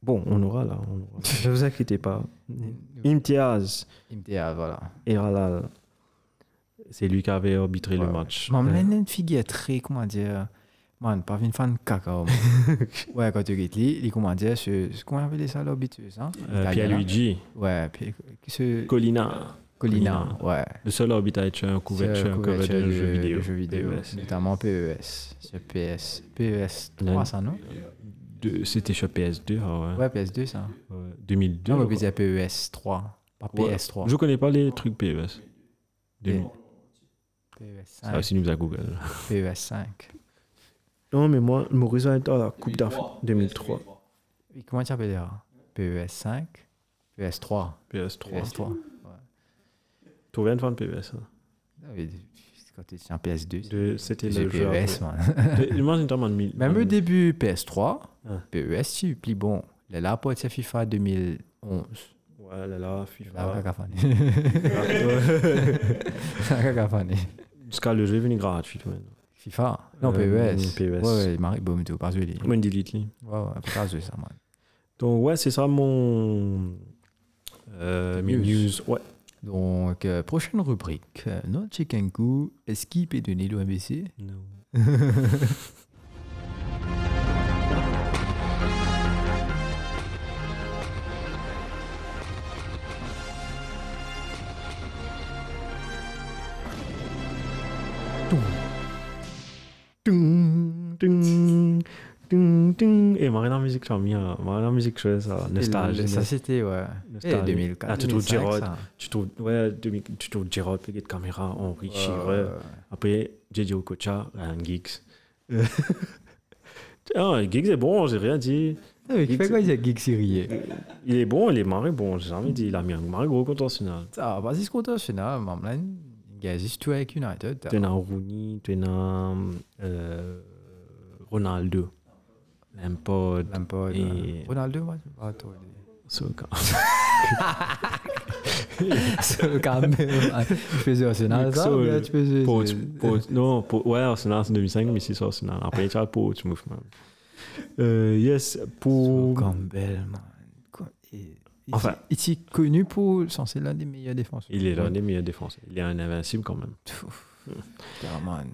B: Bon, on aura là. On aura. ne vous inquiétez pas.
A: Il
B: Imtiaz.
A: MTA, voilà.
B: Et Halal. C'est lui qui avait arbitré le
A: Ouais.
B: match.
A: Mais
B: Euh,
A: même une figure très, comment dire, man, pas une fan caca. man. ouais, quand tu guettes lui, il, comment dire, ce, ce qu'on appelait ça l'orbiteuse, hein.
B: euh,
A: Italien,
B: Pierluigi,
A: là. Ouais, puis ce
B: Colina,
A: Colina, ouais.
B: le seul arbitre à être un couverture, un cover de jeu vidéo. E
A: jeux vidéo,
B: PES.
A: notamment PES, ce E PS, PES 3
B: L'année-
A: ça non
B: De- C'était sur PS2, ah ouais.
A: Ouais PS2 ça.
B: Ouais, 2002.
A: Non, mais
B: quoi.
A: on disait PES 3, pas
B: Ouais.
A: PS 3.
B: Je connais pas les trucs PES.
A: Et-
B: 2000.
A: PES 5,
B: Ah, c'est nous à Google.
A: PES 5.
B: Non, mais moi, Maurice a été à la Coupe d'Afrique 2003.
A: Et comment tu appelles ça PES 5, PES 3, PES
B: PS3.
A: 3.
B: Tu viens de faire de PES. hein.
A: Non, mais Quand tu es en PS2,
B: De- C'était
A: E c'est
B: le jeu.
A: PES,
B: après.
A: man.
B: De- Moi, j'ai en 2000.
A: hein. Même au début E PS3,
B: Ah.
A: PES, tu plie bon. Là, là, pour être FIFA 2011.
B: Ouais, là, là,
A: Là,
B: FIFA.
A: on a gagné. On a gagné.
B: Jusqu'à le jeu est venu gratuit. man.
A: FIFA Non, E
B: Euh,
A: PES.
B: PES.
A: Ouais, ouais, Marie Boum, tu pas jouer. Ouais,
B: Moi, je delete, lui.
A: ouais, pas jouer ça, man.
B: Donc, ouais, c'est ça mon. euh, mes
A: News.
B: news. Ouais.
A: Donc, euh, prochaine rubrique. Euh, Notre Chikenku, Skip et donné le ABC.
B: Non. Dun, dun, dun, dun. Et Eh, Marina Music, j'ai mis un- Marina Music, je fais ça. Nostalgie.
A: Ça, c'était, ouais.
B: Nostalgie.
A: Eh, 2004.
B: Ah, tu trouves
A: 2005,
B: Gérard.
A: ça.
B: Tu trouves, ouais, demi- tu trouves Gérard, Péguet de Caméra, Henri, Chireur.
A: Euh,
B: Après, JJ Okocha, Ryan Geeks. ah, Geeks est bon, j'ai rien dit.
A: Tu fais quoi, il y a Geek Series
B: Il est bon, il est marré bon, j'ai jamais dit. Il a mis un marré gros contention.
A: Ça, vas-y, Ah, bah, ce qu'on t'a fait là, maman. Gazis, tu avec United.
B: Tu as Rooney, tu as euh, Ronaldo, Lampard,
A: Lampard,
B: Et-
A: euh, Ronaldo, ouais. Ah, toi,
B: Soka.
A: C'est quand même. Je faisais Arsenal, ça. ou
B: Mixo,
A: bien Tu faisais.
B: Poch, Poch- non, Po- ouais, Arsenal, c'est 2005, mais c'est ça, Arsenal. Après, tu as Poch, mouvement. Euh, yes,
A: Oh,
B: pour.
A: Campbell, man. Quoi, et- il-
B: Enfin.
A: il s'est connu pour. sans- C'est l'un des meilleurs défenseurs.
B: Il est l'un des meilleurs défenseurs. Il est un invincible quand même.
A: Yeah, man.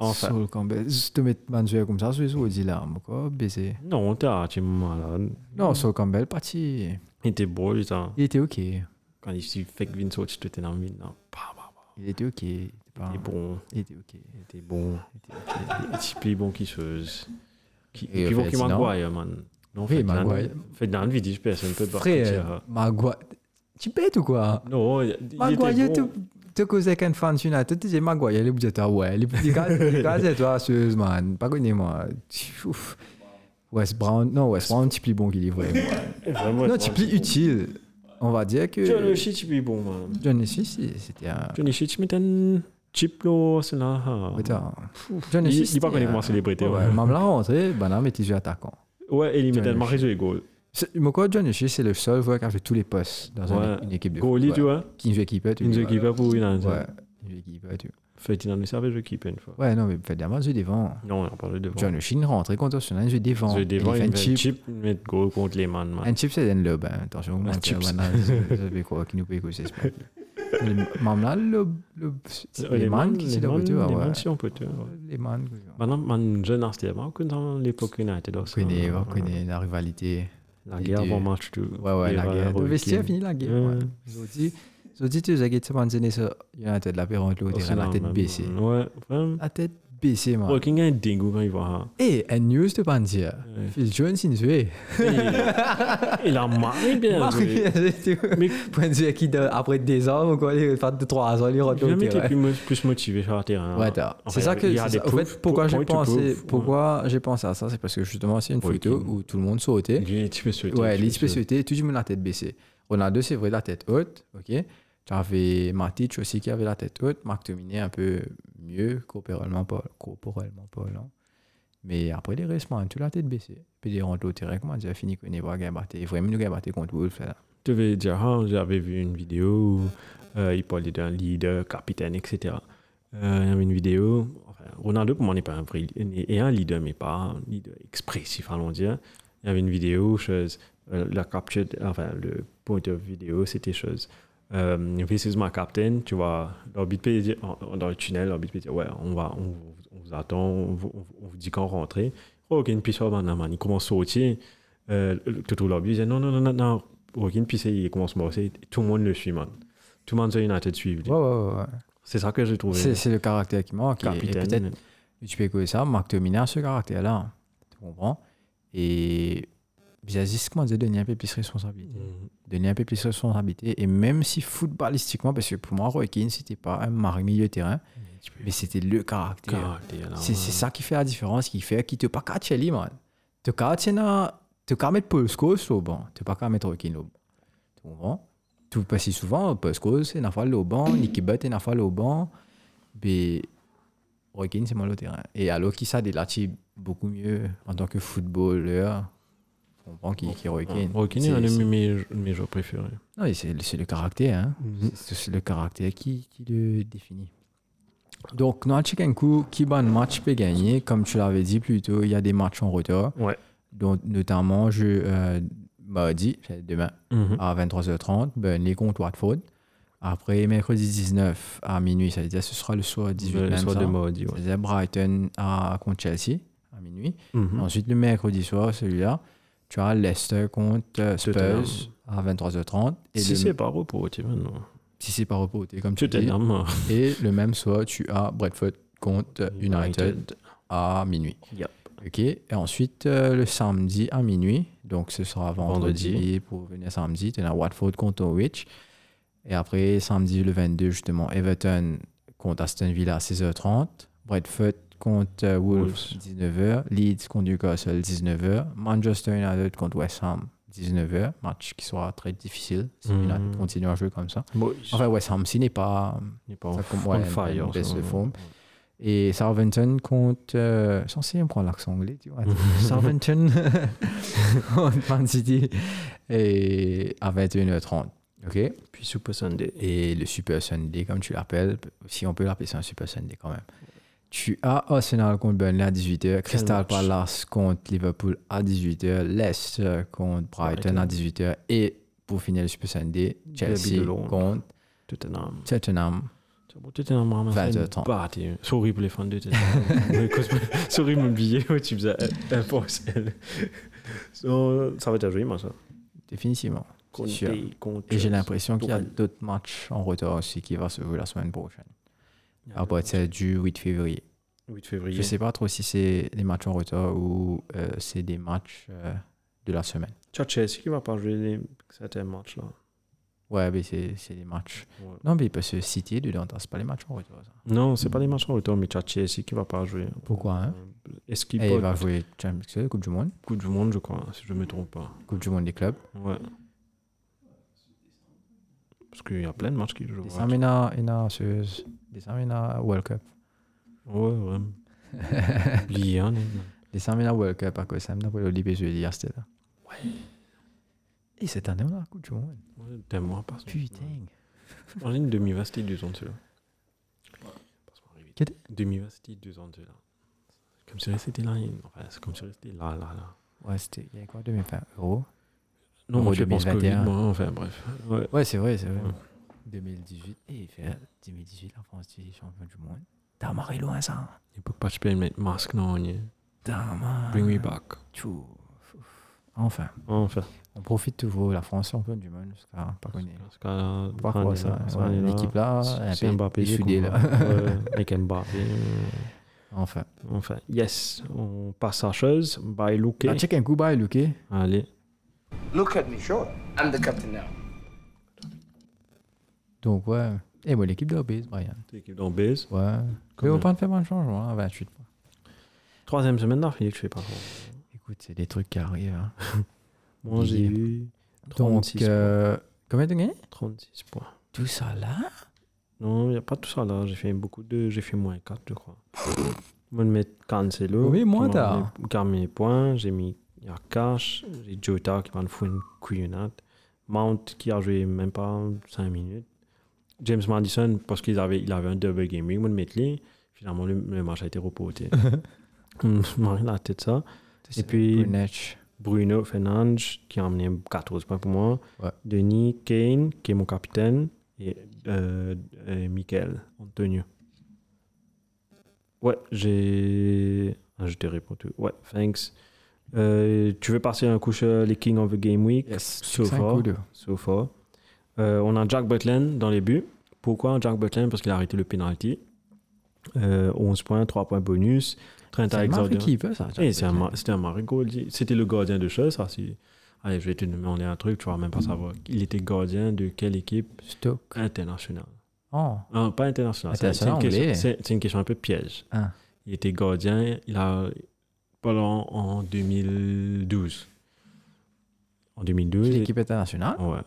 B: Enfin.
A: Saul Campbell. Si tu mets un joueur comme ça, c'est au dilemme, quoi. Baiser.
B: Non, t'as, tu es malade.
A: Non, Saul Campbell, parti.
B: Il était beau, lui, ça.
A: Il était OK. Il
B: Quand il s'est fait que Vince Hodge, tout était dans le vide, là. Bah, bah, bah.
A: était OK. Il était, pas-
B: Il est bon.
A: Il était OK.
B: Il était bon.
A: Il était OK.
B: Il était plus bon qu'il se. Qui,
A: Et
B: et puis bon qu'il
A: Ferdinand.
B: Maguire, man. Non,
A: Oui, Maguire.
B: Fait dans le vide, je pense, un peu de
A: Frère, Maguire. Tu pètes ou quoi?
B: Non, il, hein. il
A: Maguire,
B: était
A: tu
B: bon.
A: tu causais qu'un fan sur la tête, tu dis Maguire, les budgets, ah ouais, les petits gars, les gars, c'est toi, sérieusement, man. pas connu, moi. Ouf. West Brown, non, West Brown, tu plus bon qu'il est vraiment.
B: Vraiment,
A: Non, tu plus utile. On va dire
B: John
A: que.
B: Oshie, tu es bon, man.
A: John Smith, c'était un.
B: John Oshie, tu mets un chip, là, c'est là. hein.
A: Attends. John
B: Il-
A: Smith,
B: il
A: c'était
B: pas connu
A: un-
B: comme célébrité,
A: Ouais,
B: ouais.
A: Même la rentrée, ben là, mais tu joues attaquant.
B: Ouais, et il
A: John
B: met un
A: Oshie.
B: marqué sur les goals.
A: C'est- Mon coach John O'Shea, c'est le seul joueur qui a fait tous les postes dans un-
B: Ouais.
A: une équipe de
B: Goalie,
A: foot,
B: tu
A: ouais.
B: vois.
A: Qui joue keeper, tu
B: Il nous
A: dis,
B: équipe pas pour une année.
A: Ouais, Ouais, il joue keeper, tu
B: Fait, il en a servi, je keep une fois.
A: Ouais, non, mais Federman, je devant.
B: Non, on parle de
A: John O'Shea rentre contre son jeu devant.
B: Je devant,
A: Il
B: il
A: fait
B: met
A: un chip.
B: chip, il met goal contre les man, man.
A: Un chip, c'est un lob. hein. Attention, moi,
B: chip,
A: c'est- voilà, je je vais quoi, qui nous paye quoi, c'est pas. Même là, le. le- c'est- Les man, qui
B: les
A: c'est là où
B: man,
A: tu
B: les
A: vois, ouais.
B: man, si on peut tu vois.
A: Les man. quoi.
B: Maintenant, Bah man, jeune artiste, avant que dans l'époque United,
A: On
B: aussi,
A: connaît,
B: hein,
A: on connaît la rivalité.
B: La
A: les
B: guerre
A: deux.
B: avant match, tu
A: Ouais, ouais,
B: euh,
A: la guerre. Le vestiaire finit la guerre. ouais.
B: Ouais.
A: Ils ont dit, ils ont dit, tu sais, tu sais, sur United, la paix rentre au terrain, la tête baissée. Ah,
B: Ouais, vraiment.
A: La tête baissée, man.
B: Walking est dingue quand il va. hein.
A: Et un news de Panzer. Phil Jones, il nous est.
B: Et- Il a marqué bien. joué. Mais-
A: Panzer qui, dans- après des ans, ou quoi, il fait de 3 ans, il rentre
B: J'ai
A: au
B: jamais été
A: terrain.
B: plus, mo- plus motivé sur le terrain.
A: Ouais,
B: hein.
A: t'as- c'est
B: Enfin,
A: ça
B: il
A: que.
B: y a
A: c'est
B: des
A: ça. En fait,
B: proof-
A: pourquoi
B: point
A: j'ai
B: to
A: pensé,
B: proof, ouais.
A: pourquoi j'ai pensé à ça, c'est parce que justement, c'est une
B: Ouais,
A: photo
B: qui-
A: où tout le monde sautait.
B: Il est type sur le
A: Ouais,
B: terrain,
A: les
B: sur le-
A: spécialités, tout le monde la tête baissée. Ronaldo, c'est vrai, la tête haute, ok Tu avais Matic aussi qui avait la tête haute, Marc Dominé un peu mieux, corporellement pas, corporellement pas lent. Mais après, les restes, man, tout la tête baissée. Puis les rentrent au terrain, comment dire, fini qu'on n'est pas gagné, batté. Vraiment, nous gagné batté contre Wolf, là.
B: Je devais dire, ah, j'avais vu une vidéo où euh, il parlait d'un leader, capitaine, etc. Euh, il y avait une vidéo. Enfin, Ronaldo, pour moi, n'est pas un vrai est est un leader, mais pas un leader expressif, allons dire. Il y avait une vidéo, chose, euh, la capture, de- enfin, le point de vidéo, c'était chose. Euh, this is my captain, tu vois. L'orbite peut dire, en- en- dans le tunnel, l'orbite peut dire, ouais, on, va, on, vous- on vous attend, on vous, on vous- on vous dit quand rentrer. Oh, ok, une piste sur man. Il commence à sauter. Euh, le- tout le lobby disait, non, non, non, non, non, Rokin, puis c'est- il commence à bosser. Tout le monde le suit, man. Tout le monde sur United suit. lui.
A: Ouais, ouais, ouais.
B: C'est ça que j'ai trouvé.
A: C'est, c'est le caractère qui manque. et- Et,
B: capitaine.
A: peut-être, tu peux écouter ça, Marc Dominé a ce caractère-là. hein. Tu comprends Et. Jazis, comment dire, donner un peu plus de responsabilité.
B: Mhm.
A: donner un peu plus de responsabilité. Et même si footballistiquement, parce que pour moi, Roy Keane, c'était pas un mari milieu de terrain, mais c'était le caractère.
B: Caractère, là,
A: c'est
B: ouais.
A: c'est ça qui fait la différence, qui fait qu'il te pas qu'à Chelsea, man. Tu pas qu'à mettre Paul Scholes au banc, tu pas qu'à mettre Roy Keane au banc. Tu comprends Tout pas si souvent, Paul Scholes, c'est une fois au banc, Nicky Butt, c'est une fois au banc, mais Roy Keane, c'est mal au terrain. Et alors qu'il s'est délaté beaucoup mieux en tant que footballeur, tu comprends, qui, qui Roy Keane.
B: Rokin euh, oh, est
A: C'est-
B: un de
A: c'est-
B: mes, mes- mes joueurs préférés.
A: non, mais c'est c'est le caractère. hein.
B: Mhm.
A: C'est c'est le caractère qui, qui le définit. Donc, dans Chikenku, qui ban match peut gagner Comme tu l'avais dit plus tôt, il y a des matchs en retard.
B: Ouais.
A: Dont, notamment, je, euh, bah, mardi, c'est demain,
B: Mhm.
A: à 23h30, Burnley contre ben, Watford. Après, mercredi 19 à minuit, ça veut dire ce sera le soir 18
B: Le
A: même
B: soir
A: ça.
B: de mardi, ouais.
A: C'est-à-dire Brighton à, contre Chelsea à minuit.
B: Mhm.
A: Ensuite, le mercredi soir, celui-là, tu as Leicester contre euh,
B: Tottenham.
A: Spurs à 23h30. Et
B: Si
A: le-
B: c'est pas repos, tu vois, non.
A: si c'est pas repos, t'es comme tu
B: Tu t'es
A: dis.
B: énorme.
A: Et le même soir, tu as Bradford contre United à minuit.
B: Yep.
A: Ok. Et ensuite, euh, le samedi à minuit, donc ce sera vendredi,
B: Vendredi.
A: pour venir samedi, tu as Watford contre Norwich. Et après, samedi le 22, justement, Everton contre Aston Villa à 16h30, Bradford contre euh, Wolves, 19h, Leeds contre Newcastle 19h, Manchester United contre West Ham 19h, match qui sera très difficile si
B: Mhm.
A: United continue à jouer comme ça.
B: Bon,
A: Enfin, West Ham, s'il n'est pas
B: il est pas en
A: ça comme-
B: f-
A: ouais,
B: en fire.
A: une baisse
B: ça.
A: de forme. et Southampton contre. Euh, je suis censé prendre l'accent anglais, tu vois. Southampton contre Man City et à 21h30. OK
B: Puis Super Sunday.
A: Et le Super Sunday, comme tu l'appelles, si on peut l'appeler ça un Super Sunday quand même. Tu as Arsenal contre Burnley à 18h, Crystal
B: match.
A: Palace contre Liverpool à 18h, Leicester contre Brighton à 18h et pour finir le Super Sunday,
B: Derby de
A: Chelsea
B: Londres.
A: contre
B: Tottenham.
A: Tottenham
B: C'est bon, Tottenham ramasse
A: 22h30.
B: Bah, t'es sorry pour les fans de Tottenham. Mais cause- Sorry, mon billet, ouais, tu faisais un porcel. So, Ça va être joli, moi, ça. euh,
A: Définitivement. c'est
B: Contre-
A: sûr.
B: contre-
A: Et j'ai l'impression qu'il y a
B: Tourelle.
A: d'autres matchs en retard aussi qui vont se jouer la semaine prochaine. À partir du 8 février.
B: 8 février.
A: Je sais pas trop si c'est des matchs en retard ou euh, c'est des matchs euh, de la semaine.
B: Tu as Chelsea qui va pas jouer les- certains matchs, là.
A: Ouais, mais c'est c'est des matchs.
B: Ouais.
A: Non, mais parce que City dedans, c'est pas les matchs en retard. ça.
B: Non, c'est pas des matchs en retour, mais tu as Chelsea qui va pas jouer.
A: Pourquoi, hein
B: Euh, Est-ce qu'il
A: Et il
B: peut
A: va jouer Champions League, Coupe du Monde,
B: Coupe du Monde, je crois, si je me trompe pas.
A: Coupe du Monde des clubs.
B: Ouais. Parce qu'il y a plein de matchs qui jouent.
A: Des Samina, Ena, Suez, des Samina World Cup.
B: Ouais, ouais. Oublié, hein, les-
A: Des Samina World Cup à cause de ça, pour le Libé, je vais dire, c'était là. Ouais. Et cette année, on a la Coupe du Monde.
B: ouais, T'aimes moi pas ça.
A: Putain.
B: J'ai une demi-vastille deux ans de cela.
A: Qu'est-ce
B: Demi-vastille deux ans de cela. Comme si c'était là. il- Enfin, c'est comme si c'était là, là, là.
A: Ouais, c'était. Il y a quoi 2020 euros
B: Non,
A: Euro
B: moi, je pense
A: 2021.
B: Covid, moi, enfin, bref. Ouais.
A: Ouais, c'est vrai, c'est vrai.
B: Ouais.
A: 2018. Et il fait 2018, la France est champion du monde. T'as marré loin, ça.
B: Il peut pas se payer mettre masque, non, on y est.
A: T'as marré.
B: Bring me back.
A: tout. Enfin,
B: Enfin.
A: on profite toujours. La France est championne du monde jusqu'à pas connu.
B: Parce que, euh,
A: Pas quoi, ça.
B: Rani,
A: ouais,
B: Rani,
A: L'équipe là, elle
B: c'est
A: est
B: Mbappé, hein. c'est
A: soudée,
B: cool,
A: là.
B: ouais, avec Mbappé. euh,
A: Enfin.
B: Enfin, yes, on passe à chose. Bye, Luke.
A: Ah, check un coup, bye, Luke.
B: Allez.
E: Look at me, sure. I'm the captain now.
A: Donc, ouais. Et moi, l'équipe de base, Brian.
B: L'équipe dans base.
A: Ouais. Mais
B: Comme-
A: on peut faire un changement, hein, 28 points.
B: Troisième semaine d'affilée que je fais pas.
A: Écoute, c'est des trucs qui arrivent. hein.
B: Moi, j'ai
A: Oublié.
B: eu 36,
A: Donc, euh, combien t'as gagné
B: 36 points.
A: Tout ça là
B: Non, il n'y a pas tout ça là. J'ai fait beaucoup de. J'ai fait moins 4, je crois. Moi, je mets Cancelo.
A: Oui, moins
B: qui m'a
A: tard.
B: ramené- qui a mis les points. J'ai mis Yakash. J'ai Jota qui m'a le foutu une couillonnade. Mount qui a joué même pas 5 minutes. James Madison, parce qu'il avait, il avait un double game week, moi, je mettre les. Finalement, le, le match a été reporté. Hum, Je m'en la tête ça. Et puis,
A: Brunech.
B: Bruno Fernandes qui a emmené 14 points pour moi.
A: Ouais.
B: Denis Kane qui est mon capitaine et, euh, et Michael Antonio. Ouais, j'ai. Ah, je te réponds tout. Ouais, thanks. Euh, tu veux passer un coup sur les King of the Game Week
A: Yes.
B: So
A: Cinq
B: far.
A: coups de-
B: So far. Euh, on a Jack Butland dans les buts. Pourquoi Jack Butland Parce qu'il a arrêté le penalty. Euh, 11 points, 3 points bonus. Trent
A: C'est un
B: Alexander.
A: Marocain qui veut ça. Jack
B: Eh, c'est un
A: Butland.
B: Mar- C'était un, Marigot. il- C'était le gardien de choses. Ça, si- Allez, je vais te demander un truc, tu vas même pas savoir. Il était gardien de quelle équipe
A: Stoke.
B: internationale
A: Oh,
B: Non, pas internationale. c'est- c'est une
A: International,
B: question-
A: anglais.
B: C'est c'est une question un peu piège.
A: Ah.
B: Il était gardien il a, pendant en 2012. En 2012.
A: l'équipe internationale.
B: Ouais.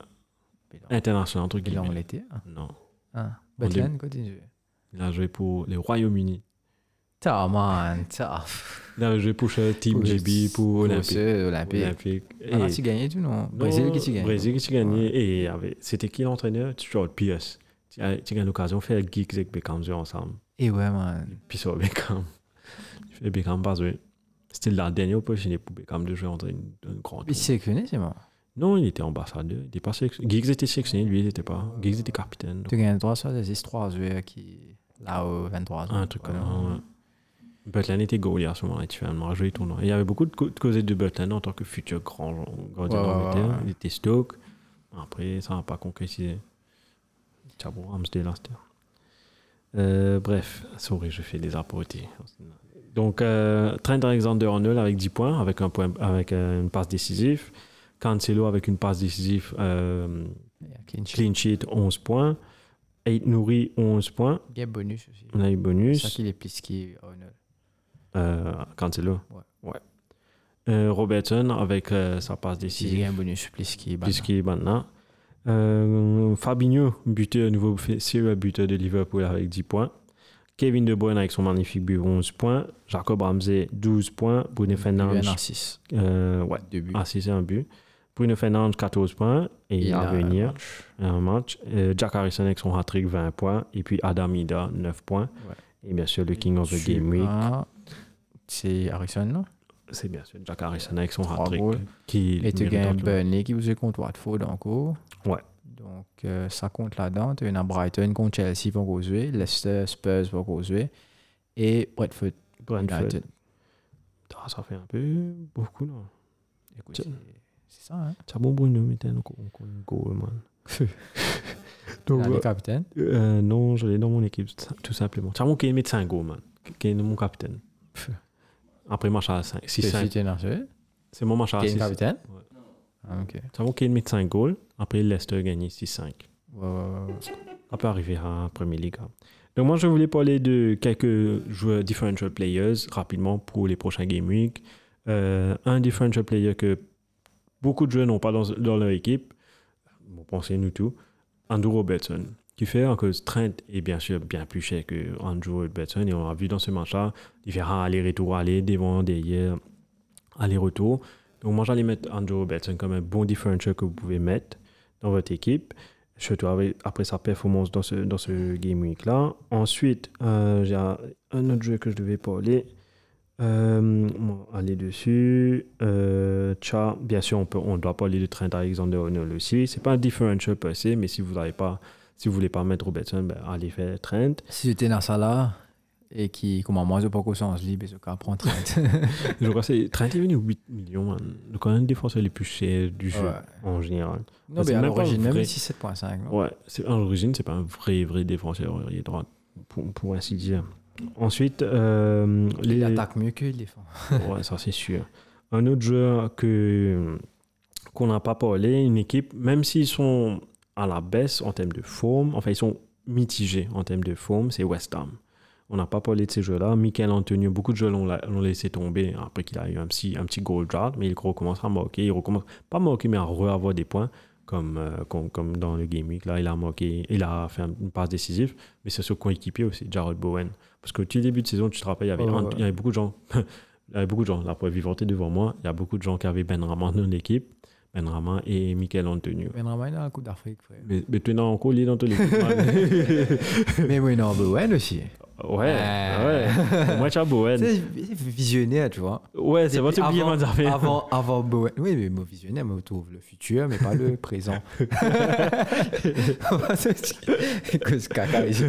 B: Ah, International, entre
A: Et là, on
B: guillemets.
A: l'était. hein.
B: Non.
A: Ah,
B: On
A: Butland, continue.
B: Il a joué pour les Royaumes-Unis.
A: Ta man, ta.
B: Il a joué pour euh, Team
A: Pour-
B: GB, pour Olympique.
A: ce Olympique.
B: Olympique.
A: Ah,
B: Et-
A: tu gagnais tout, non
B: Non,
A: Brésil qui tu gagnais.
B: Brésil qui gagnait. Et il y avait- c'était qui l'entraîneur Stuart Pierce. Tu as tu as eu l'occasion de faire Geeks avec Beckham jouer ensemble.
A: Et ouais, man.
B: Puis sur Beckham. Je fais Beckham pas jouer. C'était la dernière opportunité pour Beckham de jouer entre une, une grande.
A: Il sélectionné, c'est bon.
B: Non, il était ambassadeur. Il était pas sélectionné. Giggs était sélectionné, lui, il n'était pas. Giggs était capitaine. donc,
A: Tu gagnes 363 joueurs qui. Là, au 23
B: un truc comme ça. ouais. Butland était goalie à ce moment-là. Tu fais un marge et tout. non. Il y avait beaucoup de, co- de causettes de Butland en tant que futur grand genre, gardien
A: Ouais, ouais,
B: d'Angleterre.
A: ouais.
B: Il était Stoke. Après, ça n'a pas concrétisé. Tchabo Ramsdale, hein, c'était. Euh, bref, sorry, je fais des apôtés. Donc, euh, Trent Alexander Arnold avec 10 points, avec, un point, avec euh, une passe décisive. Cancelo avec une passe décisive. euh, clean sheet, 11 points. Eight Nouri, 11 points.
A: Game bonus aussi.
B: On a eu
A: C'est
B: bonus.
A: ça qu'il est plus qui. oh, non.
B: Euh, Cancelo.
A: Ouais.
B: Euh, Robertson avec euh, sa passe
A: Si j'ai
B: décisive,
A: un bonus, plus qui. bah,
B: puisqu'il est maintenant. Euh, Fabinho, buteur, nouveau f- serial buteur de Liverpool avec 10 points. Kevin De Bruyne avec son magnifique but, 11 points. Jacob Ramsey, 12 points. Bruno Fernandes,
A: 6.
B: euh, ouais,
A: Deux buts.
B: ah, si, c'est un but. Bruno Fernandes, 14 points. Et il
A: Il
B: va
A: a un
B: venir un match. Euh, Jack Harrison avec son hat-trick, 20 points. Et puis Adam Ida, 9 points. Et bien sûr, le King of the
A: Sur
B: Game Week,
A: un, C'est Harrison, non
B: c'est bien sûr Jack Harrison avec son
A: Trois
B: hat-trick.
A: goals.
B: Qui
A: Et tu
B: mérite
A: gagnes
B: autant.
A: Burnley qui vous est contre Watford encore.
B: Ouais.
A: Donc, euh, ça compte là-dedans. Tu as Brighton contre Chelsea pour causer. Leicester, Spurs pour causer. Et Watford,
B: Brentford.
A: United.
B: Ah, ça fait un peu beaucoup, là.
A: Écoute,
B: Tiens.
A: c'est c'est ça, hein
B: C'est bon, Bruno, mais t'es un con- con- goal, man. Donc,
A: Le
B: euh,
A: capitaine.
B: euh, non, je l'ai dans mon équipe, tout simplement. C'est bon qui est mettre 5 goals, man. Qui est mon capitaine. Après, match à 5.
A: Tu
B: 6-5.
A: es dans ce.
B: C'est mon match à
A: Qui est
B: 6.
A: le capitaine
B: Ouais.
A: Ah, Ok.
B: C'est bon qui est mettre 5 goals. Après, Leicester gagné 6-5.
A: Ouais, ouais, ouais.
B: On peut arriver à Premier League. hein. Donc moi, je voulais parler de quelques joueurs differential players rapidement pour les prochains Game Week. Euh, un differential player que beaucoup de joueurs n'ont pas dans, dans leur équipe, bon, pensez-nous tout, Andrew Robertson, qui fait que Trent est bien sûr bien plus cher que Andrew Robertson. Et on a vu dans ce match-là, différents allers-retours, aller devant, derrière, aller-retour. Donc moi, j'allais mettre Andrew Robertson comme un bon differential que vous pouvez mettre dans votre équipe surtout avec- après sa performance dans ce, dans ce Game Week là. Ensuite, euh, j'ai un un autre jeu que je devais parler. Euh, bon, aller dessus. Euh, tcha, bien sûr, on, peut, on doit parler de Trent Alexander Arnold aussi. C'est pas un differential passé, mais si vous n'avez pas. Si vous voulez pas mettre Robertson, ben, allez faire Trent.
A: Si j'étais dans ça là, et qui, comment moi, je pas qu'au sens libre, je peux prendre 30.
B: Je crois que c'est- Trent est venu 8 millions. man. Donc, un des défenseurs les plus chers du jeu
A: Ouais.
B: en général.
A: Non,
B: C'est
A: mais à
B: même pas
A: l'origine, même
B: vrai.
A: si 7.5. non
B: Ouais, c'est, à l'origine, c'est pas un vrai, vrai défenseur arrière droit, pour, pour ainsi dire. Ensuite, euh,
A: Il
B: les-
A: attaque mieux qu'il défend.
B: Ouais, ça c'est sûr. Un autre joueur que, qu'on n'a pas parlé, une équipe, même s'ils sont à la baisse en termes de forme, enfin ils sont mitigés en termes de forme, c'est West Ham. On n'a pas parlé de ces joueurs-là. Michael Antonio, beaucoup de joueurs l'ont, la- l'ont laissé tomber après qu'il a eu un petit, un petit goal drought, mais il recommence à marquer. Il recommence, pas marquer, mais à re-avoir des points, comme, euh, comme, comme dans le Game Week. Là, il a marqué, il a fait une passe décisive, mais c'est son coéquipier aussi, Jared Bowen. Parce que tout le début de saison, tu te rappelles, il y avait,
A: Ouais, ouais,
B: Ant- il y avait beaucoup de gens il y avait beaucoup de gens, la preuve vivante est devant moi, il y a beaucoup de gens qui avaient Ben Rama dans l'équipe, Ben Rama et Michael Antonio.
A: Ben Rama, il a la Coupe d'Afrique, frère.
B: Mais, mais tu es encore lié dans ton équipe. man.
A: mais oui, non, Bowen aussi.
B: ouais, ouais. Moi, tu as Bowen.
A: C'est c'est visionnaire, tu vois.
B: Ouais, c'est votre
A: Depuis-
B: billet
A: avant,
B: d'affaires.
A: avant, avant Bowen. Oui, mais mon visionnaire me trouve le futur, mais pas le présent. que ce caca, ici.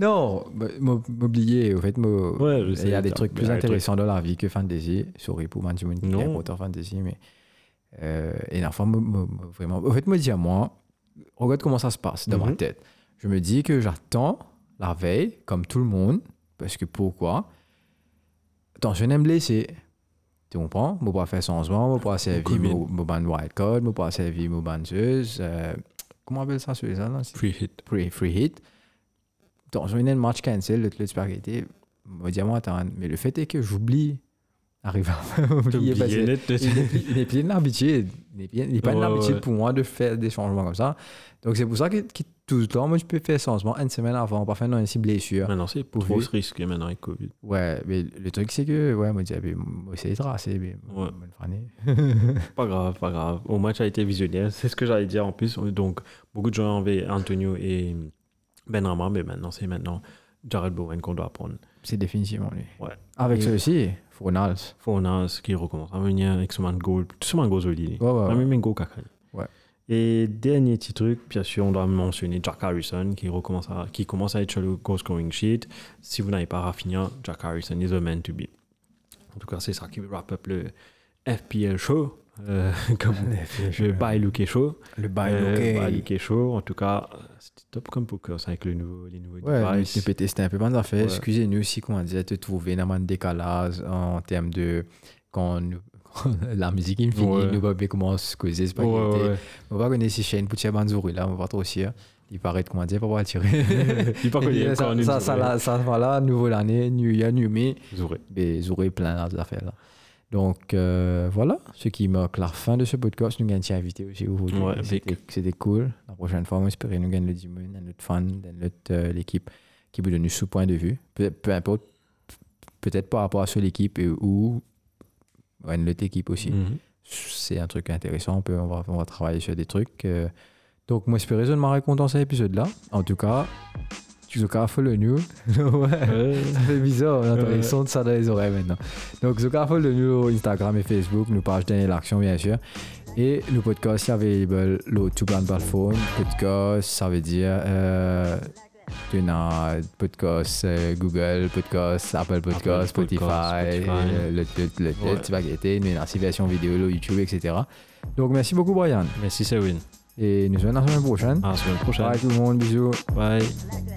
A: non, m- m'oublier, au fait, m'o-
B: Ouais, je sais,
A: il y a des
B: ça.
A: trucs
B: Il
A: plus
B: y a des
A: intéressants dans la vie que Fantasy. Sorry pour Manjimon qui
B: Non.
A: est auteur Fantasy, mais. Euh, et enfin, me- me- me- vraiment. Au fait, me dire, moi, regarde comment ça se passe dans ma
B: Mhm.
A: tête. Je me dis que j'attends la veille, comme tout le monde, parce que pourquoi Attends, je n'aime blessé. Tu comprends Je ne pas faire sans soin, je ne pas servir
B: Combien
A: mon ban wild card, je ne pas servir mon ban zeus, euh, Comment on appelle ça sur les là c'est
B: Free hit.
A: free, free hit. Donc, je venais de match cancel, le club spaghetti. Me dire, moi, attends, mais le fait est que j'oublie. Arrive à oublier parce que- il est- il est bien de l'habitude. Il est bien- il est pas de
B: Ouais,
A: l'habitude
B: ouais.
A: pour moi de faire des changements comme ça. Donc, c'est pour ça que, que tout le temps, moi, je peux faire changement une semaine avant, pas faire non, une blessure.
B: Maintenant, c'est
A: Pour
B: trop
A: lui.
B: risqué maintenant avec Covid.
A: Ouais, mais le truc, c'est que, ouais, moi, je disais, moi, c'est les tracés, mais
B: Ouais.
A: bonne année.
B: Pas grave, pas grave. Au match a été visionnaire. C'est ce que j'allais dire en plus. Donc, beaucoup de gens avaient Antonio et Ben Rama, mais maintenant, c'est maintenant Jared Bowen qu'on doit prendre.
A: C'est définitivement lui.
B: Ouais.
A: Avec
B: Et-
A: ceci, Fournals.
B: Fournals qui recommence à venir avec son man goal, tout son man goal solide.
A: Ouais, ouais, ouais.
B: Même un goal caca.
A: Ouais.
B: Et dernier petit truc, bien sûr, on doit mentionner Jack Harrison qui, recommence à, qui commence à être sur le goal scoring sheet. Si vous n'avez pas Rafinha, Jack Harrison is the man to be. En tout cas, c'est ça qui wrap up le FPL show. Euh, comme le Buy Look Show.
A: Le
B: Euh, Buy
A: bail,
B: Look Show. En tout cas, c'était top comme poker ça, avec le nouveau, les nouveaux
A: Ouais,
B: devices.
A: le TPT, c'était un peu bonne affaire.
B: Ouais.
A: Excusez-nous si on disait te trouver dans un décalage en termes de. Quand, nous- quand la musique est finie,
B: Ouais.
A: nous va bien commencer à causer. c'est pas
B: Ouais, ouais,
A: qualité.
B: ouais.
A: On va connaître ces chaînes pour tirer Banzouri, là, on va trop aussi. hein. Il paraît de comment dire, pas pouvoir tirer.
B: Il pas connu,
A: ça,
B: encore une
A: ça, ça,
B: Zouré.
A: là, ça, voilà, nouveau l'année, new year, new me,
B: Zouré.
A: mais Zouri plein d'affaires là. Donc euh, voilà, ce qui marque la fin de ce podcast. Nous gagnons un invité aussi aujourd'hui.
B: Ouais,
A: C'était- C'était cool. La prochaine fois, on espère que nous gagnons le dimanche, dans notre fan, dans notre, euh, l'équipe qui vous donne sous point de vue. Peu, peu importe, peut-être par rapport à sur l'équipe euh, ou ouais, notre équipe aussi
B: Mhm.
A: c'est un truc intéressant. On, peut, on, va, on va travailler sur des trucs. euh. donc, moi, j'espère que m'a raconté dans cet épisode-là. En tout cas, tu cas, follow nous. ouais.
B: Euh,
A: Ça fait bizarre, on entend
B: Ouais.
A: les sons de ça dans les oreilles maintenant. Donc, Zoka follow nous Instagram et Facebook, nous page Daniel Action, bien sûr. Et le podcast est available sur tout plein de plateformes. Podcast, ça veut dire. Euh, tu as podcast euh, Google, podcast Apple Podcast,
B: Apple
A: Spotify,
B: Podcast, Spotify.
A: euh, le, le, le,
B: Ouais.
A: le, tu vas guetter, nous, dans ces versions vidéo, le YouTube, etc. Donc, merci beaucoup, Brian.
B: Merci, Sewin.
A: Et nous se voyons la semaine prochaine.
B: À la semaine prochaine.
A: Bye tout le monde, bisous.
B: Bye.
G: like that.